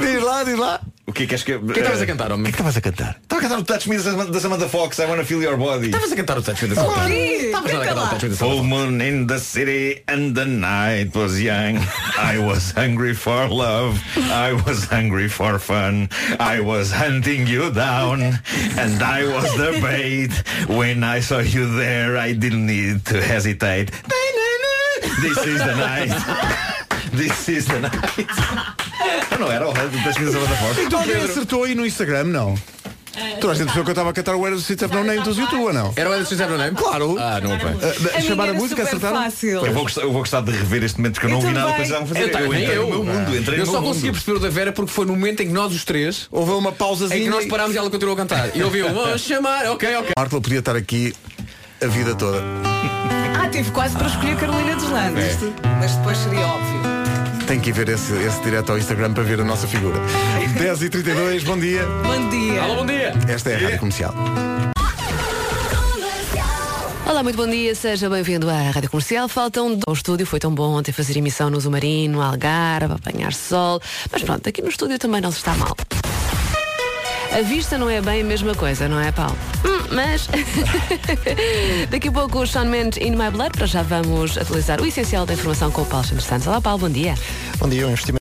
[SPEAKER 1] Diz lá, diz lá.
[SPEAKER 12] O que é que és que. O que é que
[SPEAKER 4] estavas a cantar, homem? O que é que
[SPEAKER 1] estavas a cantar?
[SPEAKER 12] Estava a cantar o Touch Me da Sam- da Samantha Fox, I wanna feel your body.
[SPEAKER 4] Estavas a cantar o Touch Me da Samantha Fox.
[SPEAKER 10] tá
[SPEAKER 4] Estavas
[SPEAKER 3] é
[SPEAKER 4] a
[SPEAKER 3] tá
[SPEAKER 4] cantar o Touch Me da Samantha
[SPEAKER 12] Full moon in the city and the night was young. I was hungry for love. I was hungry for fun. I was hunting you down and I was the bait. When I saw you there, I didn't need to hesitate. This is the night. *laughs* This is the night. Eu não era o rei do Touch Me da Samantha Fox.
[SPEAKER 1] Então alguém acertou aí no Instagram, não? Toda a gente pensou que eu estava a cantar o Era do City No Name dos YouTube, ou não?
[SPEAKER 4] Era o Era do City No Name?
[SPEAKER 1] Claro.
[SPEAKER 4] Ah, não, bem.
[SPEAKER 1] Ah,
[SPEAKER 3] A
[SPEAKER 1] Chamar
[SPEAKER 3] minha
[SPEAKER 1] a
[SPEAKER 3] era
[SPEAKER 1] música,
[SPEAKER 3] super
[SPEAKER 1] acertaram?
[SPEAKER 3] fácil.
[SPEAKER 12] Eu vou, gostar, eu vou gostar de rever este momento porque eu não
[SPEAKER 3] Eu
[SPEAKER 12] ouvi nada
[SPEAKER 3] também.
[SPEAKER 12] depois estavam a
[SPEAKER 4] Eu
[SPEAKER 12] fazer.
[SPEAKER 4] também,
[SPEAKER 12] entrei
[SPEAKER 4] eu.
[SPEAKER 12] no meu mundo, entrei
[SPEAKER 4] Eu
[SPEAKER 12] no
[SPEAKER 4] só
[SPEAKER 12] meu
[SPEAKER 4] consegui
[SPEAKER 12] mundo.
[SPEAKER 4] perceber o da Vera porque foi no momento em que nós os três
[SPEAKER 1] houve uma pausazinha
[SPEAKER 4] em que nós
[SPEAKER 1] e-
[SPEAKER 4] parámos e ela continuou a cantar. E ouviu,
[SPEAKER 12] *laughs*
[SPEAKER 4] vamos chamar, ok, ok.
[SPEAKER 1] Marco podia estar aqui a vida toda.
[SPEAKER 3] Ah, tive quase para escolher Carolina dos Landes. Mas depois seria óbvio.
[SPEAKER 1] Tem que ir ver esse, esse direto ao Instagram para ver a nossa figura. 10h32, bom dia.
[SPEAKER 3] Bom dia.
[SPEAKER 4] Alô, bom dia.
[SPEAKER 1] Esta é a Rádio Comercial.
[SPEAKER 15] Olá, muito bom dia, seja bem-vindo à Rádio Comercial. Faltam do... O estúdio foi tão bom ontem fazer emissão no Zumarino, no Algarve, apanhar sol. Mas pronto, aqui no estúdio também não se está mal. A vista não é bem a mesma coisa, não é, Paulo? Hum, mas. *laughs* Daqui a pouco o Sean Mendes in My Blood, para já vamos atualizar o essencial da informação com o Paulo Santos Santos. Olá, Paulo, bom dia.
[SPEAKER 20] Bom dia, um investimento.